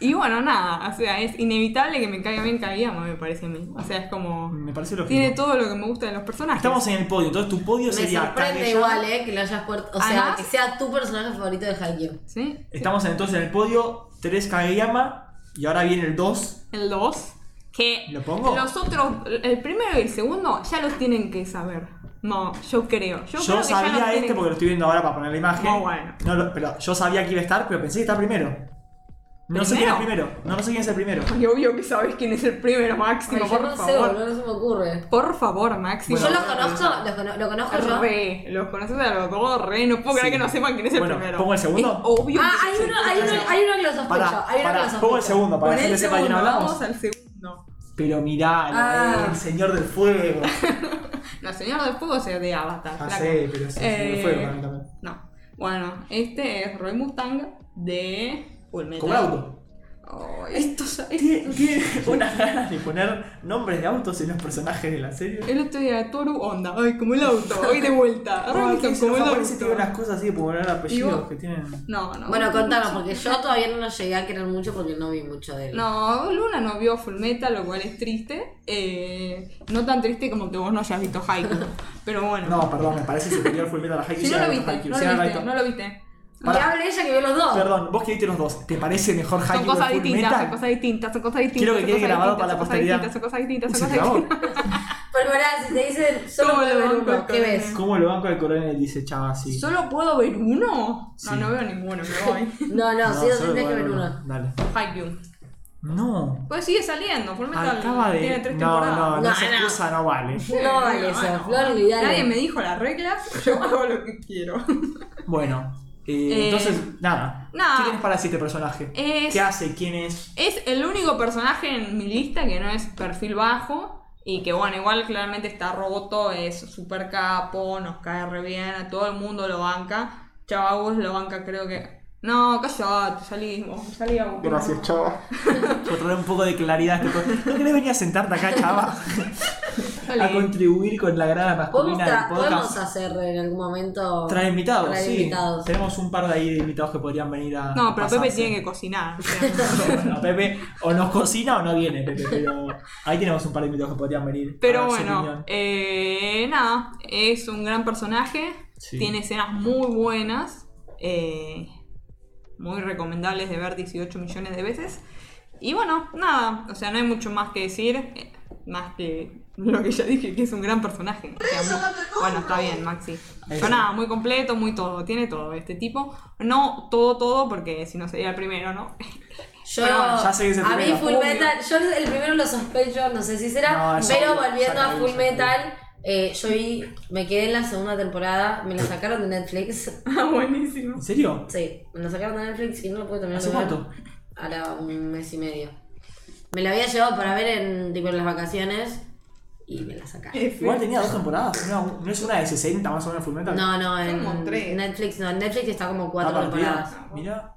C: Y bueno, nada. O sea, es inevitable que me caiga bien Kageyama, me parece a mí. O sea, es como.
A: Me parece lógico.
C: Tiene todo lo que me gusta de los personajes.
A: Mm. Estamos en el podio, entonces tu podio
B: Me
A: sería.
B: sorprende
A: Kageyama.
B: igual, eh, que lo hayas puesto. O sea,
C: Además-
B: que sea tu personaje favorito de Haikyuu.
C: ¿Sí?
A: Estamos entonces en el podio 3 Kageyama y ahora viene el 2.
C: El 2. Que
A: ¿Lo pongo?
C: los otros, el primero y el segundo, ya los tienen que saber. No, yo creo.
A: Yo,
C: Yo, creo que ya los
A: sabía
C: tienen
A: este
C: que-
A: porque lo estoy viendo ahora para poner la imagen.
C: Muy bueno.
A: No lo- pero yo sabía que iba a estar, pero pensé que estaba primero. No sé quién es el primero. No, no sé quién es el primero.
C: Ay, obvio que sabes quién es el primero, Máximo,
B: Ay, yo
C: por
B: no sé,
C: favor.
B: boludo, no se me ocurre.
C: por favor, Máximo.
B: yo los conozco, los cono- lo conozco yo.
C: Re, los conoces a los dos, re, no puedo creer que no sepan quién es el
A: Bueno,
C: primero.
A: ¿pongo el segundo?
C: Es obvio
B: Ah,
C: que
B: hay
C: es el
B: uno, hay uno,
C: primero.
B: hay uno que lo sospecho.
A: Para,
B: hay uno que lo
A: para,
B: sospecho.
A: pongo el segundo para
C: Pon
A: que
C: el
A: se sepa de quién
C: segundo,
A: hablamos.
C: vamos al segundo.
A: Pero mirá, la-
B: Ah.
A: el señor del fuego.
C: La señora del fuego se de Avatar.
A: Ah,
C: flaca.
A: sí, pero sí,
C: Eh,
A: el fuego también, también.
C: No. Bueno, este es Roy Mustang de Fullmetal.
A: Como el auto.
C: Ay,
A: Tiene, tiene unas ganas de poner nombres de autos en los personajes de la serie.
C: El otro día, Toru Onda. Ay, como el auto. Hoy de vuelta.
A: No,
C: Ay,
A: que
C: como el
A: los japoneses tienen
C: auto.
A: unas cosas así de poner
C: ¿Y
A: apellidos
C: vos?
A: que tienen.
C: No, no.
B: Bueno, contanos, porque yo todavía no llegué a querer mucho porque no vi mucho de él.
C: No, Luna no vio Full Metal, lo cual es triste. Eh, no tan triste como que vos no hayas visto Haiku. pero bueno.
A: No, perdón, me parece superior Fullmetal a Haikyuu.
C: si no
A: sea
C: lo
A: Haikyuu,
C: viste, no
A: sea
C: lo viste,
A: Haikyuu.
C: no lo viste.
B: Que hable ella que vio los dos.
A: Perdón, vos que viste los dos, ¿te parece mejor
C: Son
A: Haikyuu que
C: cosas
A: Full
C: distintas, son
A: Metal?
C: cosas distintas, son cosas distintas.
A: Quiero que
C: son
A: quede
C: cosas
A: grabado
C: distintas,
A: para la
C: Son cosas distintas, son
A: ¿Se
C: cosas distintas, son
A: grabó?
C: cosas distintas.
B: Pero pará, si te dicen solo
C: ¿Cómo
B: puede
C: lo
B: ver
C: banco
B: uno,
C: con
B: ¿qué ves?
C: él?
A: ¿Cómo el banco de coronel dice chava así?
C: ¿Solo puedo ver uno? No,
A: Sí.
C: no veo ninguno, me voy.
B: No, no, sí,
A: solo
B: sí tenés que ver
A: bueno,
B: uno.
A: Dale.
C: Haikyuu.
A: No.
C: Pues sigue saliendo, Full Metal
A: Acaba de.
C: tiene tres
A: no,
C: temporadas.
A: no, no,
B: No,
A: esa
B: no.
A: excusa no vale.
B: No vale eso,
C: Bueno,
B: Flor, olvidalo.
C: Nadie me dijo las reglas, yo hago lo que quiero.
A: Bueno, eh,
C: Eh,
A: entonces, nada.
C: nada.
A: ¿Qué tienes para decir este personaje?
C: Es-
A: ¿Qué hace? ¿Quién es?
C: Es el único personaje en mi lista que no es perfil bajo y que, bueno, igual claramente está roto, es súper capo, nos cae re bien, a todo el mundo lo banca. Chavagos lo banca, creo que. No, callate, salí, vos, salí a buscar.
A: chava. Yo traer un poco de claridad. a este co- ¿No querés venir a sentarte acá, chava?
C: Salí.
A: a contribuir Ah, con la grada
B: ¿Podemos,
A: masculina
B: tra-
A: del podcast.
B: podemos hacer eh, en algún momento.
A: Trae invitados,
B: traer
A: sí.
B: invitados.
A: Tenemos un par de ahí de invitados que podrían venir a.
C: No, pero Pepe tiene que cocinar. o sea.
A: que. Bueno, Pepe o nos cocina o no viene, Pepe, pero ahí tenemos un par de invitados que podrían venir. a
C: Pero
A: dar su
C: bueno,
A: opinión.
C: eh, nada, es un gran personaje,
A: Sí.
C: tiene escenas muy buenas, eh, muy recomendables de ver 18 millones de veces. Y bueno, nada, o sea, no hay mucho más que decir, eh, más que lo que ya dije, que es un gran personaje. O sea, muy- bueno, está bien, Maxi. Pero nada, muy completo, muy todo, tiene todo este tipo. No todo, todo, porque si no sería el primero, ¿no?
B: Yo,
C: Pero bueno,
A: ya sé que es el
B: a mí
A: primero,
B: Full
C: obvio.
B: Metal, yo el primero lo sospecho, no sé si
A: No,
B: será,
A: es
B: pero
A: obvio,
B: volviendo
A: ya
B: a
A: caí,
B: Full
A: ya caí.
B: Metal, eh, yo vi, me quedé en la segunda temporada, me la sacaron de Netflix.
C: Ah, Buenísimo.
A: ¿En serio?
B: Sí, me la sacaron de Netflix y no lo pude terminar.
A: ¿Hace
B: de ver.
A: cuánto?
B: Ahora un mes y medio. Me la había llevado para ver en, tipo, en las vacaciones y me la sacaron.
A: Igual tenía dos temporadas. No, no es una de 60 más o menos Fullmetal.
B: No, no,
C: Como tres.
B: en Netflix no, en Netflix está como
A: Está
B: cuatro
A: partida.
B: temporadas.
A: Mirá.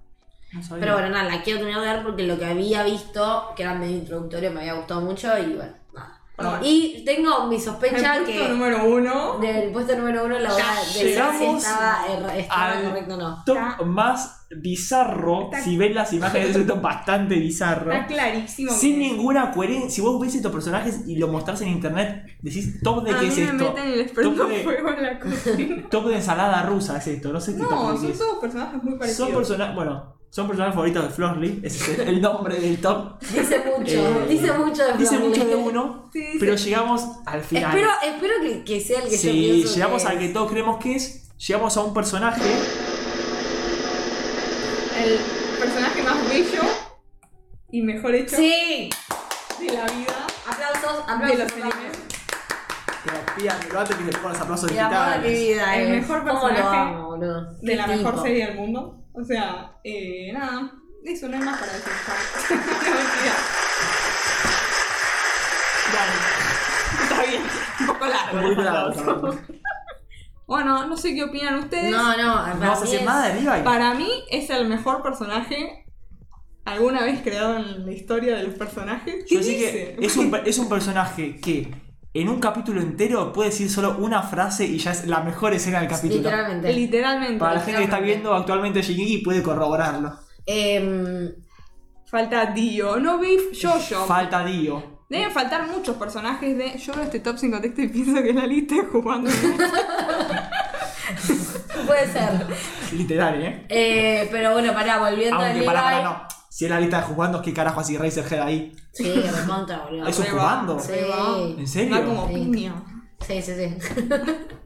A: No sabía.
B: Pero bueno, nada, la quiero terminar de ver porque lo que había visto, que era medio introductorio, me había gustado mucho y bueno, nada.
C: Bueno,
B: Y tengo mi
C: El
B: sospecha
C: punto
B: que
C: número uno.
B: del puesto número uno la hora de si
A: llegamos
B: estaba, er- estaba
A: al-
B: correcto o no.
A: Top más bizarro.
C: Está-
A: Si ven las imágenes, es un top bastante bizarro.
C: Está clarísimo.
A: Sin
C: que-
A: ninguna coherencia. Si vos ves estos personajes y lo mostrás en internet, decís top de
C: a
A: qué
C: mí
A: es
C: me
A: esto.
C: meten el
A: Top
C: experto
A: de,
C: fuego en la cocina.
A: top de ensalada rusa es esto. No sé qué top de
C: No,
A: qué
C: son
A: es.
C: todos personajes muy parecidos.
A: Son personajes. Bueno, son personajes favoritos de Florly. Ese es el nombre del top.
B: Dice mucho,
A: Eh,
B: dice mucho de
A: Dice
B: Flor.
A: mucho de uno.
C: Sí, dice-
A: Pero llegamos al final.
B: Espero, espero que, que sea el que yo
A: Sí,
B: pienso que
A: llegamos al
B: es.
A: que todos creemos que es. Llegamos a un personaje.
C: El personaje más bello y mejor hecho
B: Sí,
C: de la vida.
B: Aplausos,
C: de
B: aplausos.
C: los animes.
E: Que nos pidan el gato y que les pongan los aplausos
B: El amor de mi
E: digitales.
B: vida.
C: El
B: es.
C: mejor
B: ¿Cómo lo
C: personaje
B: amo, boludo?
C: de la
B: Qué
C: mejor
B: tipo.
C: serie del mundo. O sea, eh, nada, eso no hay más para decir. chao. No, mentira. Dale. Está bien, un poco largo.
E: Un poquito
C: ¿no?
E: largo, también.
C: Bueno, no sé qué opinan ustedes.
B: No, no, para
E: No vas a
B: mí
E: hacer
B: es-
E: nada de Levi.
C: Para mí es el mejor personaje alguna vez creado en la historia de los personajes. ¿Qué
A: Yo sí que
C: dice?
A: es un, es un personaje que en un capítulo entero puede decir solo una frase y ya es la mejor escena del capítulo.
B: Literalmente.
C: Literalmente.
A: Para la gente que está viendo actualmente Shingeki puede corroborarlo.
B: Eh,
C: Falta Dio. No vi Jojo.
A: Falta Dio.
C: Deben faltar muchos personajes de. Yo veo este top 5 texto y pienso que es la lista de jugando.
B: puede ser.
A: Literal, ¿eh?
B: Eh, pero bueno, pará, volviendo a
A: Aunque
B: Levi.
A: para, para, no. Si es la lista de jugandos, ¿qué carajo así Razorhead ahí?
B: Sí, remonta, boludo.
A: ¿Es un
C: Ahí va.
A: jugando?
B: Sí.
C: Ahí va.
A: ¿En serio?
C: Va como
B: Sí.
C: piña.
B: Sí, sí, sí.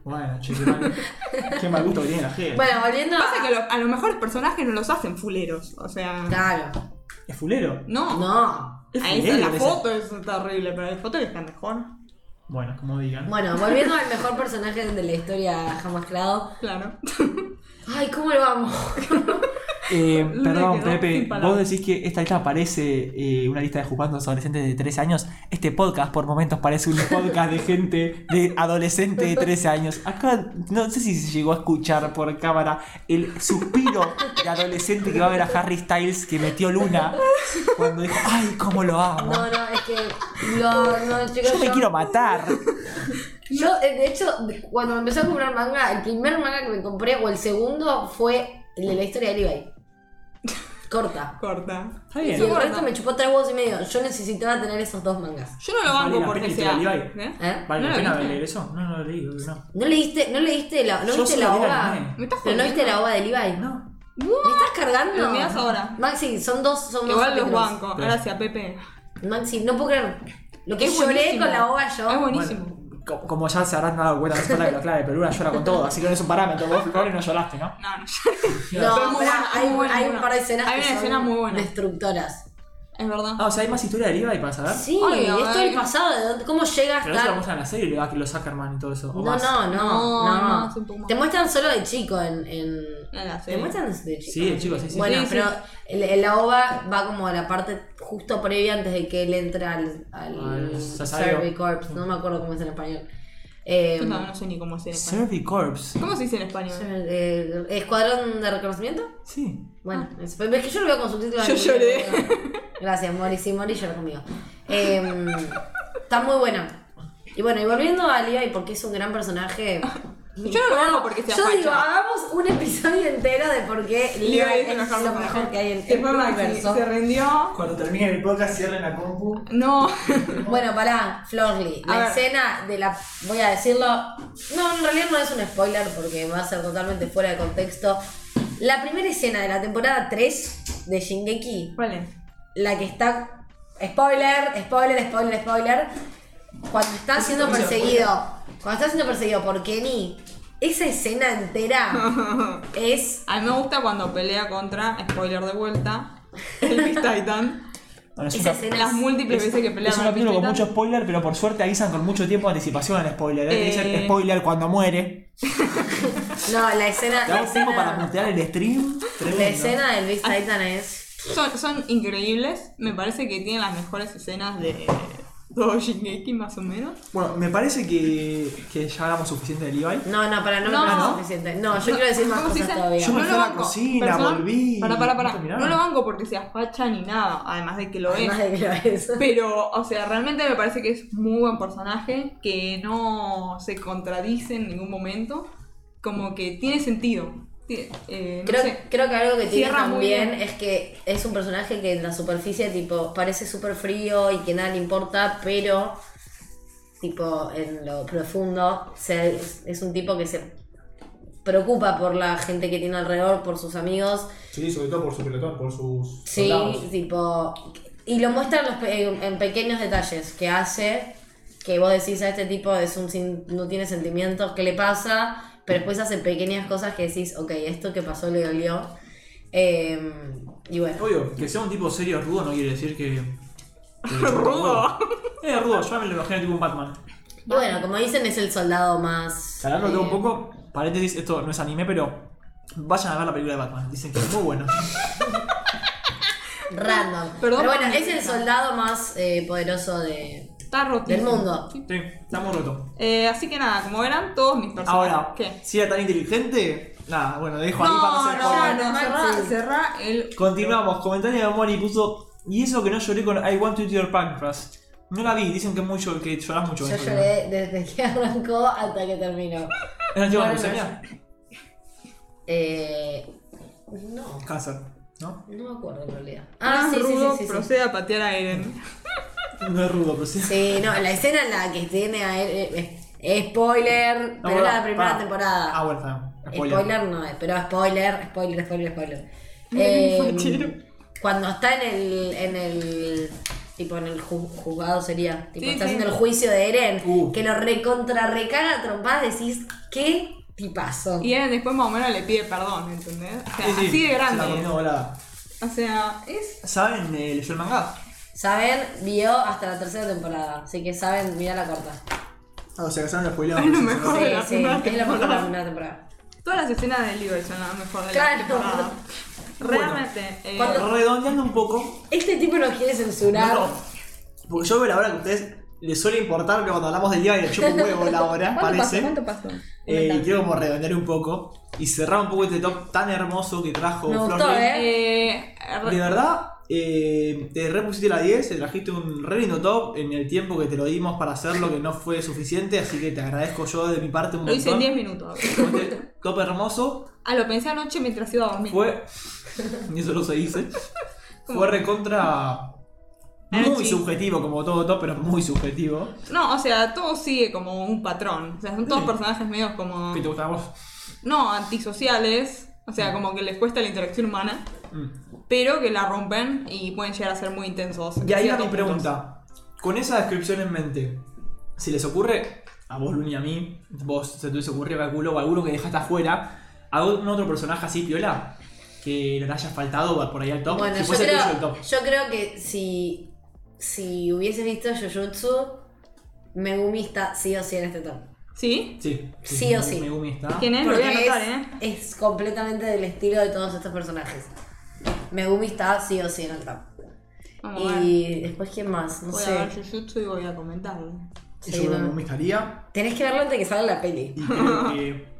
A: Bueno, che, qué mal, qué mal gusto que tiene la gente.
B: bueno, volviendo
C: Pasa
B: a.
C: que lo- a los mejores personajes no los hacen fuleros. O sea.
B: Claro.
A: ¿Es fulero?
C: No.
B: No.
C: Ahí
A: fulero,
C: está la
A: ese.
C: foto, eso está horrible, pero la foto que está mejor.
A: Bueno, como digan.
B: Bueno, volviendo al mejor personaje de la historia jamás creado.
C: Claro.
B: Ay, ¿cómo lo amo?
A: Eh,
C: Me
A: perdón,
C: quedó
A: Pepe,
C: sin
A: vos
C: palabras.
A: decís que esta lista parece eh, una lista de jugandos adolescentes de 13 años. Este podcast por momentos parece un podcast de gente de adolescente de 13 años. Acá no sé si se llegó a escuchar por cámara el suspiro de adolescente que va a ver a Harry Styles que metió Luna cuando dijo, ay, cómo lo amo.
B: No, no, es que. No, no, chicos.
A: Yo me quiero matar.
B: Yo, eh, de hecho, cuando me empecé a comprar manga, el primer manga que me compré o el segundo fue el de la historia de Levi. Corta.
C: Corta.
A: Está
B: Y
A: bien.
B: el resto me chupó tres huevos y medio. Yo necesitaba tener esos dos mangas.
C: Yo no lo
A: Vale
C: banco
A: la
C: porque
A: pena que
C: sea.
A: te la
C: ¿Eh?
B: ¿Eh?
A: ¿Vale
C: No
A: la
C: lo
A: pena
C: viste.
A: leer eso? No, no lo leí, obvio que no.
B: ¿No leíste, no leíste la, no
A: Yo
B: viste
A: solo
B: la
A: vi el
B: ova?
A: anime.
C: ¿Me estás
B: ¿Pero no viste
C: jodiendo?
B: la ova de Levi?
A: No.
B: ¿Me estás cargando?
C: Lo miras ahora.
B: Maxi, son dos, son dos
C: Igual los
B: capítulos.
C: banco. Gracias, Pepe.
B: Maxi, no puedo creer. Lo que
C: Es
B: lloré
C: buenísimo.
B: con la ova yo.
C: Es buenísimo.
A: Bueno, co- como ya se habrán dado cuenta, no es la la clave, pero una llora con todo, así que no es un parámetro. Vos, Flores, no lloraste, ¿no?
C: No, no.
B: No,
C: Pero
B: pará,
C: muy buena,
B: hay,
C: muy buena,
B: hay un
C: muy buena.
B: par de escenas
C: Hay
B: que
C: una
B: son
C: escena muy buena.
B: destructoras.
C: Es verdad.
A: Ah, o sea, hay más historia de Levi para saber.
B: Sí,
C: Ay, a
B: esto es
C: ver.
B: el pasado, ¿de dónde- ¿cómo
A: Pero
B: llega
A: no se lo
B: hasta...?
A: muestran en la serie, le va que lo saca hermano y todo eso. o
B: No,
A: más.
B: no, no,
C: No,
B: no.
C: no, es un poco más.
B: Te muestran solo de chico en... en...
C: En la
B: Te
C: serie.
B: muestran de chico.
A: Sí, el chico, sí, sí.
B: Bueno,
C: Sí, sí.
B: pero el- el- la ova va como a la parte justo previa antes de que él entre al, al,
A: Al Sasayo.
B: Survey Corps. No me acuerdo cómo es en español. Eh,
C: Yo no, no sé ni cómo se dice en español.
A: Survey Corps.
C: ¿Cómo se dice en español?
B: eh, ¿Escuadrón de reconocimiento?
A: Sí.
B: Bueno, es, pero es que yo lo veo con subtítulos.
C: Ah. Yo
B: en
C: lloré.
B: inglés, pero- Gracias, Mori. Sí, Mori llora conmigo. Eh, está muy buena. Y bueno, y volviendo a Levi, porque es un gran personaje.
C: Yo no lo banco porque sea
B: Yo
C: facha.
B: digo, hagamos un episodio entero de por qué Levi es, lo mejor que hay en el
C: Después Maxi
B: universo.
C: se rindió.
E: Cuando termine el podcast, cierren la compu.
C: No.
B: Bueno, pará, Florly,
C: A
B: la
C: ver.
B: escena de la. Voy a decirlo. No, en realidad no es un spoiler porque va a ser totalmente fuera de contexto. La primera escena de la temporada 3 de Shingeki,
C: ¿Cuál es?
B: la que está. Spoiler, spoiler, spoiler, spoiler. Cuando está siendo perseguido. Cuando está siendo perseguido por Kenny, esa escena entera es.
C: A mí me gusta cuando pelea contra, spoiler de vuelta, el Beast Titan.
A: Bueno, es
B: Esa
A: una-
B: escena
C: Las
B: es-
C: múltiples veces que pelea
A: es un
C: con el
A: capítulo
C: Beast
A: con
C: Titan.
A: mucho spoiler, pero por suerte avisan con mucho tiempo de anticipación al spoiler. Hay que
C: Eh.
A: decir spoiler cuando muere.
B: No, la escena.
A: Te
B: La
A: damos tiempo para
B: escena,
A: mutear el stream. Tremendo.
B: la escena del Beast Titan es.
C: Son, son increíbles. Me parece que tienen las mejores escenas de todo Shingeki, más o menos.
A: Bueno, me parece que, que ya hablamos suficiente de Levi.
B: No, no, para no me
C: No.
B: parece suficiente. No, yo quiero decir más
C: ¿Cómo se
B: cosas
C: dice?
B: todavía.
A: Yo me
C: No
A: fui
C: lo
A: a la
C: banco.
A: cocina,
C: Personal-
A: volví.
C: Pará, pará, pará.
A: ¿No te miraron?
C: No lo banco porque sea facha ni nada, además de que lo es.
B: Además de que lo es.
C: Pero, o sea, realmente me parece que es muy buen personaje, que no se contradice en ningún momento, como que tiene sentido. Ti- eh, no
B: Creo,
C: sé.
B: creo que algo que tiene
C: Cierra muy
B: también
C: bien.
B: es que es un personaje que en la superficie tipo parece súper frío y que nada le importa, pero tipo en lo profundo se- es un tipo que se preocupa por la gente que tiene alrededor, por sus amigos.
E: Sí, sobre todo por su pelotón, por sus
B: Sí, tipo... Y lo muestran los pe- en, en pequeños detalles que hace que vos decís a este tipo es un sin- no tiene sentimientos, ¿qué le pasa? Pero después hace pequeñas cosas que decís, ok, esto que pasó le dolió. Eh, y bueno,
A: Obvio, que sea un tipo serio rudo no quiere decir que. que le chupa un
C: Rudo.
A: huevo. Es rudo, yo me lo imagino tipo un Batman.
B: Y bueno, como dicen, es el soldado más. eh,
A: Hablando de
C: Sí.
A: un poco, paréntesis, esto no es anime, pero vayan a ver la película de Batman. Dicen que es muy bueno.
B: Random.
C: Perdón,
B: Pero bueno,
C: mamá.
B: es el soldado más eh, poderoso de,
C: Está
B: del
C: rotísimo.
B: mundo.
A: Sí, está muy roto.
C: Eh, así que nada, como verán, todos mis personajes.
A: Ahora,
C: ¿qué?
A: si era tan inteligente, nada, bueno, dejo ahí para
C: No,
A: no ser
C: no,
A: joven.
C: no,
B: Maxi.
C: cerrá, cerrá el.
A: Continuamos, comentario de Mori puso. Y eso que no lloré con I Want to Eat Your Pancreas. No la vi, dicen que, es mucho, que llorás mucho. con
B: Yo
A: esto, ¿no?
B: lloré desde que arrancó hasta que terminó.
A: ¿Es la antigua
B: Bueno,
A: leucemia?
B: Eh, no,
A: Cáncer, ¿no?
B: no me acuerdo en realidad.
C: Ah,
B: Ah, sí, sí,
C: rudo
B: sí, sí, sí.
C: procede a patear a Eren.
A: No es rudo, pero sí.
B: Sí, no, la escena en la que tiene a él. eh, eh, spoiler,
A: No,
B: pero
A: bueno,
B: era la primera
A: pará.
B: temporada.
A: Ah, bueno, está bien.
B: Spoiler.
A: Spoiler.
B: no es, pero spoiler, spoiler, spoiler, spoiler. Eh,
C: Muy fachero.
B: cuando está en el, en el tipo en el ju- juzgado sería, tipo,
C: Sí,
B: está
C: sí.
B: haciendo el juicio de Eren,
A: Uh.
B: que lo recontra recaga a trompadas, decís, ¿qué tipazo?
C: Y Eren después más o menos le pide perdón, ¿entendés? O
A: Sí,
C: sea,
A: sí,
C: así de
A: se la
C: grande.
A: comió volada.
C: O sea, es.
A: ¿Saben? Eh, ¿Leyó el manga?
B: Saben, vio hasta la tercera temporada, así que saben, mira la corta.
A: Ah, o sea, que se han spoileado.
C: Es lo
A: Sí, sí,
C: mejor
B: Sí,
C: de la
B: sí,
C: primera
B: es la mejor de la
C: temporada.
B: primera temporada.
C: Todas las escenas de Levi son las mejores de
B: Claro.
C: la temporada. Realmente.
A: sí.
C: eh,
A: Redondeando un poco.
B: Este tipo nos quiere censurar.
A: no, porque yo veo la hora que a ustedes les suele importar que cuando hablamos del día le chupo un huevo la hora,
C: ¿Cuánto pasó?
A: parece.
C: ¿Cuánto pasó?
A: Eh, y quiero como redondear un poco y cerrar un poco este top tan hermoso que trajo
B: Me
A: Flor
B: gustó,
A: Lin.
B: ¿eh?
C: Eh,
A: De
C: re-
A: verdad, eh, te repusiste la 10, te trajiste un re lindo top en el tiempo que te lo dimos para hacerlo, que no fue suficiente, así que te agradezco yo de mi parte un
C: lo hice en
A: montón.
C: 10 minutos.
A: Con este top hermoso
C: Ah, lo pensé anoche mientras iba a dormir.
A: fue. Y eso no se dice.
C: ¿Cómo?
A: Fue recontra. Muy
C: Archi.
A: subjetivo, como todo top, pero muy subjetivo.
C: No, o sea, todo sigue como un patrón. O sea, son todos
A: Sí.
C: personajes medios como.
A: ¿Qué te gusta a vos?
C: No, antisociales. O sea, como que les cuesta la interacción humana.
A: Mm.
C: Pero que la rompen y pueden llegar a ser muy intensos.
A: Y ahí
C: a
A: va mi pregunta. Con esa descripción en mente, si les ocurre, a vos, Luni, a mí, vos se te hubiese ocurrido, calculo, o alguno que dejaste afuera, algún otro personaje así, piola, que le haya faltado por ahí al top,
B: Bueno,
A: si
B: yo
A: fuese tuyo el
B: creo,
A: top.
B: yo creo que si, si hubieses visto Jujutsu, Megumi está sí o sí en este top.
C: ¿Sí?
A: Sí,
B: Sí o sí.
A: Megumi está.
C: ¿Quién es? Lo voy a
B: Porque
C: anotar,
B: es,
C: ¿eh?
B: es completamente del estilo de todos estos personajes. Megumi está sí o sí en el top.
C: Vamos a ver.
B: Y después, ¿quién más? No
C: Voy a
B: sé.
C: ver Jujutsu y voy a comentarlo.
A: Y
B: Sí,
A: yo creo que
B: no.
A: Megumi estaría.
B: Tenés que verlo antes que salga la peli.
A: Y creo que.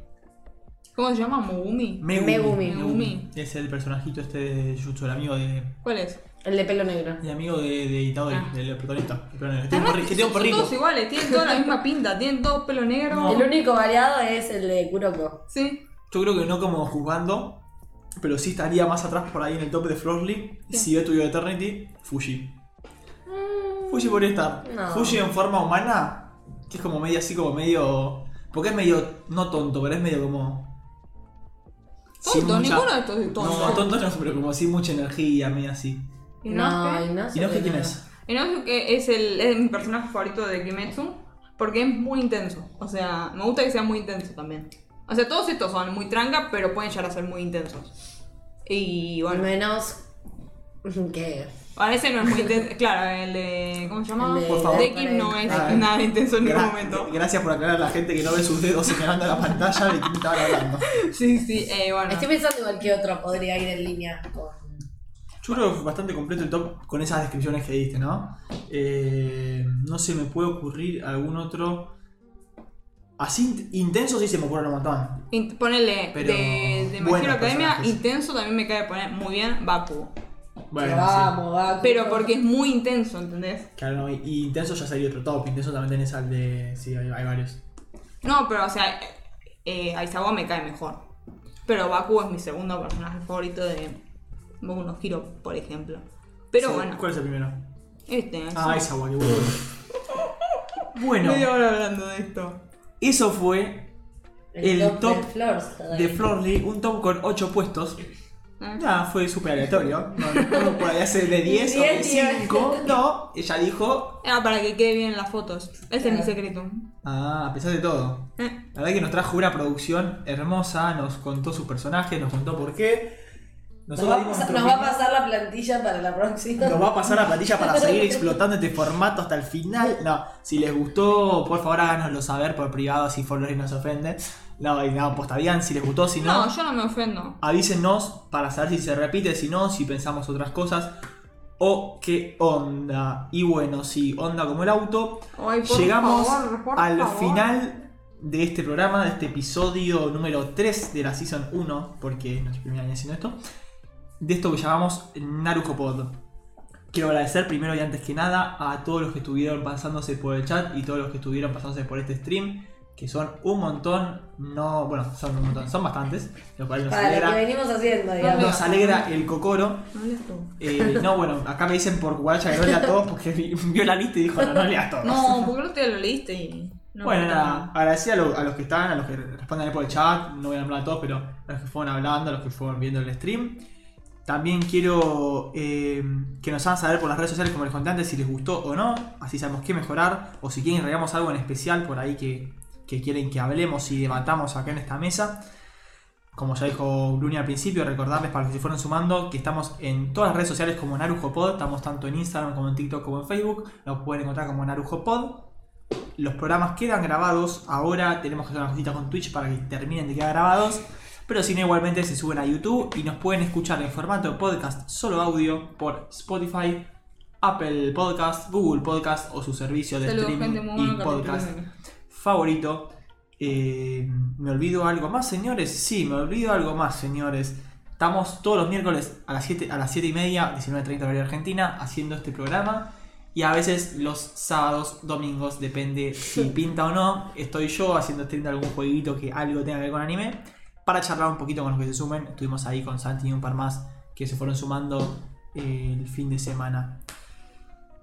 C: ¿Cómo se llama? ¿Mogumi?
A: Megumi,
B: Megumi.
C: Megumi.
A: Es el personajito este de Jutsu, el amigo de.
C: ¿Cuál es?
B: El de pelo negro.
A: El amigo de, de Itadori,
C: Ah.
A: del protagonista. El protagonista. Que tiene un
C: Además,
A: perri- que tiene
C: son
A: un perrito.
C: todos iguales, tienen toda la misma pinta, tienen todos pelo negro.
B: El único variado es el de Kuroko.
C: Sí.
A: Yo creo que no como juzgando, pero sí estaría más atrás por ahí en el tope de Frostly.
C: Sí.
A: Si yo tuviera Eternity, Fuji.
C: Mm.
A: Fuji podría estar.
B: no.
A: Fuji en forma humana, que es como medio así, como medio. Porque es medio. No tonto, pero es medio como. sin
C: Tonto, ninguno de estos es tonto.
A: No, tonto no, pero como sin mucha energía, medio así.
B: No,
C: Inosuke.
B: no sé
A: ¿Y no sé quién
B: no.
A: es?
C: Inosuke es, el, es mi personaje favorito de Kimetsu porque es muy intenso. O sea, me gusta que sea muy intenso también. O sea, todos estos son muy tranca, pero pueden llegar a ser muy intensos. Y bueno,
B: Menos que
C: a veces no es muy intenso. Claro, el de. ¿Cómo se llama?
B: El de-
A: Por favor.
C: De Kim no es
A: Ah, eh.
C: nada intenso en ningún
A: Gra- eh,
C: momento.
A: Gracias por aclarar a la gente que no ve sus dedos señalando a la pantalla de quién estaban hablando.
C: Sí, sí, eh, bueno.
B: Estoy pensando igual que otro podría ir en línea con.
A: Yo creo que fue bastante completo el top con esas descripciones que diste, ¿no? Eh, no se me puede ocurrir algún otro. Así int- intenso sí se me ocurre un montón.
C: Int- Ponele
A: Pero
C: de, de My
A: buenos
C: Hero Academia,
A: personajes.
C: intenso también me cae poner muy bien Bakugo.
A: Bueno, sí.
B: vamos, vamos.
C: Pero porque es muy intenso, ¿entendés?
A: Claro, no, y, y intenso ya sería otro top. Intenso también tenés al de. Sí, hay, hay varios.
C: No, pero o sea, eh, eh, Aizawa me cae mejor. Pero Bakugo es mi segundo personaje favorito de Boku no Hero, por ejemplo. Pero
A: Sí,
C: bueno,
A: ¿Cuál es el primero?
C: este.
A: Ah,
C: sí.
A: esa guay, bueno. Bueno,
C: Media hora hablando de esto.
A: eso fue
B: el,
A: el
B: top,
A: top
B: de Flores todavía.
A: de Florly, un top con 8 puestos.
C: Ah.
A: Nada, fue súper aleatorio. No, no, no podía ser de 10 o de
B: 10, tío.
A: 5. No, ella dijo
C: Era Ah, para que quede bien en las fotos. Ese es mi
B: Claro.
C: secreto.
A: Ah, a pesar de todo.
C: Eh,
A: La verdad que nos trajo una producción hermosa, nos contó sus personajes, nos contó por qué.
B: Nos
A: Nosotros
B: va, a
A: dimos
B: pasar-
A: nuestro
B: nos va a
A: opinión.
B: pasar la plantilla para la próxima.
A: Nos va a pasar la platilla para seguir explotando este formato hasta el final. No, si les gustó, por favor háganoslo saber por privado si Follow nos ofende. No, y no, posta bien, si les gustó, si no,
C: No, yo no me ofendo.
A: avísenos para saber si se repite, si no, si pensamos otras cosas. O qué onda. Y bueno, si onda como el auto.
C: Ay, por
A: Llegamos
C: favor, por
A: al
C: favor.
A: final de este programa, de este episodio número 3 de la Season 1, porque es nuestro primer año haciendo esto, de esto que llamamos Naruko Pod. Quiero agradecer primero y antes que nada a todos los que estuvieron pasándose por el chat y todos los que estuvieron pasándose por este stream, que son un montón, no, bueno, son un montón, son bastantes, lo cual nos
B: Para lo que
A: alegra,
B: venimos haciendo, digamos.
A: nos alegra el cocoro.
C: No hables tú.
A: Eh, no, bueno, acá me dicen por cucaracha que no lea a todos porque vi- vio la lista y dijo, no, no leas todos.
C: No, porque el otro día lo leíste y. no
A: Bueno,
C: me
A: nada, agradecer a, lo- a los que están, a los que responden ahí por el chat, no voy a nombrar a todos, pero a los que fueron hablando, a los que fueron viendo el stream. También quiero eh, que nos hagan saber por las redes sociales, como les conté antes, si les gustó o no, así sabemos qué mejorar, o si quieren regamos algo en especial por ahí que, que quieren que hablemos y debatamos acá en esta mesa. Como ya dijo Bruni al principio, recordarles para los que se fueron sumando que estamos en todas las redes sociales como Narujo Pod, estamos tanto en Instagram como en TikTok como en Facebook, nos pueden encontrar como Narujo Pod. Los programas quedan grabados, ahora tenemos que hacer unas cositas con Twitch para que terminen de quedar grabados, pero si no igualmente se suben a YouTube y nos pueden escuchar en formato de podcast solo audio por Spotify, Apple Podcast, Google Podcast o su servicio de
C: Saludos,
A: streaming
C: gente, muy
A: y
C: bueno
A: podcast
C: capítulo.
A: favorito. Eh, ¿Me olvido algo más, señores? Sí, me olvido algo más, señores. Estamos todos los miércoles a las 7, a las 7 y media, 19.30 horario Argentina, haciendo este programa. Y a veces los sábados, domingos, depende si pinta o no. Estoy yo haciendo stream de algún jueguito que algo tenga que ver con anime. Para charlar un poquito con los que se sumen. Estuvimos ahí con Santi y un par más que se fueron sumando eh, el fin de semana.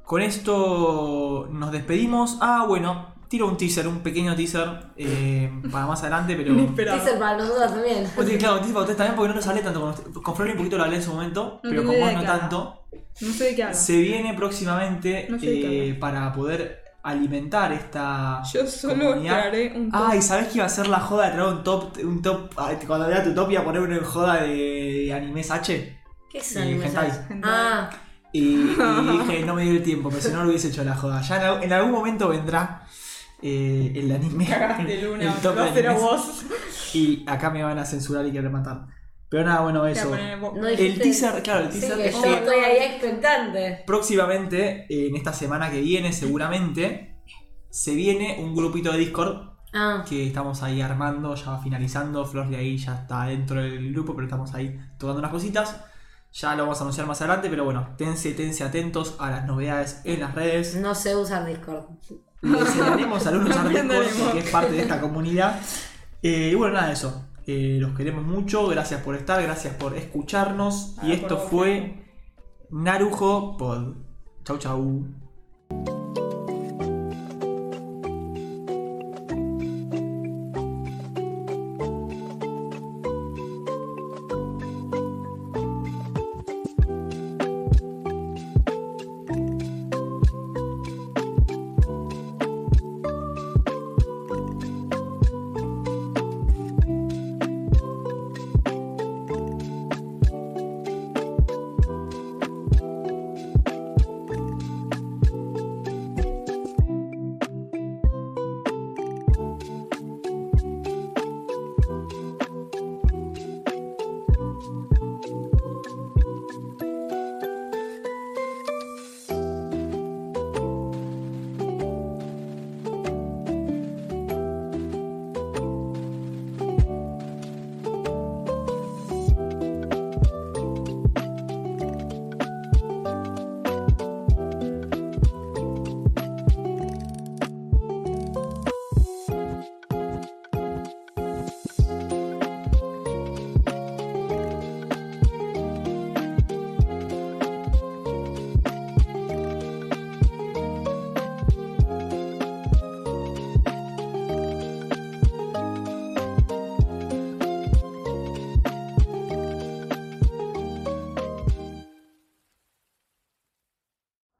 A: Con esto nos despedimos. Ah, bueno, tiro un teaser, un pequeño teaser eh, para más adelante, pero.
B: Es el para nosotros también.
A: Vos tenés- Pues claro, un teaser para ustedes también porque no lo hablé tanto con ustedes. Con Flor un poquito lo hablé en su momento, pero
C: tengo
A: con
C: idea
A: vos
C: de
A: no
C: qué habla.
A: tanto.
C: No sé de qué hablas.
A: Se viene próximamente
C: No sé de qué
A: eh, para poder alimentar esta.
C: Yo solo
A: comunidad.
C: esperaré un top.
A: Ay, ¿sabés que iba a ser la joda de traer un top? Un top ay, cuando vea tu top iba a poner una joda de animes H.
B: ¿Qué es
A: Eh,
B: el
A: hentai.
B: Ah,
A: Y, y dije, no me dio el tiempo, pero si no lo hubiese hecho la joda. Ya en, al- en algún momento vendrá eh, el anime.
C: Cagaste Luna,
A: el top
C: lo
A: de
C: hacer a
A: animes.
C: vos.
A: Y acá me van a censurar y querer matar. Pero nada, bueno,
C: Te
A: eso.
C: voy a poner vos.
B: no
A: El
B: dijiste-
A: teaser, claro, el
B: Sí,
A: teaser
B: que
A: es
B: yo
A: que
B: estoy ahí expectante.
A: próximamente, en esta semana que viene seguramente, se viene un grupito de Discord
B: Ah,
A: que estamos ahí armando, ya va finalizando. Flor de ahí ya está dentro del grupo, pero estamos ahí tocando unas cositas. Ya lo vamos a anunciar más adelante, pero bueno, tense, tense atentos a las novedades en las redes.
B: no sé usar Discord.
A: Le enseñaremos alumnos a Discord,
C: Aprenderemos.
A: que es parte de esta comunidad. Eh, y bueno, nada de eso. Eh, los queremos mucho, gracias por estar, gracias por escucharnos. y
C: Ah,
A: esto
C: por favor.
A: fue Narujo Pod. Chau, chau.